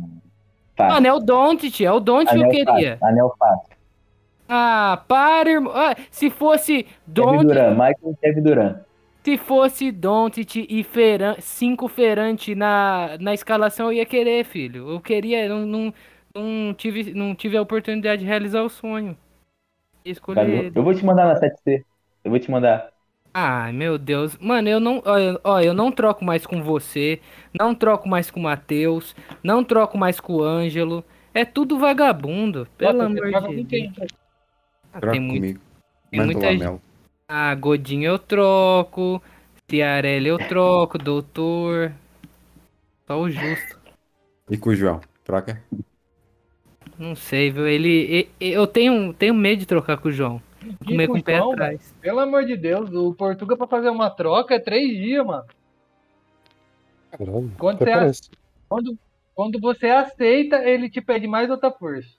D: Fácil.
E: Mano, é o Dontit, é o Dontit que eu
D: Anel
E: queria.
D: fácil. Anel fácil.
E: Ah, para, irmão. Ah, se fosse
D: Kevin
E: Dontit,
D: Durant. Michael Kevin Durant.
E: se fosse Dontit e Feran, cinco Ferante na, na escalação, eu ia querer, filho. Eu queria, não, não, não tive, não tive a oportunidade de realizar o sonho.
D: Sabe?
E: Escolher.
D: Tá Eu vou te mandar na 7C. Eu vou te mandar.
E: Ai, meu Deus. Mano, eu não. Ó, eu- ó, eu não troco mais com você. Não troco mais com o Matheus. Não troco mais com o Ângelo. É tudo vagabundo. Pelo
F: Nossa, você joga
E: amor de
F: com
E: Deus.
F: quem?
E: Ah,
B: Troca
E: tem muito.
B: comigo.
E: tem
B: Manda um o
E: muita gente-
B: Lamel.
E: Ah, Godinho eu troco. Ciarelli eu troco. Doutor. Só o justo.
B: E com o João. Troca?
E: Não sei, viu? Ele. e- e- Eu tenho, tenho medo de trocar com o João.
F: Que
E: Comer com o pé
F: cuzão,
E: atrás.
F: mano. Pelo amor de Deus, o Portuga pra fazer uma troca é três dias, mano.
C: Caralho,
F: Quando
C: até
F: você, a-
C: parece.
F: quando, quando você aceita, ele te pede mais outra força.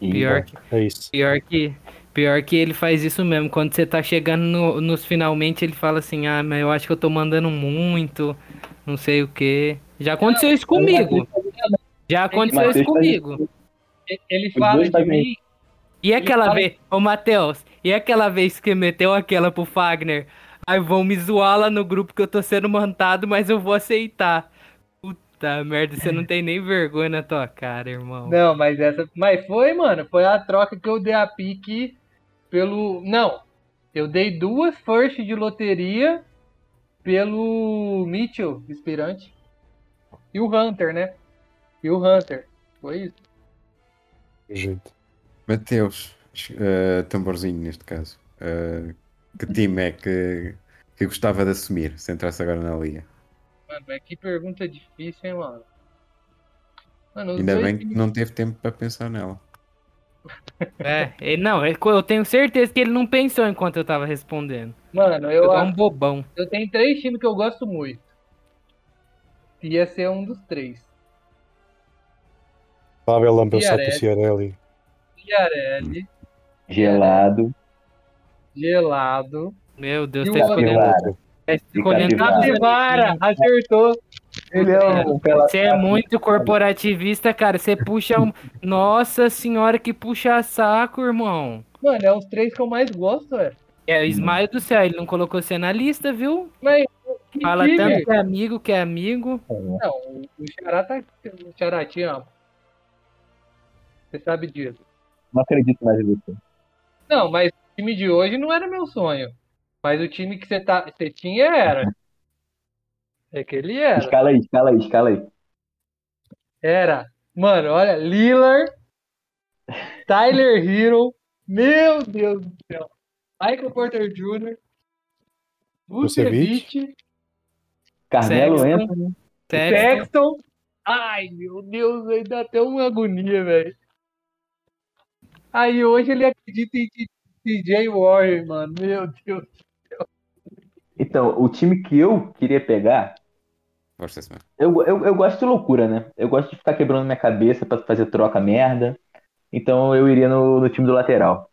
D: E-
E: Pior que.
C: É isso.
E: Pior que, pior que ele faz isso mesmo. Quando você tá chegando no- nos finalmente, ele fala assim: Ah, mas eu acho que eu tô mandando muito, não sei o quê. Já aconteceu isso comigo. Já aconteceu isso
D: Mateus faz isso.
E: comigo.
F: E- Ele
D: Os
F: fala
D: dois
F: de
D: fazem
F: mim.
E: E aquela
F: fala-
E: vez, ô Matheus, e aquela vez que meteu aquela pro Fagner? Aí vão me zoar lá no grupo que eu tô sendo mantado, mas eu vou aceitar. Puta merda, você não tem nem vergonha na tua cara, irmão.
F: Não, mas essa. Mas foi, mano. Foi a troca que eu dei a pique pelo. Não. Eu dei duas first de loteria pelo Mitchell, inspirante. E o Hunter, né? E o Hunter. Foi isso.
C: Jeito.
B: Mateus. eh, tamborzinho, neste caso. Eh, que time é que, que gostava de assumir se entrasse agora na liga?
F: Mano, mas que pergunta difícil, hein, mano? Mano, os
B: Ainda
F: dois
B: bem que
F: times-
B: não teve tempo para pensar nela.
E: É, ele- não, eu tenho certeza que ele não pensou enquanto eu tava respondendo.
F: Mano, eu,
E: Eu é
F: acho-
E: um bobão.
F: eu tenho três times que eu gosto muito. Ia ser um dos três.
C: Lá vai lambeu só para o
F: Ciarelli.
C: Ciarelli.
F: Chiarelli,
D: tá Gelado.
F: gelado.
E: Meu Deus,
F: E
E: tá
F: o
E: escolhendo,
D: Capivara.
E: tá escolhendo
D: Capivara?
E: capivara.
F: Capivara, acertou.
D: Ele é um pela-
E: Você é muito corporativista, cara. Você puxa um. Nossa senhora, que puxa saco, irmão.
F: Mano, é os três que eu mais gosto, velho.
E: É, o Ismael do céu, ele não colocou você na lista, viu?
F: Que
E: Fala
F: time?
E: tanto que é amigo, que é amigo.
F: Não, o- o Xará tá aqui. O Xará te ama. Você sabe disso.
D: Não acredito mais em você.
F: Não, mas o time de hoje não era meu sonho. Mas o time que você tá, você tinha era. É que ele era.
D: Escala aí, escala aí, escala aí.
F: Era. Mano, olha, Lillard, Tyler Hero, meu Deus do céu. Michael Porter Jr., Vucevic,
D: Carmelo
E: Sexton.
D: entra.
E: Sério.
F: Sexton. Ai, meu Deus, aí dá até uma agonia, velho. Aí hoje ele acredita em DJ Warren, mano. Meu Deus.
D: Então, o time que eu queria pegar.
B: Gosta semana.
D: Eu, eu, eu gosto de loucura, né? Eu gosto de ficar quebrando minha cabeça pra fazer troca merda. Então eu iria no, no time do lateral.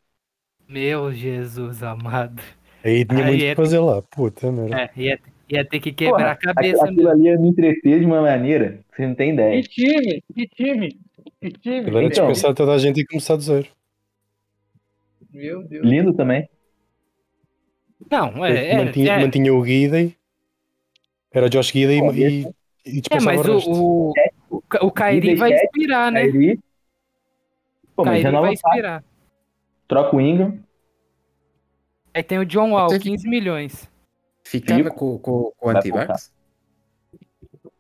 E: Meu Jesus amado.
C: Aí tinha
E: Aí
C: muito o que
E: é-
C: fazer lá. Puta merda.
E: É, ia, ia ter que quebrar a
D: Aquilo,
E: cabeça
D: aquilo ali ia me entreter de uma maneira que vocês não têm
F: Que
D: ideia.
F: time, que time, que time.
C: Agora
D: Então,
E: então.
F: entendeu?
C: dispensar toda a gente e começar do zero.
D: tipo,
F: Meu Deus.
D: Lindo também.
E: mesmo. Não, é. é,
C: mantinha,
E: é.
C: mantinha o Guidey. Era o Josh Guidey
D: Bom,
C: e, e, e
E: É,
C: dispensava
E: mas
C: o
E: o,
C: resto.
E: o, o, Ca- o Kairi vai inspirar, né?
D: Kyrie. Pô, mas
E: Kairi
D: renova
E: vai
D: o Fábio,
E: inspirar.
D: troca o Ingram.
E: Aí tem o John Wall,
B: Até-
E: 15 milhões.
B: Ficava
D: Fico.
B: com, com, com o
D: Vai
B: antivax?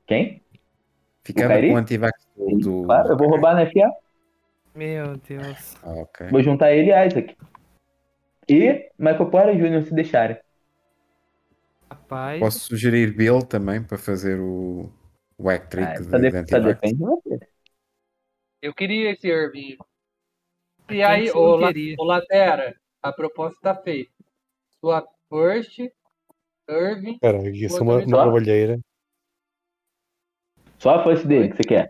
D: Quem?
B: Ficava
D: Kairi?
B: com o antivax do. do-
D: Claro, eu vou roubar na FA.
E: Meu Deus.
B: Ah, ok.
D: Vou juntar ele e Isaac. E Michael Porter Jr. se deixarem.
E: Rapaz.
B: Posso sugerir Bill também para fazer o, o
D: Ah,
B: hat-trick de,
D: só, de,
B: de
D: só
B: antivax?
D: depende de você.
F: Eu queria esse Irving. E
E: Quem
F: aí,
E: que você
F: ô,
E: não
F: La-
E: queria?
F: ô Latera, a proposta tá feita. Sua first, Irving,
C: Cara, isso é uma,
F: Outra
C: uma
D: vez.
C: trabalheira.
D: Só a força dele que você quer.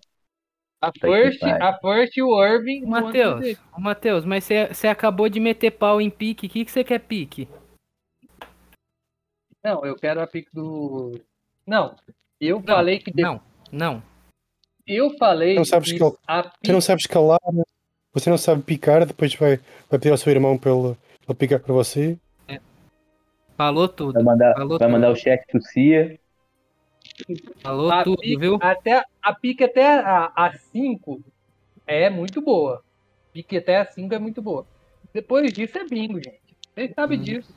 F: a
D: que
F: first,
D: pariu.
F: a first e o Irving.
E: Ô,
F: no ano
E: Matheus,
F: dele.
E: ô, Matheus, mas você você acabou de meter pau em pique. O que que você quer pique?
F: Não, eu quero a pick do. Não, eu
E: Não,
F: falei que de-
E: Não, não.
F: Eu falei
C: Não sabes
F: que,
C: que eu-
F: a
C: Você não sabe escalar, você não sabe picar, depois vai, vai pedir ao seu irmão para ele, ele picar para você.
E: Falou tudo,
D: Vai mandar,
E: Falou
D: vai
E: tudo.
D: mandar o chat pro Cia.
E: falou
F: a
E: tudo,
F: pique,
E: viu?
F: Até, a pique até a, a 5 é muito boa. Pique até a 5 é muito boa. Depois disso é bingo, gente. Vocês sabem
E: Hum,
F: disso.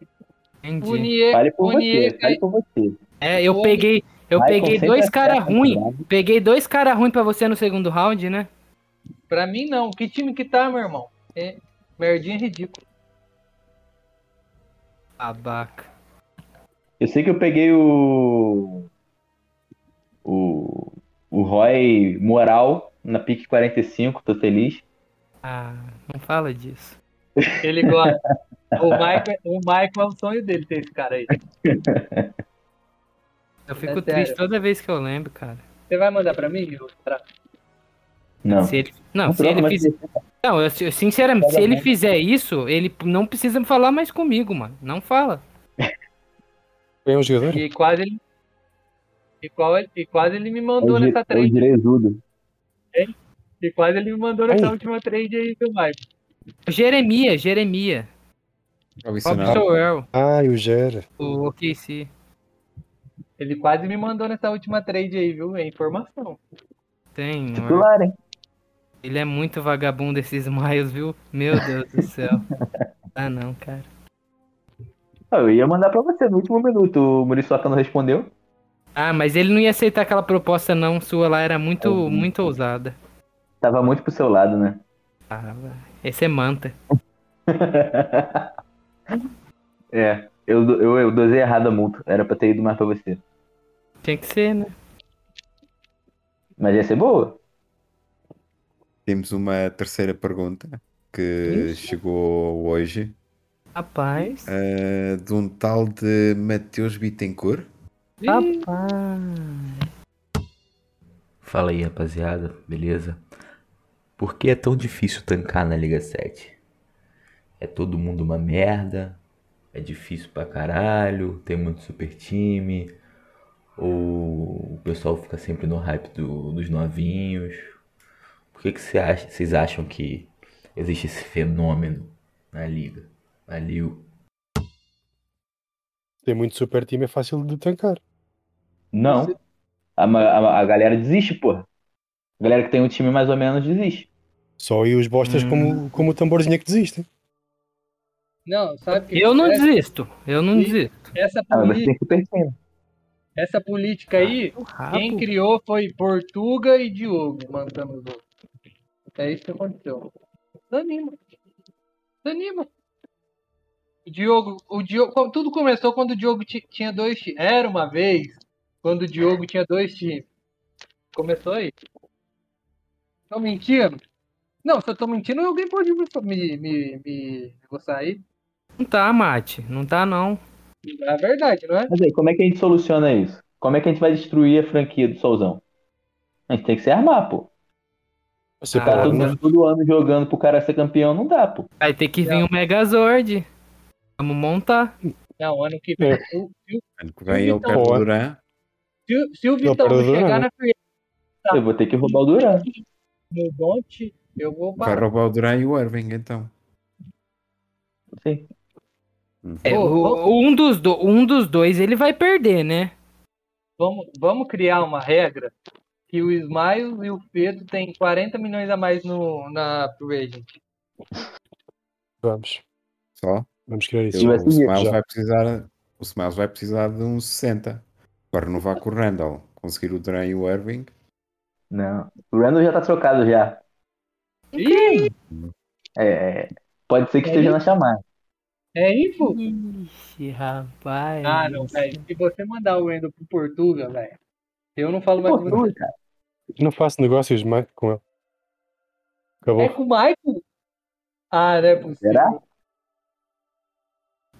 F: O
E: Entendi.
F: Nier,
D: Fale por
F: o Nier-
D: você, fale por você.
E: É, eu
F: Foi-
E: peguei, eu
D: Michael
E: peguei
D: sempre
E: dois
D: acerta né?
E: caras
D: essa
E: ruins.
D: jogada.
E: Peguei dois caras ruins pra você no segundo round, né?
F: é, pra mim não. Que time que tá, meu irmão? É merdinha ridícula.
E: Babaca.
D: Eu sei que eu peguei o. O. O Roy Moral na pique 45, tô feliz.
E: Ah, não fala disso.
F: Ele gosta. o, Michael, o Michael é o sonho dele ter esse cara aí.
E: Eu fico
F: É sério.
E: triste toda vez que eu lembro, cara.
F: Você vai mandar pra mim, Gil? Pra-
D: Não.
E: Se ele, não,
D: Não
E: se ele
D: troca, mas
E: fizer. Não, eu, eu- sinceramente, se ele fizer isso, ele não precisa falar mais comigo, mano. Não fala.
C: É um jogador?
F: E quase ele. E, qual, ele- e quase ele me
D: é
F: mandou
D: o, gire-
F: nessa
D: é o
F: trade.
E: Hum.
D: Girezudo.
F: E quase ele me mandou nessa
C: Ai.
F: última trade aí, viu, Michael?
E: Jeremia, Jeremia. Bob
B: Profissional.
E: Sowell,
C: Ah, eu gera.
E: o OKC.
F: Ele quase me mandou nessa última trade aí, viu? É informação.
E: Tem, mano.
D: Titular, hein?
E: Ele é muito vagabundo esses Miles, viu? Meu Deus do céu. Ah, não, cara.
D: Ah, eu ia mandar pra você no último minuto. O Muriçoca não respondeu.
E: Ah, mas ele não ia aceitar aquela proposta não sua lá, era muito, muito ousada.
D: Tava muito pro seu lado, né?
E: Ah, vai. esse é manta.
D: É. Eu, do- eu, eu dosei errado a multa. Era pra ter ido mais pra você.
E: Tinha que ser, né?
D: Mas ia ser boa.
B: Temos uma terceira pergunta que chegou hoje
E: Rapaz.
B: eh, de um tal de Mateus Bittencourt.
E: Rapaz.
H: Fala aí, rapaziada, beleza? Por que é tão difícil tancar na Liga 7? É todo mundo uma merda? É difícil pra caralho? Tem muito super time? Ou o pessoal fica sempre no hype do- dos novinhos? Por que, que cê acha- vocês acham que existe esse fenômeno na Liga? Valeu!
C: Tem muito super time, é fácil de tancar.
D: Não. A, ma- a- a galera desiste, porra. A galera que tem um time mais ou menos desiste.
C: Só aí os bostas
E: Hum.
C: como, como o tamborzinho é que desistem.
F: Não, sabe o que
E: Eu não
F: acontece?
E: desisto. Eu não
F: É. E-
E: desisto.
F: essa,
D: Ah, mas você
F: poli-
D: tem super time.
F: essa política aí,
E: O rabo.
F: quem criou foi Portuga e Diogo, mandando os outros. É isso que aconteceu. Desanima. Desanima. O Diogo, o Diogo, co- tudo começou quando o Diogo ti- tinha dois times. Era uma vez quando o Diogo tinha dois times. Começou aí. Tô mentindo? Não, se eu tô mentindo, alguém pode me, me, me, me gostar aí.
E: Não tá, Mate. Não tá, não.
F: É verdade, não é?
D: Mas aí, como é que a gente soluciona isso? Como é que a gente vai destruir a franquia do Solzão? A gente tem que se armar, pô.
C: Você
E: Ah,
D: Ficar
C: pode,
D: todo,
E: não.
C: né?
D: mundo todo ano jogando pro cara ser campeão não dá, pô.
E: Vai ter que vir o Megazord. Vamos montar.
F: Não, ano que vem. É, O- se o-
B: Ano que vem ele
F: Então,
B: perde o
C: ó.
B: Duran.
F: Se, o- se o
C: Não,
F: Vitão
C: para o
F: chegar
C: Duran,
F: na frente
D: Eu vou ter que roubar o Duran.
F: no Dante, eu vou
B: Vai
F: parar.
B: roubar o Duran e o Irving então.
D: Sim.
E: É,
F: Ô,
E: o- um, dos do- um dos dois ele vai perder, né?
F: Vamos, vamos criar uma regra que o Ismael e o Pedro têm 40 milhões a mais no, na Free Agent.
C: Vamos.
B: Só.
C: Vamos criar
B: O
C: isso.
D: Sim, vai ser
B: Smiles
D: isso.
B: vai precisar. O Smiles vai precisar de uns 60 para renovar com o Randall. Conseguir o Duran e o Irving.
D: Não. O Randall já tá trocado já.
F: Ih,
D: É, pode ser que esteja na chamada.
F: é info?
E: Ixi, rapaz.
F: Ah, não, velho. Se você mandar o Endo pro Portugal, velho, eu não falo mais
D: Pô,
F: com você.
D: tudo, cara.
C: Não faço negócios mais com ele.
F: É
C: Acabou.
F: com o Michael? Ah, não é possível.
D: Será?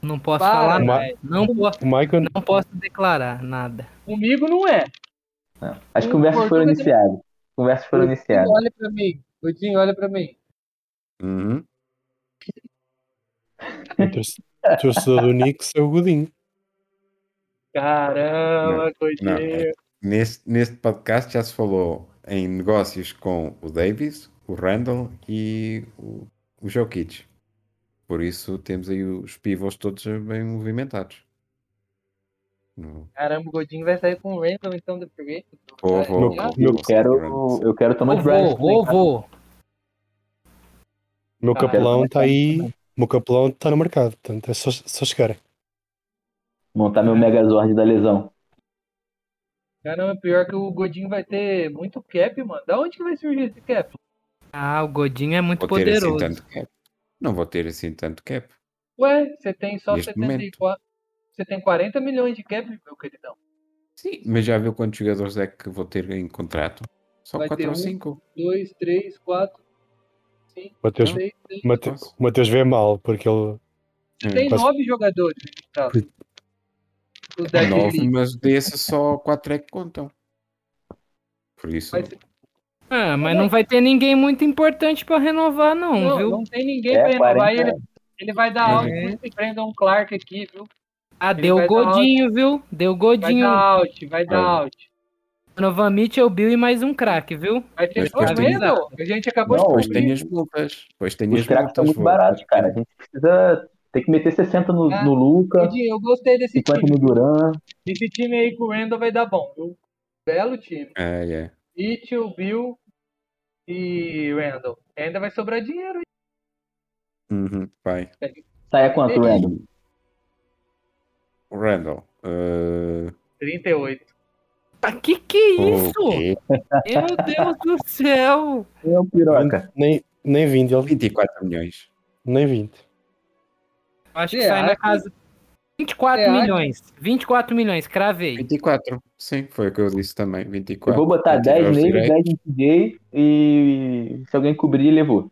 E: Não posso
F: Para,
E: falar,
C: Ma-
E: nada. não, po-
C: O Michael
E: não posso declarar nada.
F: Comigo não é.
D: As conversas foram iniciadas. Conversas foram
B: É.
D: iniciadas.
F: Olha pra mim. Luizinho, olha pra mim.
B: Uhum.
C: O torce- o torcedor do Knicks é o Godinho.
F: Caramba, coitinho.
B: Neste, é neste podcast já se falou em negócios com o Davis, o Randall e o, o Joe Kidd. Por isso temos aí os pivôs todos bem movimentados. No-
F: Caramba, o Godinho vai sair com o Randall, então, do primeiro.
B: Vou, vou,
F: Meu-
B: vou,
D: Eu
B: vou,
D: quero,
B: Randall.
D: eu quero
F: Tá
D: tomar
E: Ou vou,
F: né?
E: ou vou.
C: O meu
F: Caralho.
C: capelão está aí. O meu capelão está no mercado, portanto é só, só chegar.
D: Montar meu Megazord da lesão.
F: Caramba, pior que o Godinho vai ter muito cap, mano. Da onde que vai surgir esse cap?
E: Ah, o Godinho é muito
B: Vou ter assim
E: poderoso.
B: tanto cap. Não vou ter assim tanto cap.
F: Ué, você tem só
B: Neste
F: 74. Você tem 40 milhões de cap, meu queridão.
B: Sim, mas já viu quantos jogadores é que vou ter em contrato? Só
F: Vai ter
B: 4 ou
F: um.
B: 5.
F: 2, 3, 4,
C: Mateus,
F: 6, 7.
C: Mate, o Mateus vê mal, porque ele.
B: É.
F: Tem
C: Posso-
F: 9 jogadores registrados. O Dagger
B: 9, mas desses só 4 é que contam. Por isso,
F: Vai ser-
E: Ah, mas não vai ter ninguém muito importante pra renovar, não,
F: Não,
E: viu?
F: não tem ninguém pra
D: É,
F: renovar.
D: 40,
F: Ele, ele vai dar
B: Uhum.
F: áudio com esse Brandon Clark aqui, viu?
E: Ah,
F: Ele
E: deu
F: vai dar
E: Godinho, viu? Deu
F: Vai
E: Godinho.
F: dar out, vai dar
B: Olha.
F: out.
E: Nova Mitchell, Bill e mais um craque, viu?
F: Vai ter
B: Mas
F: dois
B: depois tem-
F: Randall. A gente acabou
D: Não,
B: depois
F: de
B: tem as multas. Depois tem
D: Os
B: as
D: craques
B: multas.
D: estão muito
B: vou-
D: baratos,
B: né?
D: cara. A gente precisa ter que meter 60 no,
F: Ah,
D: no Luca,
F: Godinho, eu gostei desse
D: 50
F: time.
D: no Duran.
F: Esse time aí com o Randall vai dar bom, viu? Belo time.
B: Ah, é.
F: Itch, Bill e Randall. Ainda vai sobrar dinheiro, hein?
B: Uhum, vai.
D: Saia quanto, Randall?
B: O Randall. eh,
F: 38.
E: Ah, que que é isso?
B: ok,
E: Meu Deus do céu!
D: É um piroca.
C: Nem, nem 20, ele
B: 24 milhões.
C: nem 20.
E: Acho que
F: Você
E: sai na
F: acha?
E: casa. 24
F: Você acha?
E: milhões. 24 milhões, cravei.
B: 24. Sim, foi o que eu disse também. 24.
D: Eu vou botar 10
B: Mentiroso
D: nele,
B: direto.
D: 10 em TJ e se alguém cobrir, levou.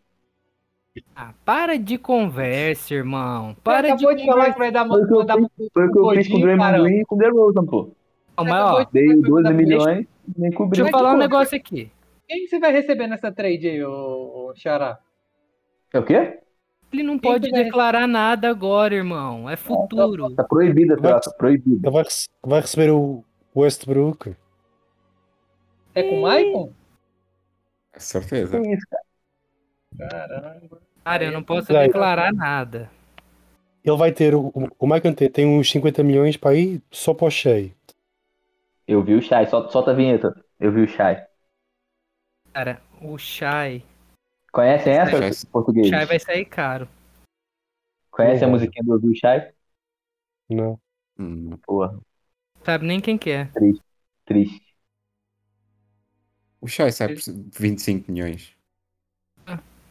E: Ah, para de conversa, irmão.
F: Você
E: Para de
F: acabou de, falar
E: conversa.
F: que vai dar
D: Foi o que eu
F: vai dar-
D: Foi o que eu fiz com o
F: Godinho,
D: Draymond
F: caramba.
D: Green e com o DeRozan, pô.
E: Não,
F: Você
E: mas,
F: acabou
E: ó,
F: de
D: Dei
F: falar que vai
D: 12
F: dar-
D: milhões e nem cobri.
E: deixa eu
F: Mas,
E: falar um
F: pô,
E: negócio aqui.
F: Quem que você vai receber nessa trade aí, ô, ô Xará?
D: É o quê?
E: Ele não
F: Quem
E: pode
F: que vai-
E: declarar nada agora, irmão. É futuro.
D: Tá proibida a troca, proibida.
C: Ele vai, rece- vai receber o Westbrook.
F: É com o Maicon?
B: Com certeza.
D: Que isso, cara?
F: Caramba.
E: Cara, eu não posso
C: Vai.
E: declarar nada.
C: Ele vai ter. O, o Michael tem, tem uns 50 milhões para aí só para o cheio.
D: Eu vi o Shai, solta, solta a vinheta. Eu vi o Shai.
E: Cara, o Shai.
D: Conhecem essa,
B: Shai-
D: portugueses?
E: O
D: português?
E: Shai vai sair caro.
D: Conhecem a musiquinha do Eu vi o Shai?
C: Não. é?
B: Hum,
D: Porra,
E: Sabe nem quem que é.
D: triste.
B: O é Shai sai por 25 milhões.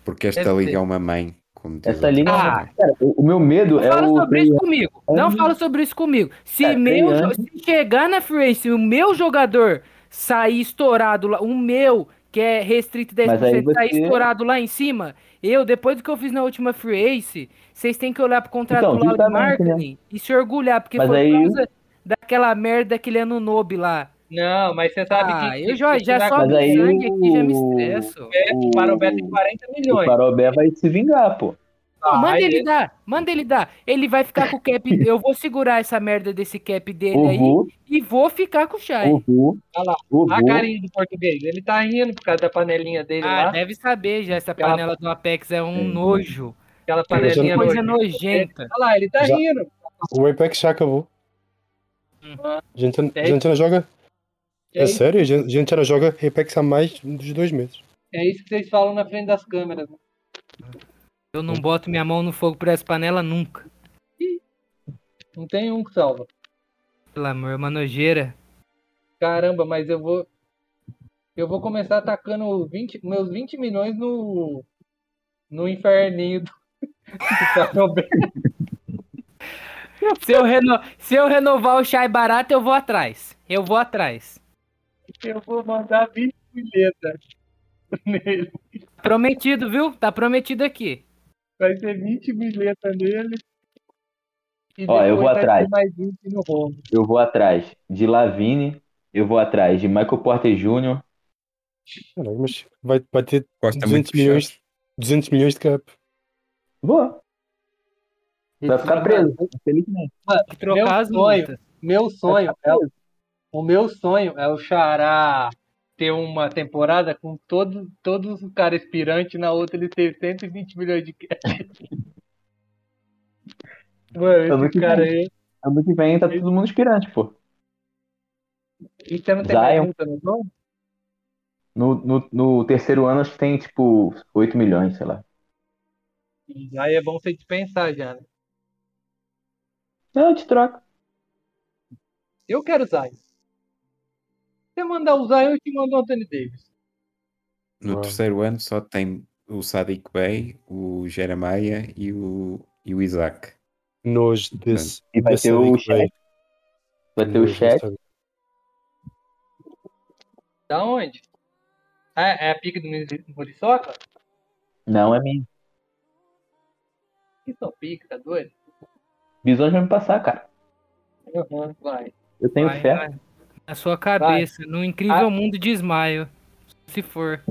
B: Porque esta
E: Ah, Deve ter.
B: liga é uma mãe. Como diz
D: Essa
B: o-
D: liga é uma
E: Ah,
D: Cara, o, o meu medo
E: não
D: é
E: fala
D: o.
E: sobre
D: Trey
E: isso comigo. Não
D: Young. É,
E: fala sobre isso comigo. Se,
D: Cara,
E: meu,
D: Trey
E: jo- se chegar na free agency, o meu jogador sair estourado lá, o meu, que é restrito 10%,
D: Mas aí
E: sair
D: você-
E: estourado lá em cima, eu, depois do que eu fiz na última free agency, vocês têm que olhar pro contrato
D: Então,
E: lá do
D: justamente,
E: marketing e se orgulhar, porque
D: Mas
E: foi
D: aí-
E: por causa daquela merda daquele ano nobe lá.
F: Não, mas você sabe
E: Ah,
F: que.
E: eu já, já
F: só
E: sobe
D: Mas aí
E: o sangue aqui, já me
D: o-
E: estresso.
D: o-
F: Para o Beto em 40
D: O
F: milhões.
D: Parobé vai se vingar, pô. Ah,
E: Não, manda
F: Ai,
E: ele
D: é
F: eu-
E: dar, manda ele dar. Ele vai ficar com o cap. Eu vou segurar essa merda desse cap dele
D: O
E: aí
D: Vu,
E: e vou ficar com o Shai.
D: o Vu,
F: Olha lá,
D: o Vu.
F: Olha a carinha tá do português. Ele tá rindo por causa da panelinha dele
E: Ah,
F: lá.
E: deve saber já. Essa
F: Aquela-
E: panela do Apex é um
B: Sim.
E: nojo.
F: Aquela
D: Tá
E: Que
D: É um
F: panelinha
E: coisa
F: dele.
E: nojenta.
F: Olha lá, ele tá
C: Já-
F: rindo.
C: O Apex já acabou.
E: Hum.
C: A gente, a
F: É.
C: gente já não joga.
F: É
C: É
F: isso-
C: sério, a gente, a gente já não joga Apex há mais dos dois meses.
F: é isso que vocês falam na frente das câmeras. né?
E: Eu não boto minha mão no fogo por essa panela nunca.
F: Não tem um que salva.
E: Pelo amor, é uma nojeira.
F: Caramba, mas eu vou. Eu vou começar atacando 20, meus 20 milhões no. No inferninho do. do
E: Se eu, reno- se eu renovar o Shai barato, eu vou atrás. Eu vou atrás.
F: Eu vou mandar 20 milhetas nele.
E: Prometido, viu? Tá prometido aqui.
F: Vai ser 20 milhetas nele. E
D: Ó, eu
F: depois
D: vou
F: vai ter
D: atrás.
F: Mais 20 no Romo.
D: Eu vou atrás de Lavine, eu vou atrás de Michael Porter Jr.
C: Caralho, mas vai, vai ter
B: Gosta
D: é
C: 200
B: muito de
C: milhões.
B: Shai.
C: 200 milhões de cap.
D: Vou. Vai ficar preso, infelizmente.
E: Trocar
F: Meu
E: as
F: É um sonho.
E: multas.
F: Meu sonho é, O meu sonho é o Xará ter uma temporada com todo, todos os caras aspirantes, na outra ele ter 120 milhões de cash. Mano,
D: Ano
F: esse
D: que
F: cara
D: vem.
F: aí.
D: Ano que vem tá todo mundo inspirante, pô.
F: E você não tem
D: Zion.
F: mais um, tá não?
D: No, no, no terceiro ano acho que tem tipo 8 milhões, sei lá.
F: Aí é bom você dispensar já, né?
D: Não, eu te troco.
F: Eu quero Zion. Se você mandar o Zion, eu te mando o Anthony Davis.
B: No
A: Uau.
B: terceiro ano só tem o Sadiq Bey, o Jeremiah e o, e o Isaac.
C: Nojo desse.
D: E vai
C: desse
D: ter o
C: Rick Ray.
D: chat. Vai ter o
C: Nojo
D: chat.
C: desse-
F: Da onde? Ah, é a pique do Muri- Muriçoca?
D: Não, é minha.
F: Que são pique, tá doido?
D: Visões vai me passar, cara.
F: Uhum, vai.
D: Eu tenho
E: Vai,
D: fé.
E: vai. Na sua cabeça, num incrível
F: Vai.
E: mundo de Ismael. Se for.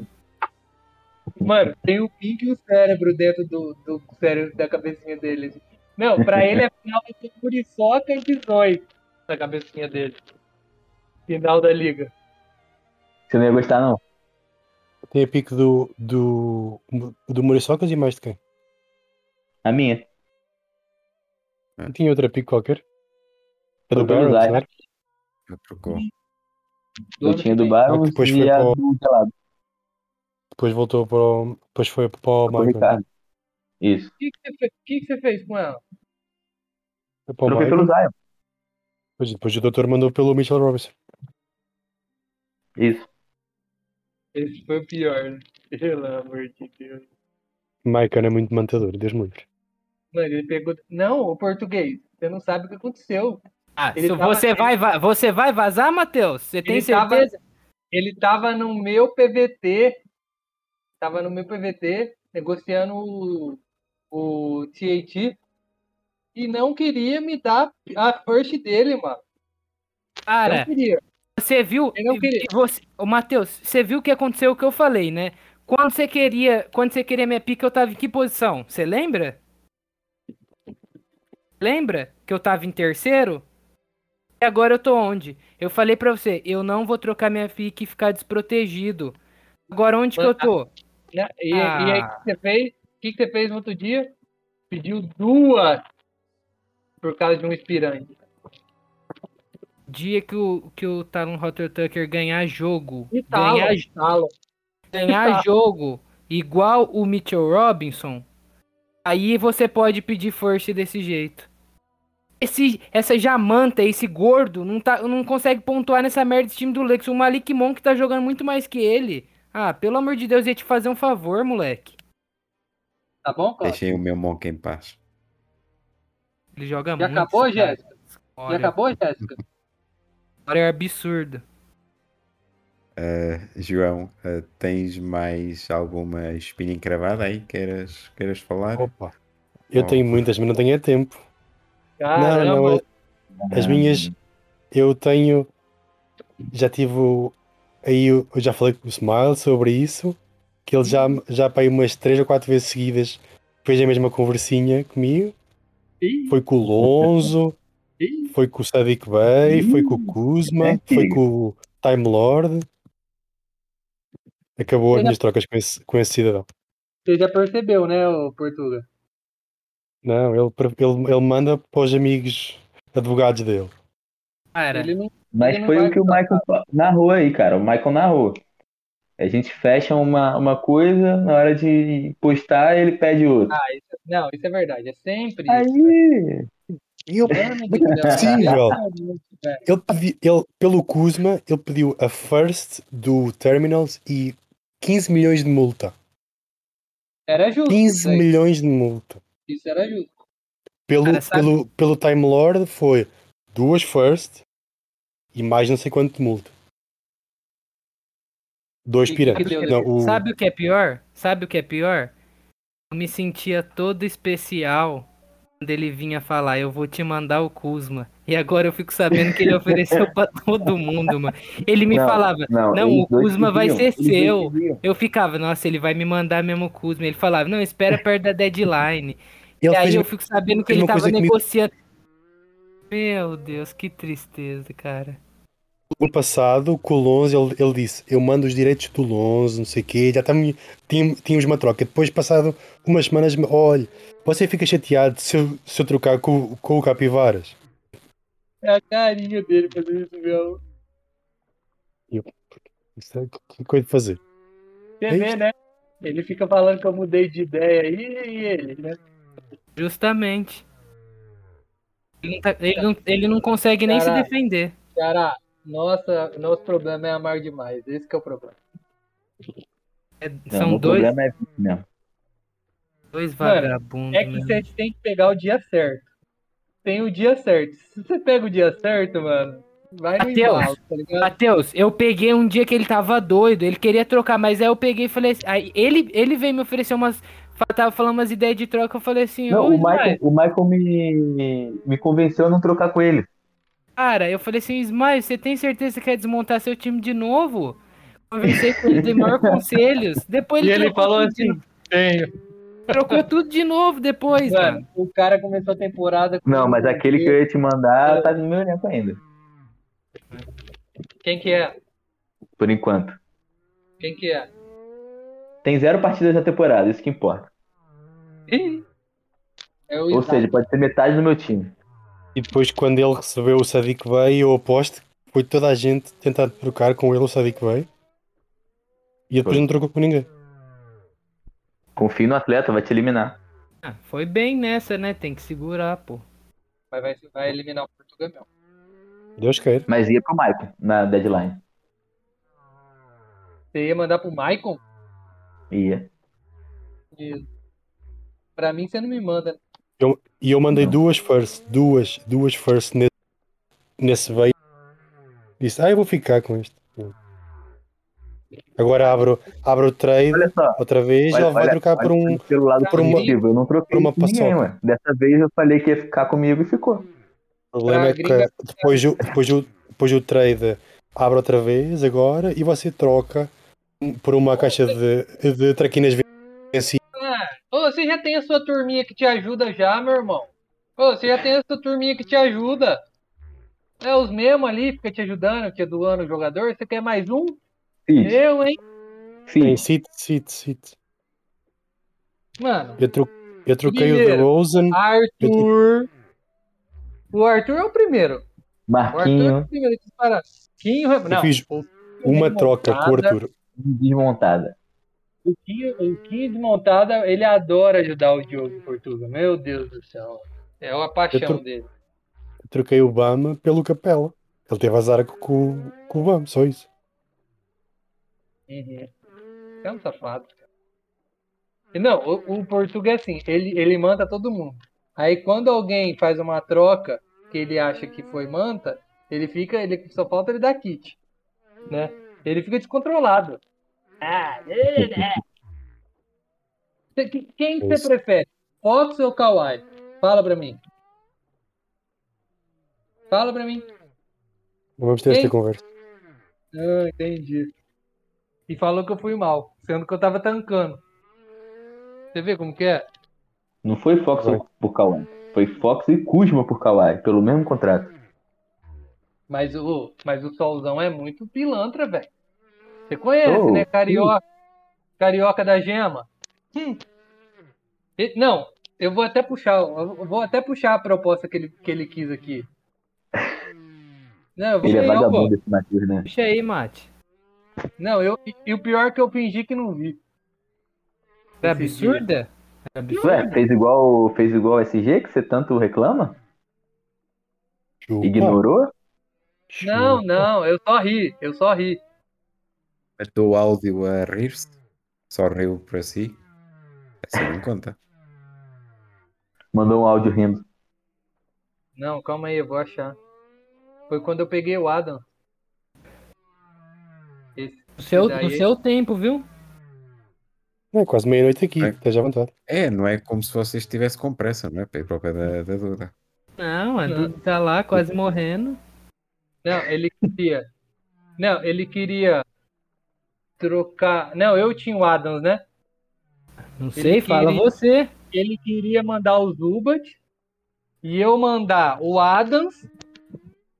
F: Mano, tem o Pink e o cérebro dentro do, do cérebro da cabecinha dele. Não, pra ele é final de Muriçoca e 18 na cabecinha dele. Final da liga.
D: Você não ia gostar, não.
C: Tem a pique do, do, do Muriçocas e mais de quem?
D: A minha.
C: Tinha outra pique qualquer? A do
D: Foi pelo
C: Barrett,
D: Zion.
C: não era?
B: Já trocou.
D: Eu tinha do
C: Ah,
D: Barons
C: que depois
D: e
C: foi
D: a
C: pro-
D: do, sei lá,
C: Depois voltou para o. Depois foi para o
D: do
C: Michael.
D: Ricardo. Isso.
F: O que, que, você, fe- que, que você fez com ela?
C: Foi para o
D: Troquei
C: Michael.
D: pelo Zion.
C: Depois, depois o doutor mandou pelo Mitchell Robinson.
D: Isso.
F: Esse foi o pior, né? Pelo amor de Deus.
C: Michael é muito mantador, Deus me livre.
F: Mano, ele pegou. Não, o português. Você não sabe o que aconteceu.
E: Ah,
F: Ele
E: se
F: tava-
E: você, vai, va- você vai vazar, Matheus? Você tem
F: Ele tava-
E: certeza?
F: Ele tava no meu PVT. Tava no meu PVT, negociando o, o TAT. E não queria me dar a first dele, mano. Não
E: Cara,
F: queria.
E: Então, você viu.
F: Eu não queria.
E: e Você, ô, Matheus, você viu o que aconteceu o que eu falei, né? Quando você queria, quando você queria minha pica, eu tava em que posição? Você lembra? Lembra que eu tava em terceiro? E agora eu tô onde? Eu falei pra você, eu não vou trocar minha pique e ficar desprotegido. Agora onde que eu tô?
F: Né? E,
E: Ah.
F: e aí, o que você fez? O que você fez no outro dia? Pediu duas por causa de um inspirante.
E: Dia que o, que o Talon Rotter Tucker ganhar jogo.
F: E tal,
E: Ganhar
F: e tal. Tá
E: ganhar jogo igual o Mitchell Robinson, aí você pode pedir first desse jeito. Esse, essa jamanta, esse gordo, não, tá, não consegue pontuar nessa merda desse time do Lex. O Malik Monk tá jogando muito mais que ele. Ah, pelo amor de Deus, ia te fazer um favor, moleque.
F: Tá bom, Cláudio?
B: Deixem o meu Monk em paz.
E: Ele joga
F: Já
E: muito.
F: acabou,
E: cara.
F: Jéssica? Já
E: Olha,
F: acabou, Jéssica?
E: Olha, é absurdo.
B: Ah, João, ah, tens mais alguma espinha encravada aí? Queiras, queiras falar?
C: Opa. Eu
B: Oh.
C: tenho muitas, mas não tenho é tempo.
F: Caramba,
C: Não, não, As
D: Ah,
C: minhas, eu tenho. Já tive. o- Aí eu eu já falei com o Smile sobre isso. Que ele já, já para aí umas 3 ou 4 vezes seguidas fez a mesma conversinha comigo.
F: Ih.
C: Foi com o Lonzo,
F: Ih.
C: foi com o Sadiq Bey, foi com o
D: é
C: Kuzma, foi
D: antigo.
C: com o Time Lord. Acabou as
F: Olha-
C: minhas trocas com esse, com esse cidadão.
F: você já percebeu, né, ô Portuga?
C: Não, ele, pre- ele, ele manda para os amigos advogados dele.
E: Cara,
F: Ele não
D: Mas
F: Ele não
D: foi
F: vai
D: o que o Michael fa- narrou aí, cara. O Michael narrou. A gente fecha uma, uma coisa, na hora de postar, ele pede outra.
F: Não, isso é verdade. É sempre.
E: Ah,
D: aí!
C: E ele Possível.
F: Possível.
C: Ele pediu, ele, pelo Kuzma, ele pediu a first do Terminals e 15 milhões de multa.
F: Era justo.
C: 15
F: isso aí.
C: milhões de multa.
F: Isso era justo.
C: Pelo,
E: Cara, sabe-
C: pelo, pelo Time Lord foi duas first e mais não sei quanto de multa. Dois
F: E-
C: piranhas.
F: e deu-
C: Não, o-
E: Sabe o que é pior? Sabe o que é pior? Eu me sentia todo especial quando ele vinha falar, eu vou te mandar o Kuzma. E agora eu fico sabendo que ele ofereceu pra todo mundo, mano. Ele me
D: Não,
E: falava, não,
D: eles
E: o
D: dois
E: Kuzma vai
D: pediam,
E: ser
D: eles dois
E: seu.
D: pediam.
E: eu ficava, nossa, ele vai me mandar mesmo o Kuzma. Ele falava, não, espera perto da deadline.
C: ele
E: e aí
C: fez-
E: eu fico sabendo que
C: fez
E: ele
C: uma
E: tava
C: coisa comigo.
E: negociando. Meu Deus, que tristeza, cara.
C: ano passado, com o Lonze, ele, ele disse: Eu mando os direitos do Lonze, não sei o quê, já tam- tinha- tínhamos uma troca. Depois, passado umas semanas, me- olha, você fica chateado se eu, se eu trocar com, com o Capivaras.
F: É a carinha dele fazer isso mesmo.
C: Isso é que coisa de fazer.
F: Você
C: É
F: vê,
C: isso.
F: né? Ele fica falando que eu mudei de ideia aí e ele, né?
E: Justamente. Ele não, tá- ele não- ele não consegue nem
F: Caralho.
E: se defender.
F: Cara, nossa, nosso problema é amar demais. Esse que é o problema.
E: É-
D: Não,
E: são
D: o
E: dois,
D: problema é esse mesmo.
E: dois
F: Mano,
E: vagabundos.
F: É que
E: mesmo.
F: você tem que pegar o dia certo. Tem o dia certo. Se você pega o dia certo, mano, vai no
E: Mateus,
F: embalo, tá ligado?
E: Matheus, eu peguei um dia que ele tava doido, ele queria trocar, mas aí eu peguei e falei assim. Aí ele, ele veio me oferecer umas. fa- Tava falando umas ideias de troca, eu falei assim,
D: Não,
E: ô
D: o
E: Ismael,
D: Michael, o Michael me, me convenceu a não trocar com ele.
E: cara, eu falei assim, Ismael, você tem certeza que quer desmontar seu time de novo? Conversei com ele, dei maior conselhos. Depois
F: E
E: ele,
F: ele
E: trocou
F: falou
E: tudo de
F: assim:
E: novo-
F: tenho.
E: trocou tudo de novo depois, mano.
F: Mano, o cara começou a temporada com.
D: Não, mas aquele que eu ia te mandar tá no meu elenco ainda,
F: Quem que é?
D: por enquanto.
F: Quem que é?
D: Tem zero partidas na temporada, isso que importa.
F: Ih, É o
D: Ou
F: Isaac.
D: seja, pode ser metade do meu time.
C: E depois, quando ele recebeu o Sadik Bey, eu aposto que foi toda a gente tentar trocar com ele o Sadik Bey. E depois
D: Foi.
C: não trocou com ninguém.
D: Confio no atleta, vai te eliminar.
E: Ah, foi bem nessa, né? Tem que segurar, pô.
F: Mas vai, vai eliminar o Portugal mesmo.
C: Deus queira.
D: Mas ia pro Michael na deadline.
F: Você ia mandar pro Maicon?
D: Ia.
F: E- Pra mim, você não me manda.
C: E eu mandei
D: Não.
C: duas first, duas, duas first nesse, nesse veio. Disse, ah, eu vou ficar com este. Agora abro, abro o trade
D: Olha só.
C: outra vez e
D: olha,
C: ele vai
D: olha,
C: trocar
D: olha
C: por um.
D: pelo lado
C: por uma-
D: positivo. Eu não troquei
C: por uma
D: com ninguém,
C: paçoca.
D: mano. Dessa vez eu falei que ia ficar comigo e ficou.
C: O problema é
F: gringa-
C: que depois o, depois, o, depois o trade abre outra vez agora e você troca por uma caixa de, de traquinas
F: Ô, você já tem a sua turminha que te ajuda já, meu irmão. Ô, você já tem a sua turminha que te ajuda. É os mesmos ali, fica te ajudando, te doando o jogador. Você quer mais um?
D: Fiz,
F: Eu, hein?
C: Tem
D: fiz.
C: sit, sit, sit.
F: Mano,
C: Eu, tro- eu troquei o
F: Dinheiro.
C: de Rosen.
F: Arthur. O Arthur é o primeiro. O Arthur é
D: Marquinho,
F: o primeiro que dispara. Quinho, é- Ah, não,
C: Eu fiz
F: o Quinho
C: Uma
F: desmontada.
C: troca com o Arthur.
D: desmontada.
F: O Quinho, o Quinho desmontada, ele adora ajudar o Diogo Portuga. Meu Deus do céu. É uma
C: Eu
F: paixão
C: tro-
F: dele.
C: Eu troquei o Bama pelo Capela. Ele teve azar com, com o Bama, só isso.
F: Uhum. É um safado. cara. E Não, o, o português, assim, ele, ele manta todo mundo. Aí quando alguém faz uma troca que ele acha que foi manta, ele fica, ele só falta ele dar kit, né? Ele fica descontrolado. Ah, é, né? Cê- que- Quem que você
C: Isso.
F: prefere? Fox ou Kawhi? Fala pra mim. Fala pra mim.
C: Não vamos ter
F: Ei.
C: esta conversa.
F: Ah, entendi. E falou que eu fui mal, sendo que eu tava tancando. Você vê como que é?
D: Não foi Fox
C: Foi.
D: por Kawhi. Foi Fox e Kuzma por Kawhi, pelo mesmo contrato.
F: Mas o, mas o Solzão é muito pilantra, velho. Você conhece,
D: Oh,
F: né? Carioca. Carioca da Gema. Hum. E- não, eu vou até puxar, eu vou até puxar a proposta que ele, que ele quis aqui. Não, eu vou
D: Ele é
F: pegar, pô.
D: vagabundo esse Matheus, né?
E: Puxa aí, Mate.
F: Não, eu, e- e o pior é que eu fingi que não vi.
E: É absurda? É
D: Ué,
E: absurda.
D: fez igual, fez igual o SG que você tanto reclama?
C: Chupa,
D: Ignorou?
C: chupa.
F: Não, não, eu só ri, eu só ri.
B: Matou o É áudio a rir-se. Só riu para si. Assim não conta.
D: Mandou um áudio rindo.
F: Não, calma aí, eu vou achar. Foi quando eu peguei o Adam. Esse-
E: No seu,
F: daí-
E: no seu tempo, viu?
C: É quase meia-noite aqui,
B: É.
C: esteja à vontade.
B: É, não é como se vocês estivessem com pressa, não é? Para ir para o pé da, da Duda.
E: Não, a
F: Não.
E: Duda tá lá quase morrendo.
F: Não, ele queria. Não, ele queria trocar. Não, eu tinha o Adams, né?
E: Não
F: Ele
E: sei, fala
F: queria-
E: você.
F: Ele queria mandar o Zubat e eu mandar o Adams,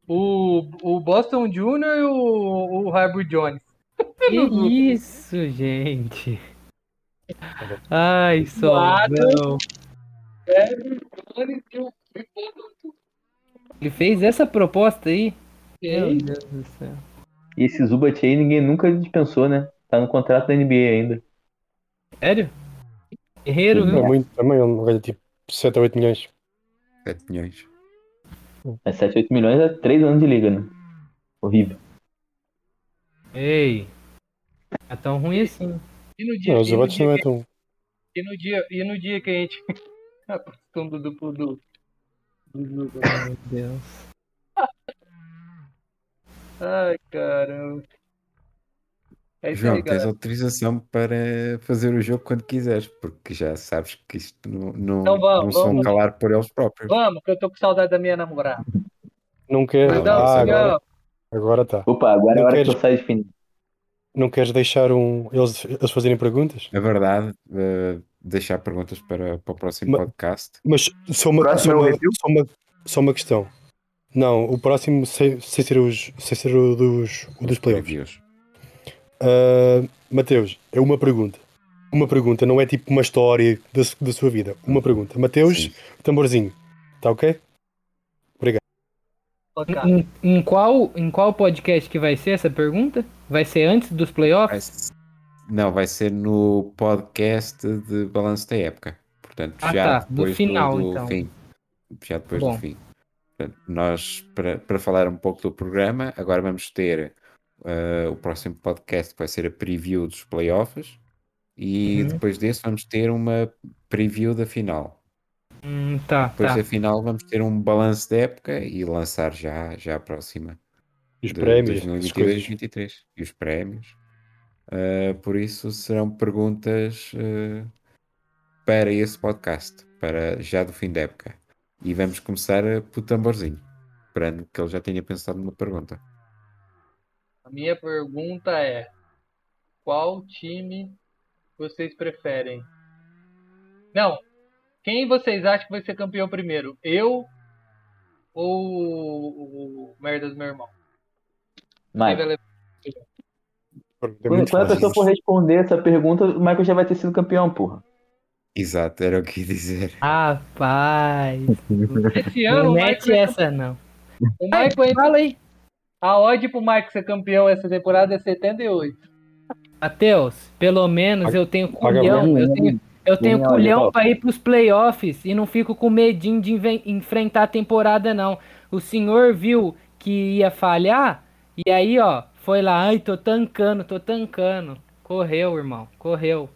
F: o o, o Boston Jr. e o, o Harbour Jones.
E: Que isso, gente? Ai, só.
F: Lado.
E: não.
F: Jones e o e o
E: Ele fez essa proposta aí? Meu
F: Boston
E: Deus do céu.
D: E esse Zubat aí ninguém nunca dispensou, né? Tá no contrato da NBA ainda.
E: Sério? Guerreiro,
F: Hum.
C: É
E: viu?
C: muito também, ele ganha tipo 7 ou 8 milhões.
B: 7 milhões.
D: É 7, 8 milhões há 3 anos de liga, né? Horrível.
E: Ei. É tão ruim assim.
F: E no dia,
C: Não, o
F: e no
C: Zubat
F: dia,
C: não é tão.
F: que- e no dia, e no dia que a gente apostando do duplo do. do- do-
E: Meu Deus.
F: Ai, caramba. É isso
B: João,
F: aí,
B: tens
F: galera.
B: autorização para fazer o jogo quando quiseres, porque já sabes que isto não, não,
F: Então vamos,
B: não se vão
F: vamos.
B: calar por eles próprios.
F: Vamos, que eu tô com saudade da minha namorada.
C: Não quer.
B: Não,
F: Perdão,
C: Ah,
F: um senhor.
C: agora, agora tá.
D: Opa, agora é
C: Não
D: a hora que
C: quero-
D: eu saio de fininho.
C: Não queres deixar um. Eles, eles fazerem perguntas?
B: Na verdade, eh, deixar perguntas para, para o próximo
C: Ma-
B: podcast.
C: Mas só uma, só
I: Próximo é o
C: uma,
I: review?
C: só uma, só uma questão. Não, o próximo sem, sem ser, os, sem ser o dos, o dos playoffs.
B: Reviews.
C: Ah, Mateus, é uma pergunta. Uma pergunta, não é tipo uma história da, su- da sua vida. Uma pergunta. Mateus,
B: Sim.
C: tamborzinho. Tá ok?
F: Ó, cara.
E: Em, em- em qual, em qual podcast que vai ser essa pergunta? Vai ser antes dos playoffs?
B: Vai se- Não, vai ser no podcast de balanço da época. Portanto,
E: Ah,
B: já
E: tá, do
B: depois
E: final,
B: do
E: então.
B: fim. Já depois
E: Bom.
B: do fim. Portanto, nós, para, para falar um pouco do programa, agora vamos ter eh, o próximo podcast que vai ser a preview dos playoffs. E
E: Uhum.
B: depois desse vamos ter uma preview da final.
E: Hum, tá,
B: Depois
E: tá.
B: da final vamos ter um balanço da época e lançar já, já a próxima
C: Os
B: de
C: prémios, essas
B: 2022 e
C: coisas.
B: 2023. E os prémios. Uh, por isso serão perguntas uh, para esse podcast, para já do fim da época. E vamos começar uh, pelo tamborzinho, esperando que ele já tenha pensado numa pergunta.
F: A minha pergunta é: qual time vocês preferem? Não, quem vocês acham que vai ser campeão primeiro? Eu ou o merda do meu irmão? Quem vai
D: Mike.
F: levar?
C: Pergunta
D: Quando
C: é muito
D: quando é a
C: fácil.
D: pessoa for responder essa pergunta, o Michael já vai ter sido campeão, porra.
B: Exato, era o que ia dizer.
E: Rapaz.
F: Esse ano
E: Não
F: o
E: mete
F: Michael,
E: essa, não.
F: o Michael ainda-
E: Fala aí.
F: a odd pro Michael ser campeão essa temporada é 78.
E: Matheus, pelo menos
C: Paga-
E: eu tenho
C: paga
E: culhão.
D: bem,
E: Eu
D: né?
E: tenho, eu tenho
D: Bem, olha,
E: culhão
D: ó.
E: pra ir pros playoffs e não fico com medinho de inven- enfrentar a temporada, não. O senhor viu que ia falhar e aí, ó, foi lá. Ai, tô tancando, tô tancando. Correu, irmão, correu.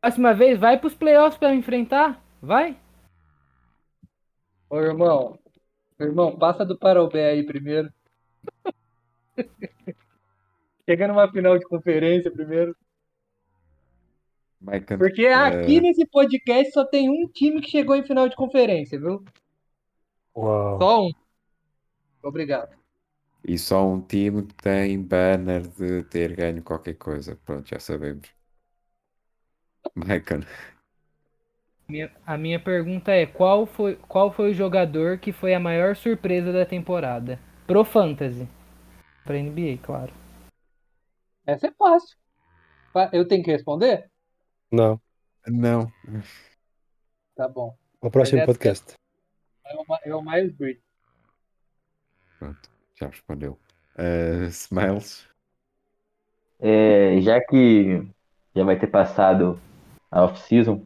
E: Próxima vez, vai pros playoffs pra eu enfrentar? Vai?
F: Ô irmão, irmão, passa do Parobé aí primeiro. Chega numa final de conferência primeiro.
B: Maicon,
F: Porque aqui nesse podcast só tem um time que chegou em final de conferência, viu?
C: Uau.
F: Só um. Obrigado.
B: E só um time que tem banner de ter ganho qualquer coisa. Pronto, já sabemos. Maicon,
E: Minha- a minha pergunta é: qual foi, qual foi o jogador que foi a maior surpresa da temporada? Pro Fantasy. Pra NBA, claro.
F: Essa é fácil. Fa- Eu tenho que responder?
C: Não,
B: não.
F: Tá bom.
C: ao próximo
F: Mas é-
C: podcast.
F: É o, Ma- é o Miles Bridges.
B: Pronto, já respondeu. Uh, Smiles,
D: É, já que já vai ter passado a off-season,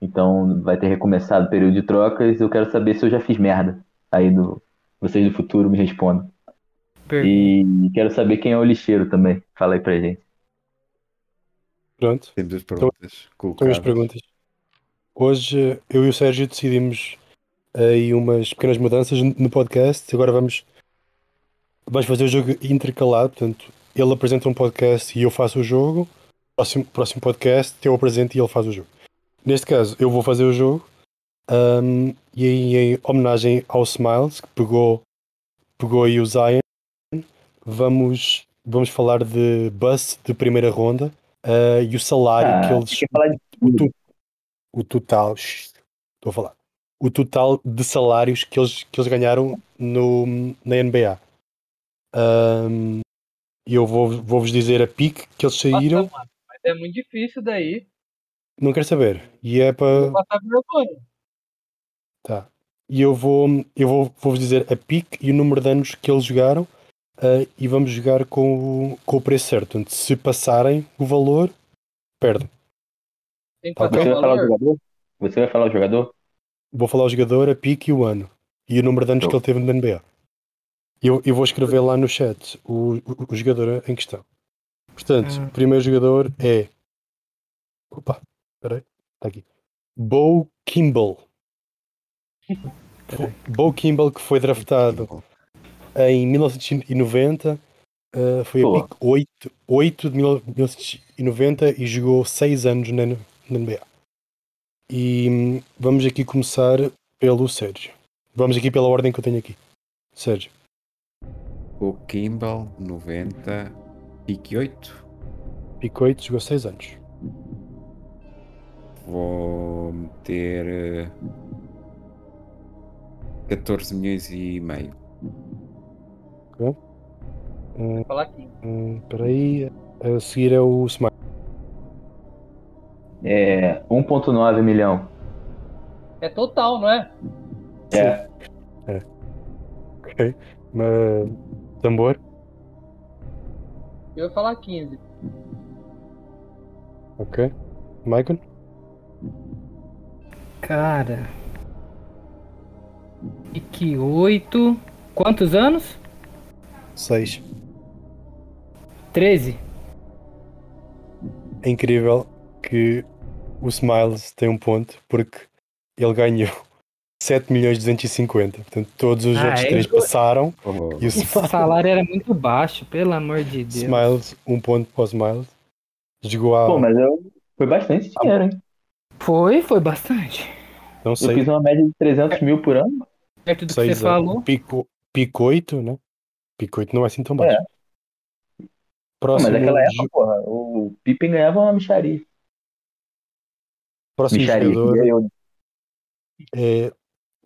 D: então vai ter recomeçado o período de trocas, eu quero saber se eu já fiz merda. Aí do, vocês do futuro me respondem.
E: Per-
D: E quero saber quem é o lixeiro também. Fala aí pra gente.
C: Pronto.
B: temos as perguntas
C: São as
B: colocadas.
C: perguntas. Hoje eu e o Sérgio decidimos aí umas pequenas mudanças no podcast. Agora vamos, vamos fazer o jogo intercalado. Portanto, ele apresenta um podcast e eu faço o jogo. Próximo, próximo podcast eu apresento e ele faz o jogo. Neste caso, eu vou fazer o jogo. ahm, e aí, em homenagem ao Smiles, que pegou, pegou aí o Zion, vamos, vamos falar de bus de primeira ronda ah, e o salário
D: Ah,
C: que eles
D: quer falar de
C: o, tu- o total. shh, Estou a falar. o total de salários que eles, que eles ganharam no, na NBA. Ahm, Um, E eu vou- vou-vos dizer a pique que eles
F: Nossa,
C: saíram,
F: mano, mas é muito difícil daí.
C: não quero saber. E é
F: Vou
C: para.
F: passar vergonha.
C: Tá. E eu vou eu vou, vou-vos dizer a pique e o número de anos que eles jogaram ah, e vamos jogar com o, com o preço certo. Portanto, se passarem o valor, perdem.
F: Tem que
C: Tá
F: passar
C: bem.
D: Você
F: o
D: vai falar o
F: valor.
D: jogador? Você vai falar o jogador?
C: Vou falar o jogador, a pique e o ano. E o número de anos
D: Tá.
C: que ele teve na NBA. Eu, eu vou escrever lá no chat o, o, o jogador em questão. Portanto, o primeiro jogador é. Opa, peraí. Está aqui. Bo Kimball. Bo Kimball, que foi draftado em 1990. eh, foi a
D: Boa.
C: pick 8, 8 de 1990 e jogou 6 anos na, na NBA. E hum, vamos aqui começar pelo Sérgio. Vamos aqui pela ordem que eu tenho aqui. Sérgio,
B: O Kimball 90 pique 8.
C: pick 8, jogou 6 anos.
B: Vou meter eh, 14 milhões e meio.
F: Vou falar aqui.
C: Hum, Espera aí. A seguir é o Smart.
D: É 1.9 milhão.
F: É total, não é?
D: É.
C: Ok. Mas, tambor.
F: Eu ia falar 15.
C: Ok. Michael.
E: Cara. E que oito. Quantos anos?
C: 6.
E: 13.
C: É incrível que o Smiles tem um ponto porque ele ganhou 7 milhões 250. Portanto, todos os
E: Ah,
C: outros
E: é?
C: três passaram
B: Oh,
C: e o
E: O salário era muito baixo, pelo amor de Deus.
C: Smiles, um ponto para o Smiles. Jogou a.
D: Pô, mas eu... foi bastante dinheiro, hein?
E: Foi, foi bastante.
C: não
D: Eu
C: sei.
D: fiz uma média de 300 mil por ano.
E: Perto do que você
C: seis anos.
E: falou.
C: Pico, pico 8, né? Pico 8 não é assim tão baixo.
D: Mas
C: Próximo,
D: naquela época,
C: jo-
D: porra, o Pippen ganhava uma micharia.
C: próximo
D: Micharia.
C: jogador
D: que eu-
C: é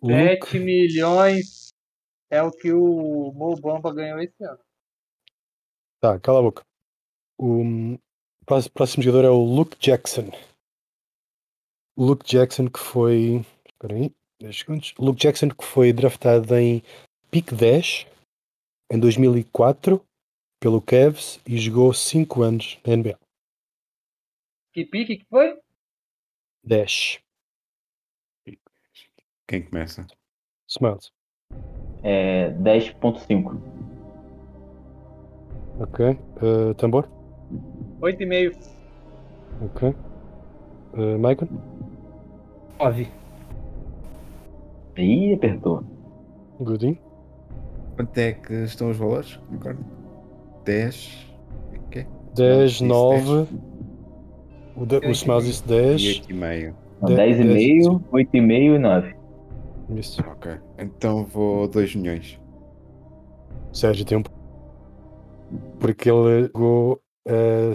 C: Luke.
F: 7 milhões é o que o Mo Bamba ganhou esse ano.
C: Tá, cala a boca. O próximo, próximo jogador é o Luke Jackson. Luke Jackson que foi. Espera aí, 10 segundos. Luke Jackson que foi draftado em pick 10 em 2004 pelo Cavs e jogou 5 anos na NBA.
F: Que pique que foi?
C: 10.
B: Quem começa?
C: Smiles.
D: É 10.5.
C: Ok. Eh, tambor.
F: 8,5.
C: Ok. Eh, Michael.
E: 9.
D: Ih, apertou.
C: Godinho.
B: Quanto é que estão os valores? Concordo. 10. Ok.
C: 10,
B: Disse
C: 9. O, de, o
E: Eu
C: Smiles disse 10.
B: E 8,5.
C: De-
D: 10,5, 8,5 e 9.
C: Isso.
B: Ok. Então vou 2 milhões.
C: Sérgio tem um. Porque ele jogou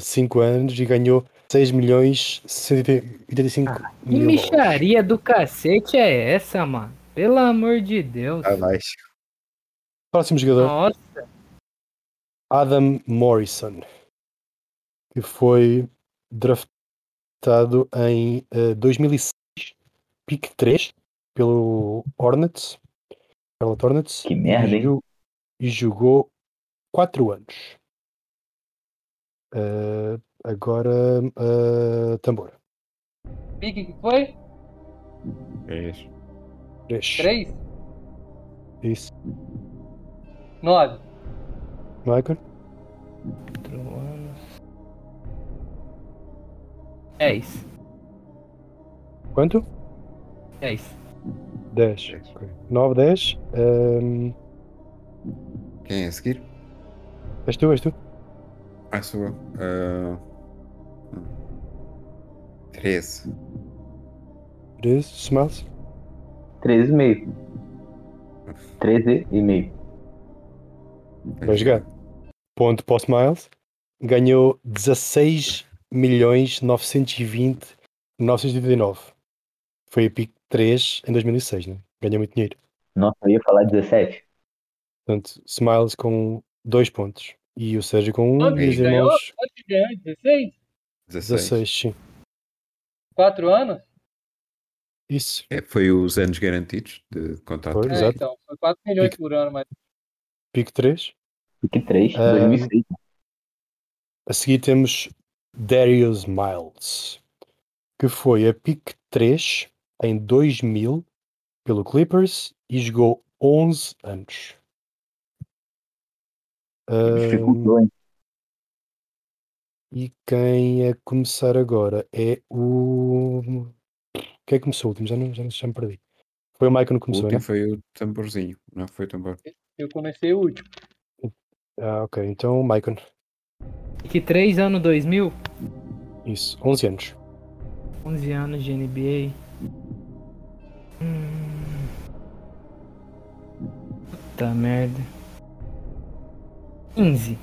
C: 5 anos e ganhou 6 milhões 185
E: Que
C: mil. dólares.
E: micharia do cacete é essa, mano? Pelo amor de Deus.
B: Abaixo.
C: Próximo jogador,
E: Nossa,
C: Adam Morrison. Que foi draftado em eh, 2006, pick 3, pelo Hornets. Charlotte Hornets.
D: Que merda,
C: e,
D: hein?
C: jo- e jogou 4 anos. Eh, agora, eh, tambor.
F: Pique que foi?
B: 10.
C: 3.
F: 3?
C: Isso.
F: 9.
C: Michael?
E: 4 anos. 10.
C: Quanto?
E: 10.
C: 10. 9, 10. Ehm,
B: Quem é a seguir?
C: és tu, és tu?
B: Ah, sou eu. Ah, hum. 13.
C: 13. Smiles?
D: 13,5. 13,5.
C: Vai jogar. Ponto para o Smiles. Ganhou 16 milhões 920 989. Foi a pick 3 em 2006, né? Ganhei muito dinheiro.
D: Nossa, eu ia falar 17.
C: Portanto, Smiles com 2 pontos e o Sérgio com 1
F: Quanto
C: e os
F: que ganhou?
C: irmãos
F: Quanto que ganhou? 16?
B: 16.
C: 16, sim.
F: 4 anos?
C: Isso.
B: É, foi os anos garantidos de contrato.
C: Foi,
F: É,
C: Exato.
F: então, foi 4 milhões
C: E-
F: por ano, mas
C: Pico 3.
D: Pique 3,
C: Ah.
D: 2006.
C: A seguir temos Darius Miles, que foi a pick 3 em 2000 pelo Clippers e jogou 11 anos. Ahm,
D: Dificultou, hein?
C: e quem a começar agora é o. Quem é que começou o último? Já, não, já, já me perdi. Foi o Michael que
B: O
C: começou,
B: último
C: né?
B: foi o tamborzinho. Não foi o tambor.
F: eu comecei o último.
C: Ah, ok. Então, Michael,
E: Que 3 anos 2000,
C: isso, 11 anos.
E: 11 anos de NBA. Hum. Puta merda. 15.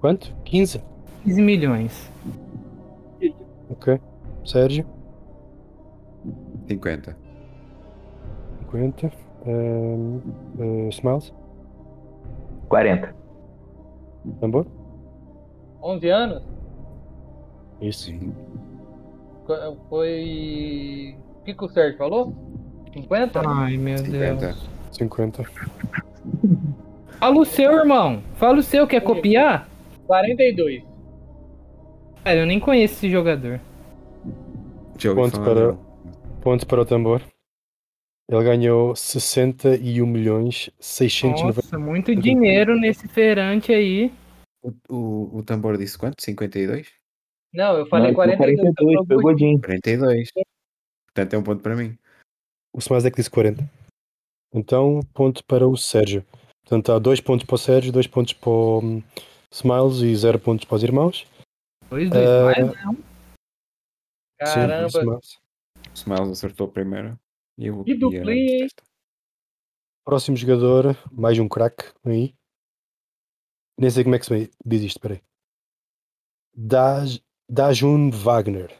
C: Quanto? 15?
E: 15 milhões.
C: Ok. Sérgio?
B: 50.
C: 50. Ahm, ah, Smiles?
D: 40.
C: Tambor?
F: 11 anos?
C: Isso.
B: Sim.
F: Co- Foi. O que, que o Sérgio falou? 50?
E: Ai, meu
B: 50.
E: Deus.
C: 50.
E: Fala o seu, irmão. Fala o seu, quer copiar?
F: 42.
E: Cara, eu nem conheço esse jogador.
B: Já ouvi
C: Ponto
B: falar
C: para-
B: dele.
C: Ponto para o tambor. Ele ganhou 61 milhões 690.
E: Nossa, muito dinheiro nesse feirante aí.
B: O, o, o tambor disse quanto? 52?
F: Não, eu falei
D: Não,
F: 42. eu falei
D: 42, foi o Godinho.
B: 42. Portanto, é um ponto para mim.
C: O Smiles é que disse 40. Então, ponto para o Sérgio. Portanto, há 2 pontos para o Sérgio, 2 pontos para o hum, Smiles e 0 pontos para os irmãos.
E: Dois do
C: Ah,
E: Smiles,
F: Caramba,
C: Sim, o Smiles.
B: O Smiles acertou a primeira. E, o,
F: Que
B: e a
F: duplinha, hein?
B: esta.
C: Próximo jogador, mais um craque aí. Nem sei como é que se diz isto, peraí. Daj- Dajun Wagner.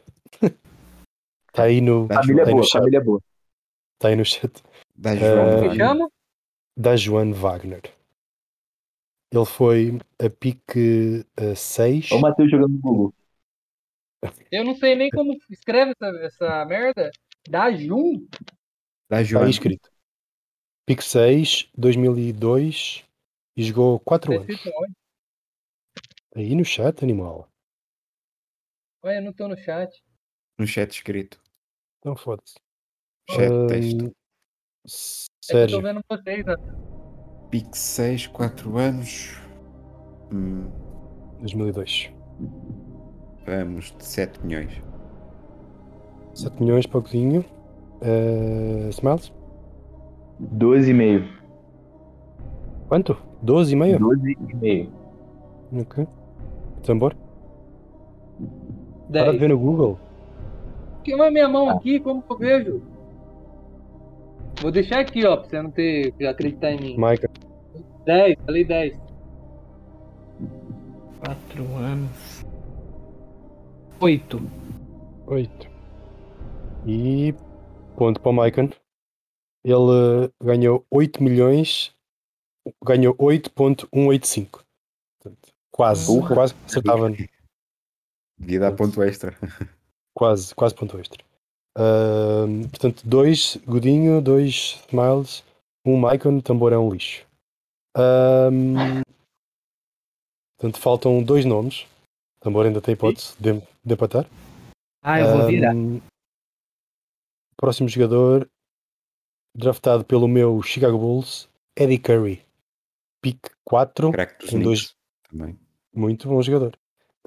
C: Está É, aí no,
B: Dá
D: Família
C: tem
D: boa,
C: no chat.
D: família boa.
C: Está aí no chat. Eh,
B: Dá João
D: É,
F: que
B: Wagner.
F: chama?
C: da Joan Wagner. Ele foi a pique eh, 6.
D: Olha o Matheus jogando no Google.
F: Eu não sei nem como escreve essa, essa merda. Da Jun?
B: Dá
C: Está
B: João.
C: tá aí escrito. Pique 6, 2002. E jogou 4
F: Tá
C: anos.
F: escrito onde?
C: Aí no chat, animal.
F: Ué, eu não tô no chat.
B: No chat escrito.
C: Então foda-se.
B: Chat
C: Ahn,
B: texto.
F: É que eu tô
C: Sérgio,
F: vendo vocês, né?
B: Pique 6, 4 anos. Hum,
C: 2002.
B: vamos, de 7 milhões.
C: 7 milhões para o Cozinho. Ah, Smiles?
D: 12,5.
C: Quanto? 12 e meio?
D: 12,5.
C: Ok. Tambor? Para de
F: 10.
C: ver no Google.
F: Que mas minha mão aqui, como que eu vejo? Vou deixar aqui, ó, pra você não ter. Já acreditar em mim.
C: Maica.
F: 10, falei 10.
E: Quatro anos. Oito.
C: 8. E ponto para o Maicon. Ele eh, ganhou 8 milhões, ganhou 8.185. Portanto, Quase,
D: Porra.
C: quase acertava,
B: Devia dar ponto extra.
C: quase, quase ponto extra. Ahm, portanto, 2 Godinho, 2 Miles, 1 um Maicon, tambor é um lixo. Ahm, portanto, faltam dois nomes. Tambor ainda tem hipótese de, de empatar.
E: Ah,
D: é,
E: eu vou virar.
C: Ahm, próximo jogador, draftado pelo meu Chicago Bulls, Eddie Curry. Pick 4,
B: Crack dos
C: um, dois.
B: Knicks. Também.
C: muito bom jogador.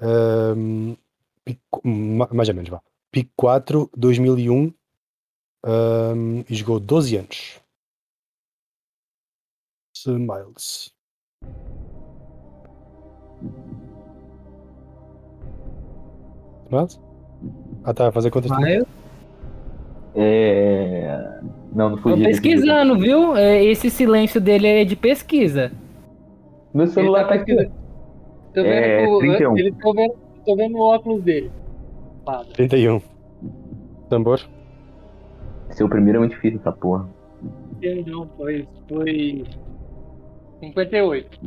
C: Ahm, pick- ma- mais ou menos, vá. Pick 4, 2001, ahm, e jogou 12 anos. Miles. Miles? Ah, tá, a fazer contas. também?
E: Mas
D: É. Não, não
E: eu tô
D: podia.
E: pesquisando, viu? É, Esse silêncio dele é de pesquisa.
D: Meu celular tá aqui.
F: Tô vendo
D: É,
F: né, o.
D: 31.
F: Ele, tô, vendo, tô vendo o óculos dele. Fala.
C: 31. Tambor?
D: Ser o primeiro é muito difícil essa porra.
F: Eu não, foi. Foi. 58.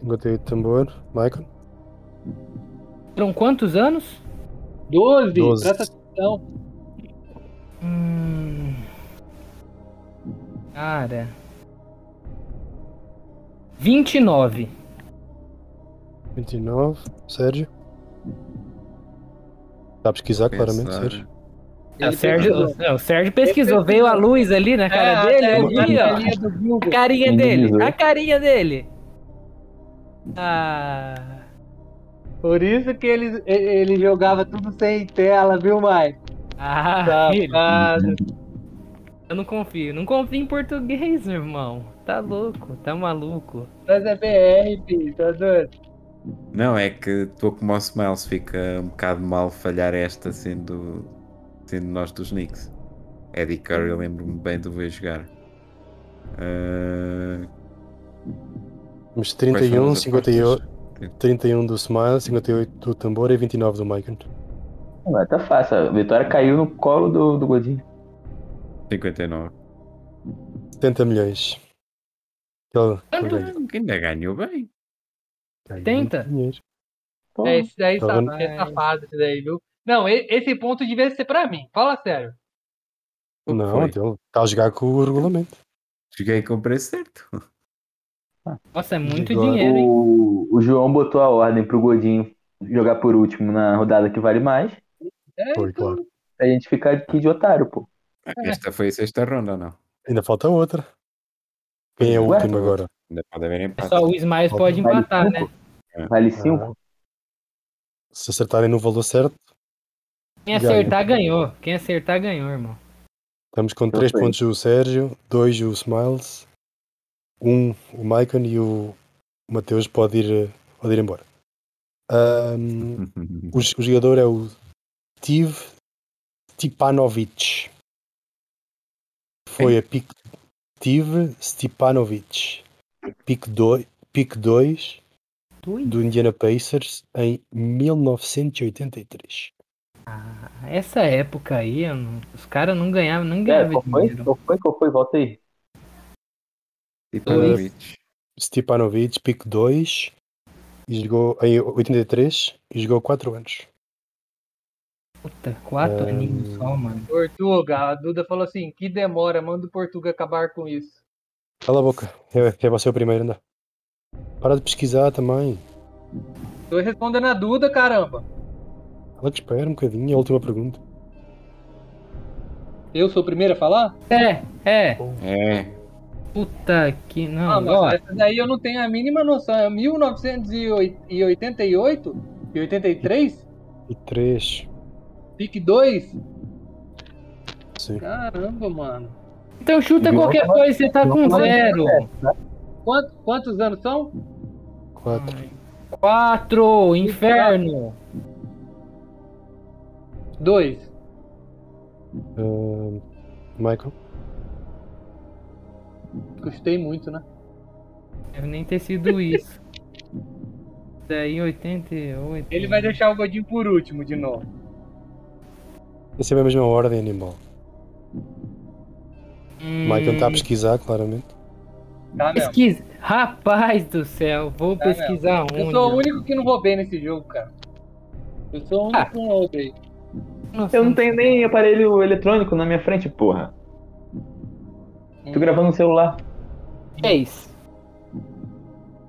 C: 58 tambor. Michael?
E: Foram quantos anos?
F: 12,
C: Doze.
F: presta atenção.
E: Hum. Cara. 29.
C: 29. Sérgio? Está a pesquisar, claramente,
B: Pensar.
C: Sérgio.
E: É, O Sérgio,
F: pesquisou.
E: não, o Sérgio pesquisou, veio a luz ali na cara
F: É,
E: dele,
F: é,
E: eu vi,
F: a
E: ó.
F: linha do
E: A
F: Google.
E: carinha
D: Ninguém
E: dele,
D: avisou.
E: a carinha dele. Ah.
F: Por isso que ele, ele jogava tudo sem tela, viu, Mike?
E: Ah,
F: Tá.
E: filho,
F: Safado.
E: eu não confio. Não confio em português, meu irmão. Tá louco, tá maluco. É,
F: Mas é BR, filho, tá doido?
B: Não, é que estou como o Smiles, fica um bocado mal falhar esta sendo, sendo nós dos Knicks. Eddie Curry, eu lembro-me bem de o ver jogar. Ah,
C: Temos
B: quais foram
C: 31,
B: as
C: 58,
B: apostas?
C: 31 do Smile, 58 do tambor e 29 do Michael.
D: Ué, tá fácil. A vitória caiu no colo do, do Godinho.
B: 59.
C: 70 milhões. Aquele- olha aí, tá
B: Ah, que Ainda ganhou bem.
C: caiu
E: 70?
C: muito dinheiro.
D: Pô,
F: É, esse daí
C: Tá
F: sa-
C: vendo?
F: é safado, esse daí, viu? Não, e- esse ponto devia ser pra mim, fala sério.
B: O que
C: Não,
B: foi?
C: então está a jogar com o regulamento.
B: Joguei com o preço certo.
E: Nossa, é muito
C: Agora-
D: né?
E: dinheiro, hein?
D: o, o João botou a ordem pro Godinho jogar por último na rodada que vale mais.
F: É,
C: Foi,
F: então,
C: claro.
D: A gente ficar aqui de otário, pô.
E: É.
B: Esta foi a sexta ronda ou não?
C: Ainda falta outra. Quem é o
D: Ué?
C: último agora?
B: Ainda pode haver empate.
E: É Só o Smiles pode
D: Vale
E: empatar, né?
D: cinco. Vale 5.
C: Ah, Se acertarem no valor certo,
E: Quem acertar ganhou. Quem acertar ganhou, irmão.
C: estamos com 3
D: sei.
C: pontos o Sérgio, 2 o Smiles, 1 um, o Maicon e o Mateus pode ir, eh, pode ir embora. Ahm, O, jo- o jogador é o Steve Stepanovic. Foi a pick Steve Stepanovic. Pick 2 pick dois do Indiana Pacers em 1983.
E: Essa época aí, eu não- os caras não ganhavam, não
D: É,
E: ganhavam
D: qual foi?
E: dinheiro.
D: Qual foi? Qual foi? Volta aí.
B: Stepanovic.
C: Stepanovic, pick 2 e jogou em 83 e jogou 4 anos.
E: Puta, quatro
C: É.
E: aninhos só, mano.
F: Portuga, a Duda falou assim, que demora, manda o Portuga acabar com isso.
C: Cala a boca, é, é você o primeiro, anda. Para de pesquisar também.
F: Tô respondendo a Duda, caramba.
C: Ela que espera um bocadinho, é a última pergunta.
F: Eu sou o primeiro a falar?
E: É, é.
B: É.
E: Puta que. Não,
F: Ah,
E: ó.
F: mas essa daí eu não tenho a mínima noção. É 1988 e 83?
C: E 3.
F: Pique 2?
C: Sim.
F: Caramba, mano.
E: Então chuta
C: Não,
E: qualquer coisa, você tá
C: não,
E: com
C: não,
E: zero.
F: Quanto- quantos anos são?
C: 4.
E: Quatro, inferno.
F: 2.
C: Ahn, Ah, Michael,
F: Custei muito, né?
E: Deve nem ter sido isso. Daí 88.
F: Ele vai deixar o Godinho por último de novo.
C: essa é a mesma ordem animal.
E: Hum,
C: Michael está a pesquisar, claramente.
F: Tá mesmo.
E: pesquisa. Rapaz do céu, vou pesquisar onde.
F: Tá, Eu sou o único que não roubei nesse jogo, cara. Eu sou o único
E: Ah.
F: que não roubei.
E: Nossa,
D: Eu não tenho nem aparelho eletrônico na minha frente, porra. Tô gravando no celular.
E: Seis.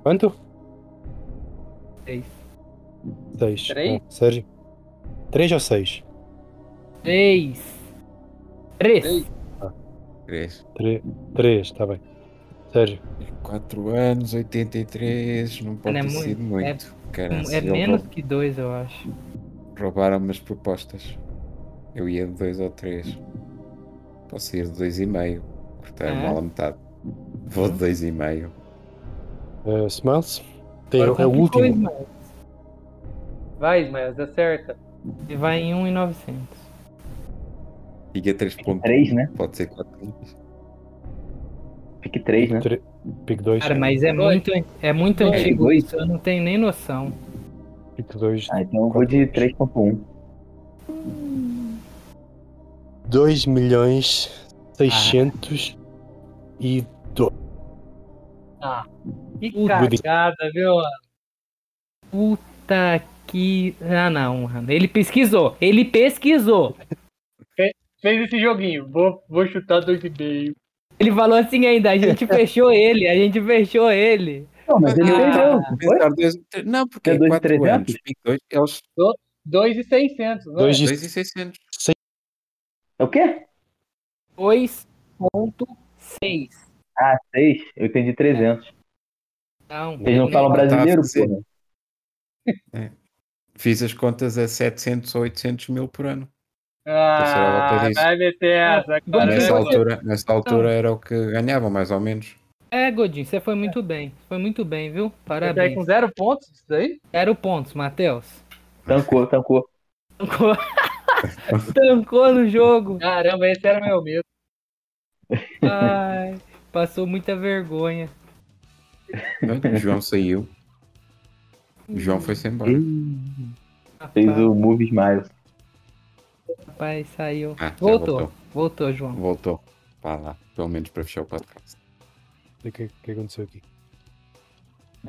C: Quanto?
E: Seis.
C: 6.
F: Três?
C: Ah, Sérgio. 3 ou 6?
E: Seis. Três.
F: Seis.
B: 3.
C: 3, está tá bem. Sérgio,
B: 4 anos, 83. Não pode
E: Não é
B: ter
E: muito,
B: sido muito. Cara,
E: É
B: se ele
E: menos que dois, eu acho.
B: rou- Roubaram-me as propostas. Eu ia de 2 ou 3. Posso ir de 2,5. Cortaram-me
E: É?
B: mal a metade. Vou de 2,5.
C: eh, Smiles? Tem,
E: Agora
C: é o
E: complicou,
C: último.
E: Ismael.
F: Vai, Ismael, acerta.
E: Ele vai em 1,900.
B: Diga 3 pontos.
D: Três, né?
B: Pode ser 4.
D: Pique 3, né?
C: Tre- Pick 2.
E: Cara, mas é muito, é muito
F: Dois.
E: antigo
D: Dois.
E: isso, eu não tenho nem noção.
C: Pick 2.
D: um. Ah, então eu vou de 3.1.
C: 2 milhões 600
E: Ah.
C: e
E: Que
C: Puta.
E: cagada, viu? mano? Puta que. Ah, não, mano. Ele pesquisou. Ele pesquisou.
F: Fez esse joguinho. Vou, vou chutar 2,5.
E: Ele falou assim ainda. A gente fechou ele. A gente fechou ele.
D: Não, mas ele
E: Ah,
D: perdeu. não foi?
B: Pensar dois- Não, porque
D: É
B: é
D: dois,
B: 4
D: 300?
B: anos, 22, eles
F: 2,600, não é?
C: 2 de
B: 2,600.
D: É o quê?
E: 2.6.
D: Ah, 6. Eu entendi 300.
E: Não,
D: Vocês não
E: ele-
D: falam brasileiro,
B: Tá, sim.
D: porra.
B: Fiz as contas a 700 ou 800 mil por ano. Terceira volta
F: Ah,
B: disso.
F: vai meter essa.
E: Não,
F: cara. tá
B: Nessa
E: eu-
B: altura, nessa
E: Então.
B: altura era o que ganhavam, mais ou menos.
E: É, Godinho, você foi muito bem. Foi muito bem, viu?
F: Você tá aí
E: Parabéns.
F: com zero pontos isso daí?
E: Zero pontos, Matheus.
D: Tancou, tancou.
E: Tancou. Tancou no jogo.
F: Caramba, esse era meu medo.
E: Ai, passou muita vergonha.
B: O é? João saiu. O João foi-se embora.
D: Fez
E: Rapaz,
D: o Move Smiles.
E: rapaz, saiu.
B: Ah, já
E: Voltou. Voltou, João.
B: Voltou. Vá lá, pelo menos para fechar o podcast.
C: O que, é que aconteceu aqui?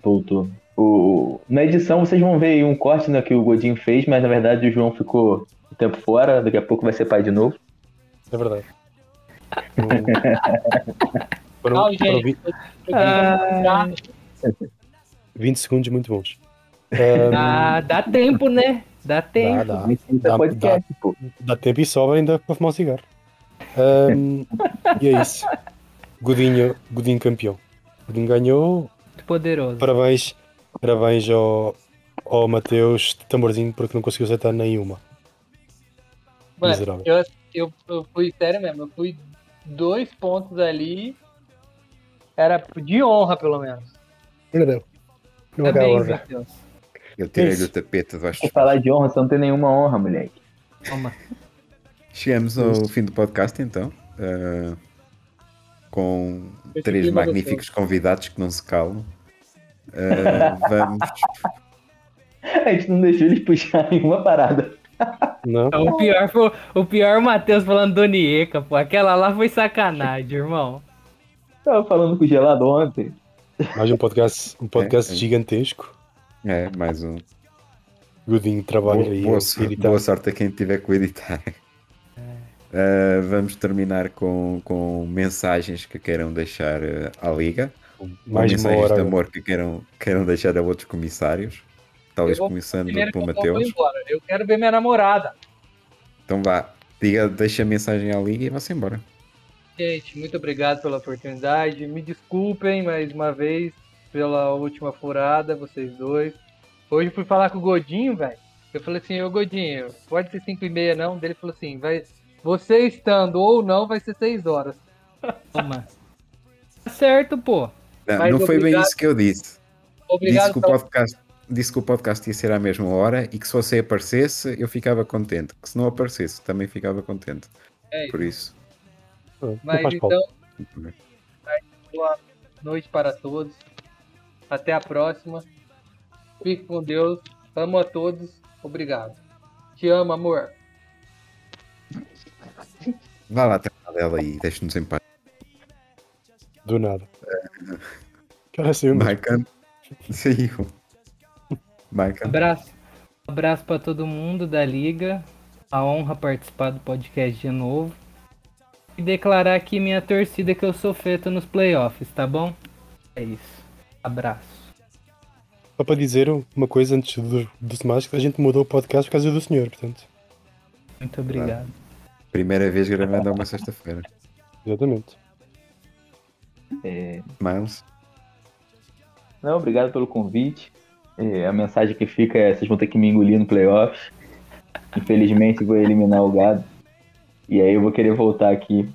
D: Voltou. O... Na edição vocês vão ver aí um corte né, que o Godinho fez, mas na verdade o João ficou um tempo fora. Daqui a pouco vai ser pai de novo.
C: É verdade. Foram- Foram,
F: Não, gente.
C: vi-
E: Ah,
C: 20 segundos muito bons. Ahm,
E: dá, dá tempo, né? Dá tempo.
C: dá, dá.
D: Isso é podcast, pô.
C: Dá tempo e sobra ainda para fumar um cigarro. Ahm, e é isso. Godinho, Godinho campeão. Godinho ganhou.
E: Muito poderoso.
C: Parabéns, parabéns ao, ao Mateus Tamborzinho porque não conseguiu acertar nenhuma.
F: Mano,
C: Miserável.
F: eu, eu, eu fui sério mesmo. Eu fui dois pontos ali. Era de honra, pelo menos.
C: Perdeu. Não
E: Parabéns, Matheus.
B: Eu tirei-lhe o
C: Isso.
B: tapete debaixo
D: Vou
B: dos
D: falar de honra, você não tem nenhuma honra, moleque.
E: Toma.
B: Chegamos ao fim do podcast então, eh, com
F: Esse
B: três
F: clima
B: magníficos convidados que não se calam. Eh, vamos,
D: A gente não deixou eles puxar nenhuma parada.
C: Não.
E: Então, O pior foi o pior é o Matheus falando do Nieca, pô. Aquela lá foi sacanagem, irmão.
D: Tava falando com o gelado ontem.
C: Mais um podcast, um podcast
B: É, é.
C: gigantesco.
B: é, mais um.
C: Godinho trabalha
B: Boa,
C: aí. é um
B: boa
C: a
B: so-
C: editar.
B: boa sorte a quem tiver que o editar. Eh, vamos terminar com, com mensagens que queiram deixar eh, à Liga.
C: mais de uma
B: mensagens de
C: hora.
B: amor que queiram, queiram deixar a outros comissários. Talvez
F: Eu vou-
B: começando
F: Primeiro que
B: pelo
F: Então, eu vou
B: Mateus.
F: embora. Eu quero ver minha namorada.
B: Então vá, diga, deixa a mensagem à Liga e vá-se embora.
F: Gente, muito obrigado pela oportunidade. Me desculpem mais uma vez pela última furada, vocês dois. Hoje eu fui falar com o Godinho, velho. Eu falei assim, ô Godinho, pode ser 5 e meia não? Ele falou assim, vai, você estando ou não, vai ser 6 horas.
E: Toma. Tá certo, pô.
B: Não,
F: Mas
B: não foi bem
F: obrigado.
B: isso que eu disse. disse,
F: Obrigado
B: que o
F: pela-
B: podcast, disse que o podcast ia ser à mesma hora e que se você aparecesse, eu ficava contente. Que se não aparecesse, também ficava contente.
F: É isso.
B: Por isso.
C: Não
F: Mas
C: faz
F: então,
C: falta.
F: boa noite para todos. Até a próxima. Fique com Deus. Amo a todos. Obrigado. Te amo, amor.
B: Vá lá tratar dela e deixe-nos em paz.
C: Do nada. Cara, saiu mesmo.
B: Maican. Saiu. Maican.
E: Abraço. Abraço pra todo mundo da liga. A honra participar do podcast de novo. E declarar aqui minha torcida que eu sou feito nos playoffs, tá bom? É isso. Abraço.
C: Só para dizer uma coisa antes do- dos demais, que a gente mudou o podcast por causa do senhor, portanto.
E: Muito obrigado.
B: Primeira vez gravando a uma sexta-feira.
C: Exatamente.
D: É,
B: Miles.
D: Não, obrigado pelo convite. É, a mensagem que fica é: vocês vão ter que me engolir no playoffs. Infelizmente, vou eliminar o gado. E aí eu vou querer voltar aqui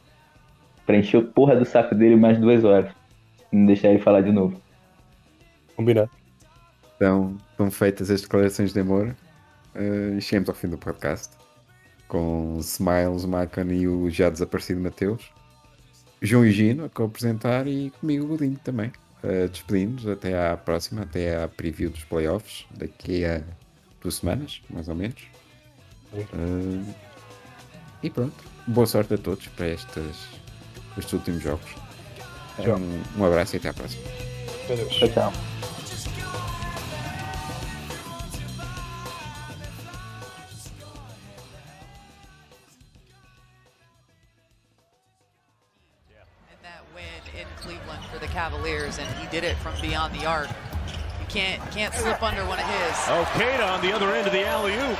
D: pra encher o porra do saco dele mais duas horas. E Não deixar ele falar de novo.
C: Combinado.
B: Então, estão feitas as declarações de amor. Eh, chegamos ao fim do podcast. Com Smiles, Macan e o já desaparecido Mateus. João e Gino a apresentar e comigo o Godinho também. Eh, Despedimos-nos até à próxima, até à preview dos playoffs, daqui a duas semanas, mais ou menos. Eh, E pronto. Boa sorte a todos para estes, estes últimos jogos.
C: Tchau.
B: Um, um abraço e até à próxima.
C: Adeus.
D: Tchau, tchau.
I: And that win in Cleveland for the Cavaliers, and he did it from beyond the arc. You can't can't slip under one of his.
J: Okada on the other end of the alley oop.